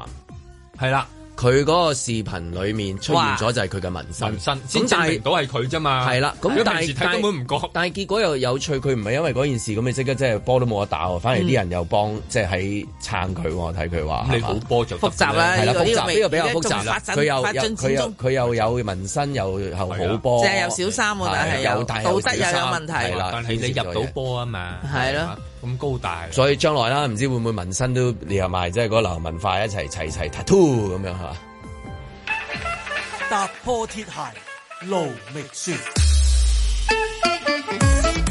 [SPEAKER 2] 係啦，佢嗰個視頻裏面出現咗就係佢嘅紋身，
[SPEAKER 3] 紋身
[SPEAKER 2] 咁
[SPEAKER 3] 先
[SPEAKER 2] 但
[SPEAKER 3] 證
[SPEAKER 2] 係
[SPEAKER 3] 明到係佢啫嘛。
[SPEAKER 2] 係啦，咁
[SPEAKER 3] 啊如果
[SPEAKER 2] 但
[SPEAKER 3] 平時
[SPEAKER 2] 係
[SPEAKER 3] 睇根本唔
[SPEAKER 2] 唔覺，但係結果又有趣，佢唔係因為嗰件事咁，你即刻即係波都冇得打喎，反而啲人又幫即係喺撐佢喎，我睇佢話
[SPEAKER 3] 咁你
[SPEAKER 2] 係嘛
[SPEAKER 3] 好波就得
[SPEAKER 2] 複雜啦，
[SPEAKER 3] 㗎啦
[SPEAKER 4] 哎
[SPEAKER 2] 係啦，
[SPEAKER 3] 呢個
[SPEAKER 2] 複雜
[SPEAKER 3] 呢個
[SPEAKER 2] 呢個比較
[SPEAKER 3] 未
[SPEAKER 2] 複雜
[SPEAKER 3] 仲發
[SPEAKER 2] 啦，
[SPEAKER 3] 展
[SPEAKER 2] 佢又
[SPEAKER 3] 發
[SPEAKER 2] 又
[SPEAKER 3] 展
[SPEAKER 2] 佢
[SPEAKER 3] 之
[SPEAKER 2] 又
[SPEAKER 3] 中
[SPEAKER 2] 佢又有紋身，又又好波，啊
[SPEAKER 4] 即係有小三喎但係又
[SPEAKER 2] 但
[SPEAKER 4] 道德又有問題
[SPEAKER 2] 係啦，
[SPEAKER 3] 啊但係你入到波啊嘛，
[SPEAKER 4] 係咯
[SPEAKER 3] 嘛，咁高大。
[SPEAKER 2] 所以將來啦，唔知會唔會紋身都連埋即係嗰個流行文化一齊齊齊 tattoo 咁樣係嘛？
[SPEAKER 1] 踏破鐵鞋路未絕。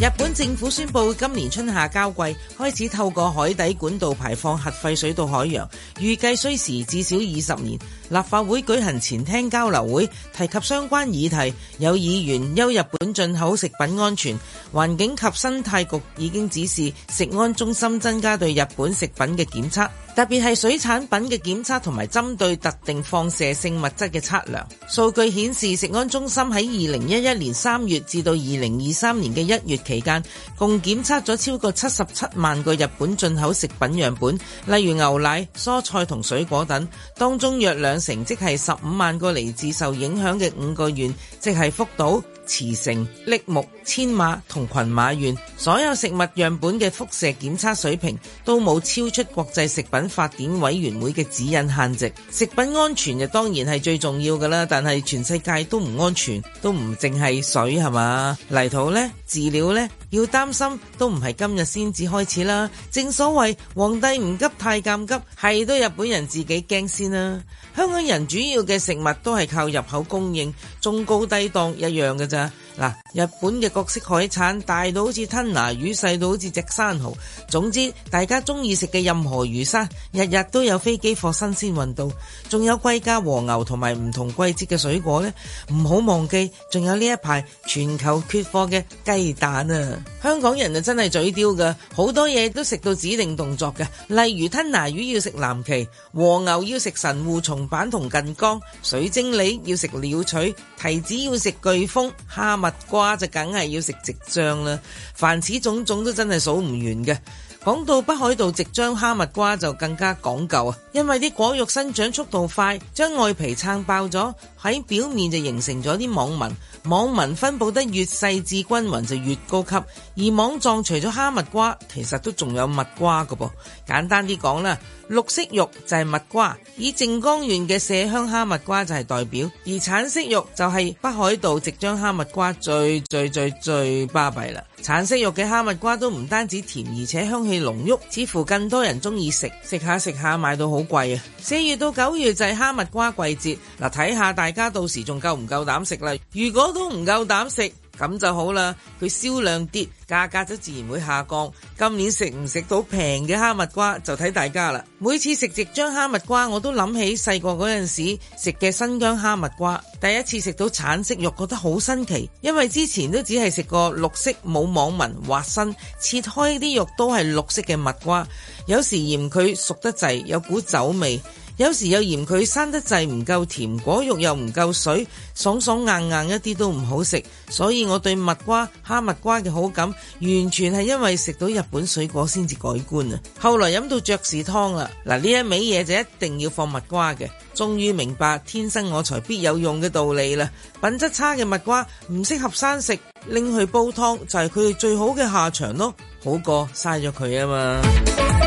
[SPEAKER 4] 日本政府宣布今年春夏交季開始透過海底管道排放核廢水到海洋，預計需時至少二十年。立法會舉行前廳交流會，提及相關議題，有議員憂日本進口食品安全。環境及生態局已經指示食安中心增加對日本食品嘅檢測，特別係水產品嘅檢測同埋針對特定放射性物質嘅測量。數據顯示，食安中心喺二零一一年三月至到二零二三年嘅一月期間，共檢測咗超過七十七萬個日本進口食品樣本，例如牛奶、蔬菜同水果等，當中約兩成，即係十五萬個嚟自受影響嘅五個縣，即係福島、茨城、櫪木、千馬同群馬縣，所有食物樣本嘅輻射檢測水平都冇超出國際食品法典委員會嘅指引限值。食品安全就當然係最重要㗎啦，但係全世界都唔安全，都唔淨係水係嘛？泥土呢，飼料呢，要擔心都唔係今日先至開始啦。正所謂皇帝唔急太監急，係都日本人自己驚先啦。香港人主要嘅食物都係靠入口供應，中高低檔一樣嘅咋。嗱，日本嘅各式海產大到好似吞拿魚，細到好似隻生蠔。總之，大家中意食嘅任何魚生，日日都有飛機貨新鮮運到。仲有貴價和牛同埋唔同季節嘅水果呢，唔好忘記，仲有呢一排全球缺貨嘅雞蛋啊！香港人啊真係嘴刁㗎，好多嘢都食到指定動作嘅，例如吞拿魚要食藍鰭，和牛要食神戶松板同近江，水晶梨要食鳥取，提子要食巨峰，蝦米。蜜瓜就梗係要食直漿啦。凡此種種都真係數唔完嘅。講到北海道直漿蝦蜜瓜就更加講究啊，因為啲果肉生長速度快，將外皮撐爆咗，喺表面就形成咗啲網紋。網紋分佈得越細緻均勻就越高級，而網狀除咗蝦蜜瓜，其實都仲有蜜瓜㗎噃。簡單啲講啦，綠色肉就係蜜瓜，以靜岡縣嘅麝香蝦蜜瓜就係代表，而橙色肉就係北海道直將蝦蜜瓜最最最最巴閉啦。橙色肉嘅蝦蜜瓜都唔單止甜，而且香氣濃郁，似乎更多人中意食。食下食下賣到好貴啊！四月到九月就係蝦蜜瓜季節，嗱睇下大家到時仲夠唔夠膽食啦。如果都唔夠膽食，咁就好啦，佢銷量跌，價格就自然會下降。今年食唔食到平嘅蝦蜜瓜就睇大家啦。每次食直漿蝦蜜瓜，我都諗起細個嗰陣時食嘅新疆蝦蜜瓜。第一次食到橙色肉，覺得好新奇，因為之前都只係食過綠色冇網紋滑身，切開啲肉都係綠色嘅蜜瓜。有時嫌佢熟得滯，有股酒味。有時又嫌佢生得滯唔夠甜，果肉又唔夠水，爽爽硬硬一啲都唔好食，所以我對蜜瓜、蝦蜜瓜嘅好感，完全係因為食到日本水果先至改觀啊！後來飲到爵士湯啦，嗱呢一味嘢就一定要放蜜瓜嘅，終於明白天生我材必有用嘅道理啦！品質差嘅蜜瓜唔適合生食，拎去煲湯就係佢哋最好嘅下場咯，好過嘥咗佢啊嘛！